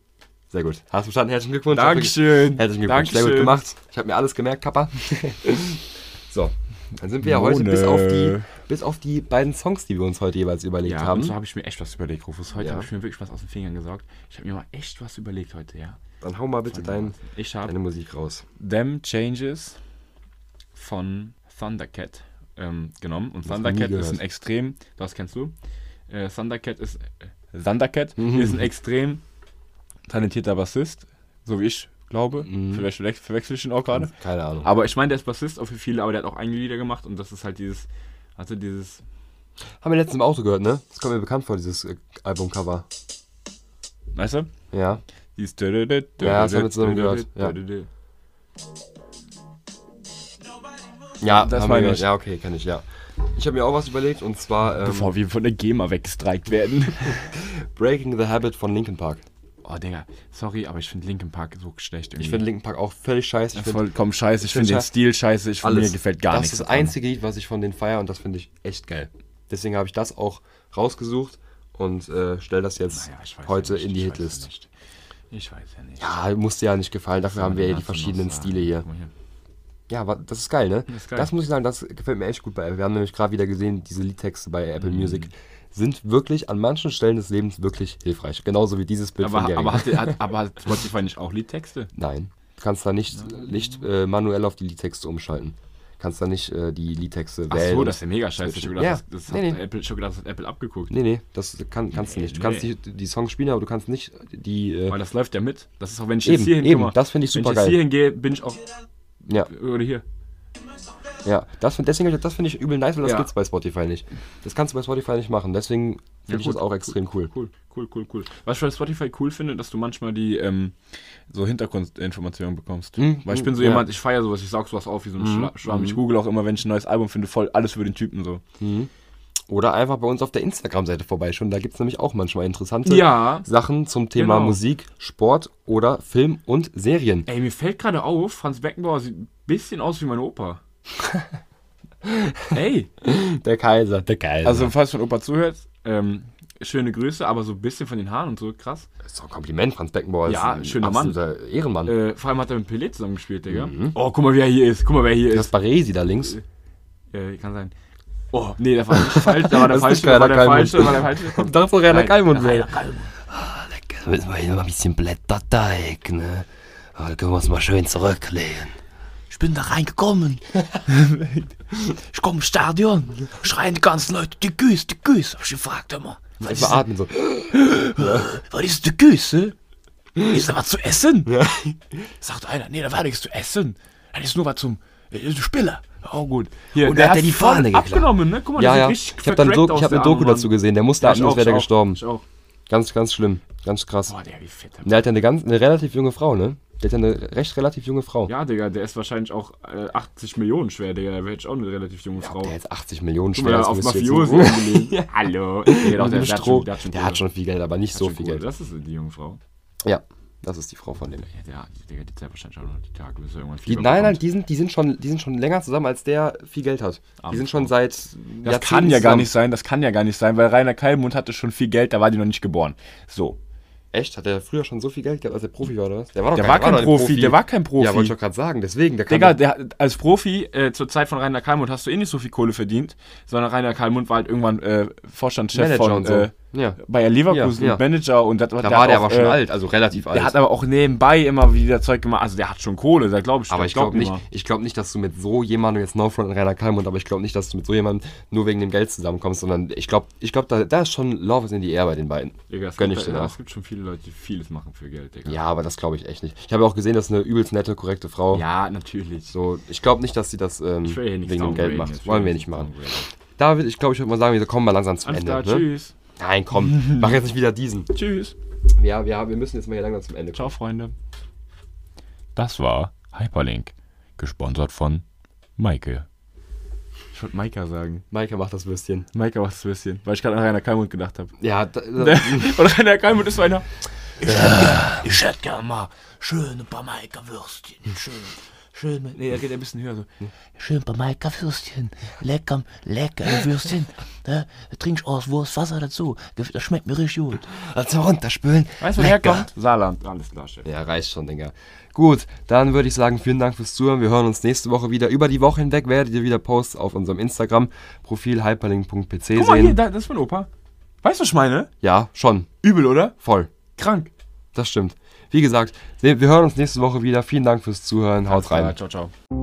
B: Sehr gut. Hast du verstanden? Herzlichen Glückwunsch.
A: Dankeschön.
B: Herzlichen Glückwunsch.
A: Dankeschön.
B: Sehr gut gemacht. Ich habe mir alles gemerkt, (laughs) Kappa. so, dann sind wir ja heute
A: Mone.
B: bis auf, die, bis auf die beiden Songs, die wir uns heute jeweils überlegt
A: Ja, und
B: haben.
A: so habe ich mir echt was überlegt, Rufus. Heute
B: Ja.
A: habe ich mir wirklich was aus den Fingern gesaugt. Ich habe mir mal echt was überlegt heute, ja.
B: Dann hau mal bitte dein,
A: Ich
B: deine
A: habe
B: Musik raus.
A: Them Changes von Thundercat ähm, genommen. Und
B: noch
A: Thundercat
B: nie
A: ist ein
B: gehört.
A: extrem, das kennst du. Äh, Thundercat ist äh, Thundercat
B: Mhm.
A: ist ein extrem talentierter Bassist, so wie ich glaube.
B: Mhm.
A: Vielleicht verwech- verwechsel ich ihn auch gerade.
B: Keine Ahnung.
A: Aber ich meine, der ist Bassist auch für viele, aber der hat auch eigene Lieder gemacht und das ist halt dieses, also dieses,
B: Haben wir letztens im Auto gehört, ne? Das kommt mir bekannt vor, dieses äh, Albumcover.
A: weißt du?
B: Ja.
A: Dieses
B: Ja, das haben wir zusammen gehört, ja. Ja,
A: Das
B: haben
A: meine
B: wir gehört.
A: ich.
B: Ja, okay, kann ich, ja. Ich habe mir auch was überlegt und zwar ähm,
A: Bevor wir von der GEMA weggestreikt werden. (laughs)
B: Breaking the Habit von Linkin Park.
A: Oh, Digga, sorry, aber ich finde Linkin Park so schlecht irgendwie.
B: Ich finde Linkin Park auch völlig scheiße. Ich
A: Ja,
B: finde
A: vollkommen scheiße. Ich
B: find
A: finde den
B: scheiße.
A: Stil scheiße. Ich find,
B: alles.
A: mir gefällt gar
B: das
A: nichts.
B: Das ist das
A: daran.
B: einzige Lied, was ich von denen feier und das finde ich echt geil. Deswegen habe ich das auch rausgesucht und äh, stell das jetzt
A: Naja, ich weiß
B: heute
A: Ah, ja nicht,
B: in die
A: ich weiß ja
B: Hitlist.
A: nicht. Ich weiß ja nicht.
B: Ja, musste ja nicht gefallen. Dafür haben wir ja die verschiedenen Stile hier. Ja, aber das ist geil, ne? Das,
A: ist geil.
B: muss ich sagen, das gefällt mir echt gut bei Apple. Wir haben nämlich gerade wieder gesehen, diese Liedtexte bei Apple
A: Mhm.
B: Music sind wirklich an manchen Stellen des Lebens wirklich hilfreich. Genauso wie dieses Bild von
A: Aber,
B: Gary.
A: aber, hat, (laughs) hat, aber hat Spotify nicht auch Liedtexte?
B: Nein. Du kannst da nicht, nicht äh, manuell auf die Liedtexte umschalten. Kannst da nicht äh, die Liedtexte
A: Ach
B: wählen.
A: so, das ist ja mega scheiße. Ich hab gedacht,
B: Ja.
A: das, das hat
B: Nee, nee.
A: Apple, ich hab gedacht, das hat Apple abgeguckt.
B: Nee, nee, das kann, kannst
A: Nee,
B: du nicht. Du kannst
A: nee.
B: die, die Songs spielen, aber du kannst nicht die. Äh,
A: Weil das läuft ja mit. Das ist auch, wenn ich
B: Eben,
A: jetzt hier
B: eben,
A: hinkomme.
B: das find ich
A: Wenn ich
B: supergeil.
A: jetzt hier hingehe, bin ich auch.
B: ja,
A: Oder hier.
B: ja. Das, find- deswegen, das finde ich übel nice, weil das
A: Ja.
B: gibt's bei Spotify nicht. Das kannst du bei Spotify nicht machen. Deswegen finde
A: Ja,
B: ich
A: gut.
B: das auch extrem cool.
A: Cool, cool, cool, cool. Was ich bei Spotify cool finde, dass du manchmal die ähm, so Hintergrundinformationen bekommst.
B: Mhm.
A: Weil ich bin so
B: Ja.
A: jemand, ich feiere sowas, ich saug sowas auf wie so ein Schla- Schwamm. Ich google auch immer, wenn ich ein neues Album finde, voll alles über den Typen so.
B: Oder einfach bei uns auf der Instagram-Seite vorbeischauen. Da gibt's nämlich auch manchmal interessante
A: Ja.
B: Sachen zum Thema
A: Genau.
B: Musik, Sport oder Film und Serien.
A: Ey, mir fällt gerade auf, Franz Beckenbauer sieht ein bisschen aus wie mein
B: (laughs)
A: Opa. Ey,
B: Der Kaiser, der Kaiser.
A: also falls mein Opa zuhört, ähm, schöne Grüße, aber so ein bisschen von den Haaren und so, krass.
B: Das ist doch ein Kompliment, Franz Beckenbauer. ist
A: Ja,
B: ein
A: schöner
B: absoluter Ehrenmann.
A: Äh, vor allem hat er mit Pelé zusammengespielt, Digga.
B: Mhm.
A: Oh, guck mal, wer hier ist, guck mal, wer hier ist.
B: Gasparesi da links.
A: Äh, kann sein. Oh, nee, da war nicht falsch, da war der
B: (laughs) Das ist
A: falsche, da
B: nicht
A: war
B: Rainer
A: der
B: Kallmund.
A: falsche, da war der falsche. Komm.
B: (laughs) Da ist doch Rainer
A: Nein,
B: Kallmund.
A: Rainer
C: Da müssen Ah, wir hier mal ein bisschen Blätterteig, ne? Aber Da können wir uns mal schön zurücklehnen. Ich bin da (laughs) reingekommen. ich komme ins Stadion. Schreien die ganzen Leute, die Güß, die Güß. Hab ich gefragt immer. Was ist,
B: Beatmen so.
C: was ist die Güß, ne? Ist da was zu essen? Sagt einer, nee, da war nichts zu essen. Da ist nur was zum äh, Spieler.
A: Oh gut. Hier,
C: Und der hat ja die
A: voll
C: Fahne geklappt.
A: Abgenommen, ne? Guck mal,
B: Ja,
A: der
B: ja.
A: sieht richtig
B: Ich habe eine,
A: vercrackt
B: Doku,
A: aus,
B: ich hab
A: der
B: eine Doku
A: arme Mann.
B: dazu gesehen. Der musste
A: Ja, ich
B: atmen,
A: auch,
B: sonst wäre
A: ich
B: der
A: auch,
B: gestorben.
A: Ich auch.
B: Ganz, ganz schlimm. Ganz krass.
A: Boah, der wie fett. der-
B: Der hat ja eine, ganz, eine relativ junge Frau, ne? Der hat ja eine recht relativ junge Frau.
A: Ja, Digga, der ist wahrscheinlich auch äh, 80 Millionen schwer, Digga. Der wäre jetzt auch eine relativ junge Frau.
B: Der hat 80 Millionen
A: Guck mal,
B: schwer. das
A: auf
B: müsst ihr jetzt
A: Mafiosen
B: (laughs) nicht-
A: angelegt.
B: (laughs)
A: Hallo. Digga, doch,
B: Mit dem
A: der, der, hat
B: Stroh.
A: schon,
B: Der
A: Kohle.
B: hat schon viel Geld, aber nicht so viel
A: Kohle.
B: Geld.
A: Das ist die junge Frau.
B: Ja. Das ist die Frau von dem.
A: Ja, der, der hat jetzt ja wahrscheinlich auch noch die Tage, bis er irgendwann
B: Die,
A: Fieber
B: nein, nein,
A: bekommt.
B: die sind, die, sind schon, die sind schon länger zusammen, als der viel Geld hat.
A: Arme
B: Die sind schon
A: Frau.
B: seit.
A: Das
B: Jahrzehnten
A: kann ja gar
B: zusammen.
A: nicht sein, das kann ja gar nicht sein, weil Rainer Kallmund hatte schon viel Geld, da war die noch nicht geboren. So.
B: Echt? Hat der früher schon so viel Geld gehabt, als er Profi war, oder was? Der war, doch
A: Der
B: gar-
A: war kein
B: doch nicht
A: Profi, der war kein Profi.
B: Ja, wollte ich doch gerade sagen, deswegen. Der kann
A: Digga,
B: doch-
A: der, hat- als Profi äh, zur Zeit von Rainer Kallmund hast du eh nicht so viel Kohle verdient, sondern Rainer Kallmund war halt irgendwann äh, Vorstandschef
B: Manager
A: von
B: und so.
A: äh,
B: Ja.
A: Bayer Leverkusen
B: Ja, ja.
A: und Manager und das,
B: da war der
A: auch,
B: aber schon
A: äh,
B: alt, also relativ alt.
A: Der hat aber auch nebenbei immer wieder Zeug gemacht. Also der hat schon Kohle, da glaube ich
B: aber ich glaube nicht, ich glaube nicht, dass du mit so jemandem, jetzt No Front an Rainer Kalmund, aber ich glaube nicht, dass du mit so jemandem nur wegen dem Geld zusammenkommst, sondern ich glaube, ich glaube, da, da ist schon Love is in the air bei den beiden.
A: Digga, es,
B: Gönn
A: gibt,
B: ich dir
A: ja, es
B: auch.
A: gibt schon viele Leute, die vieles machen für Geld, Digga.
B: Ja, aber das glaube ich echt nicht. Ich habe ja auch gesehen, das ist eine übelst nette, korrekte Frau.
A: Ja, natürlich.
B: So, ich glaube nicht, dass sie das ähm,
A: Ich will hier nichts
B: wegen dem
A: downgraden
B: Geld
A: jetzt.
B: macht.
A: Ich
B: Wollen
A: will
B: wir
A: nichts
B: nicht machen.
A: downgraden.
B: David, ich glaube, ich würde mal sagen, wir kommen mal langsam zum
A: Alles klar,
B: Ende. ne?
A: tschüss. (laughs)
B: Nein, komm, mach jetzt nicht wieder diesen.
A: Tschüss.
B: Ja, wir, haben- wir müssen jetzt mal hier langsam zum Ende kommen.
A: Ciao, Freunde. Das war Hyperlink. Gesponsert von Maike. Ich wollte Maika sagen.
B: Maike macht das Würstchen.
A: Maika macht das bisschen, weil ich gerade an Rainer Kalmund gedacht (laughs) habe.
B: Ja, da,
A: Ne. Und Rainer Kalmund ist so einer.
C: Ich hätte gerne mal schöne Bamaika-Würstchen. Schön, schön mit
A: Nee, er geht ein bisschen höher. So.
C: schön Bamaika-Würstchen. Lecker, lecker (laughs) Würstchen. Ne? Trinkst aus Wurst Wasser dazu. Ge- Das schmeckt mir richtig gut. Also runterspülen.
A: Weißt du, woher kommt? Saarland. Alles klar, Chef.
B: ja, reicht schon, Digga. Gut, dann würde ich sagen, vielen Dank fürs Zuhören. Wir hören uns nächste Woche wieder. Über die Woche hinweg werdet ihr wieder Posts auf unserem Instagram-Profil hyperlink.pc
A: Guck mal hier,
B: sehen.
A: da, das ist mein Opa. Weißt du, was ich meine?
B: Ja, schon.
A: Übel, oder?
B: Voll.
A: Krank.
B: Das stimmt. Wie gesagt, wir hören uns nächste Woche wieder. Vielen Dank fürs Zuhören. Haut rein.
A: Ciao, ciao.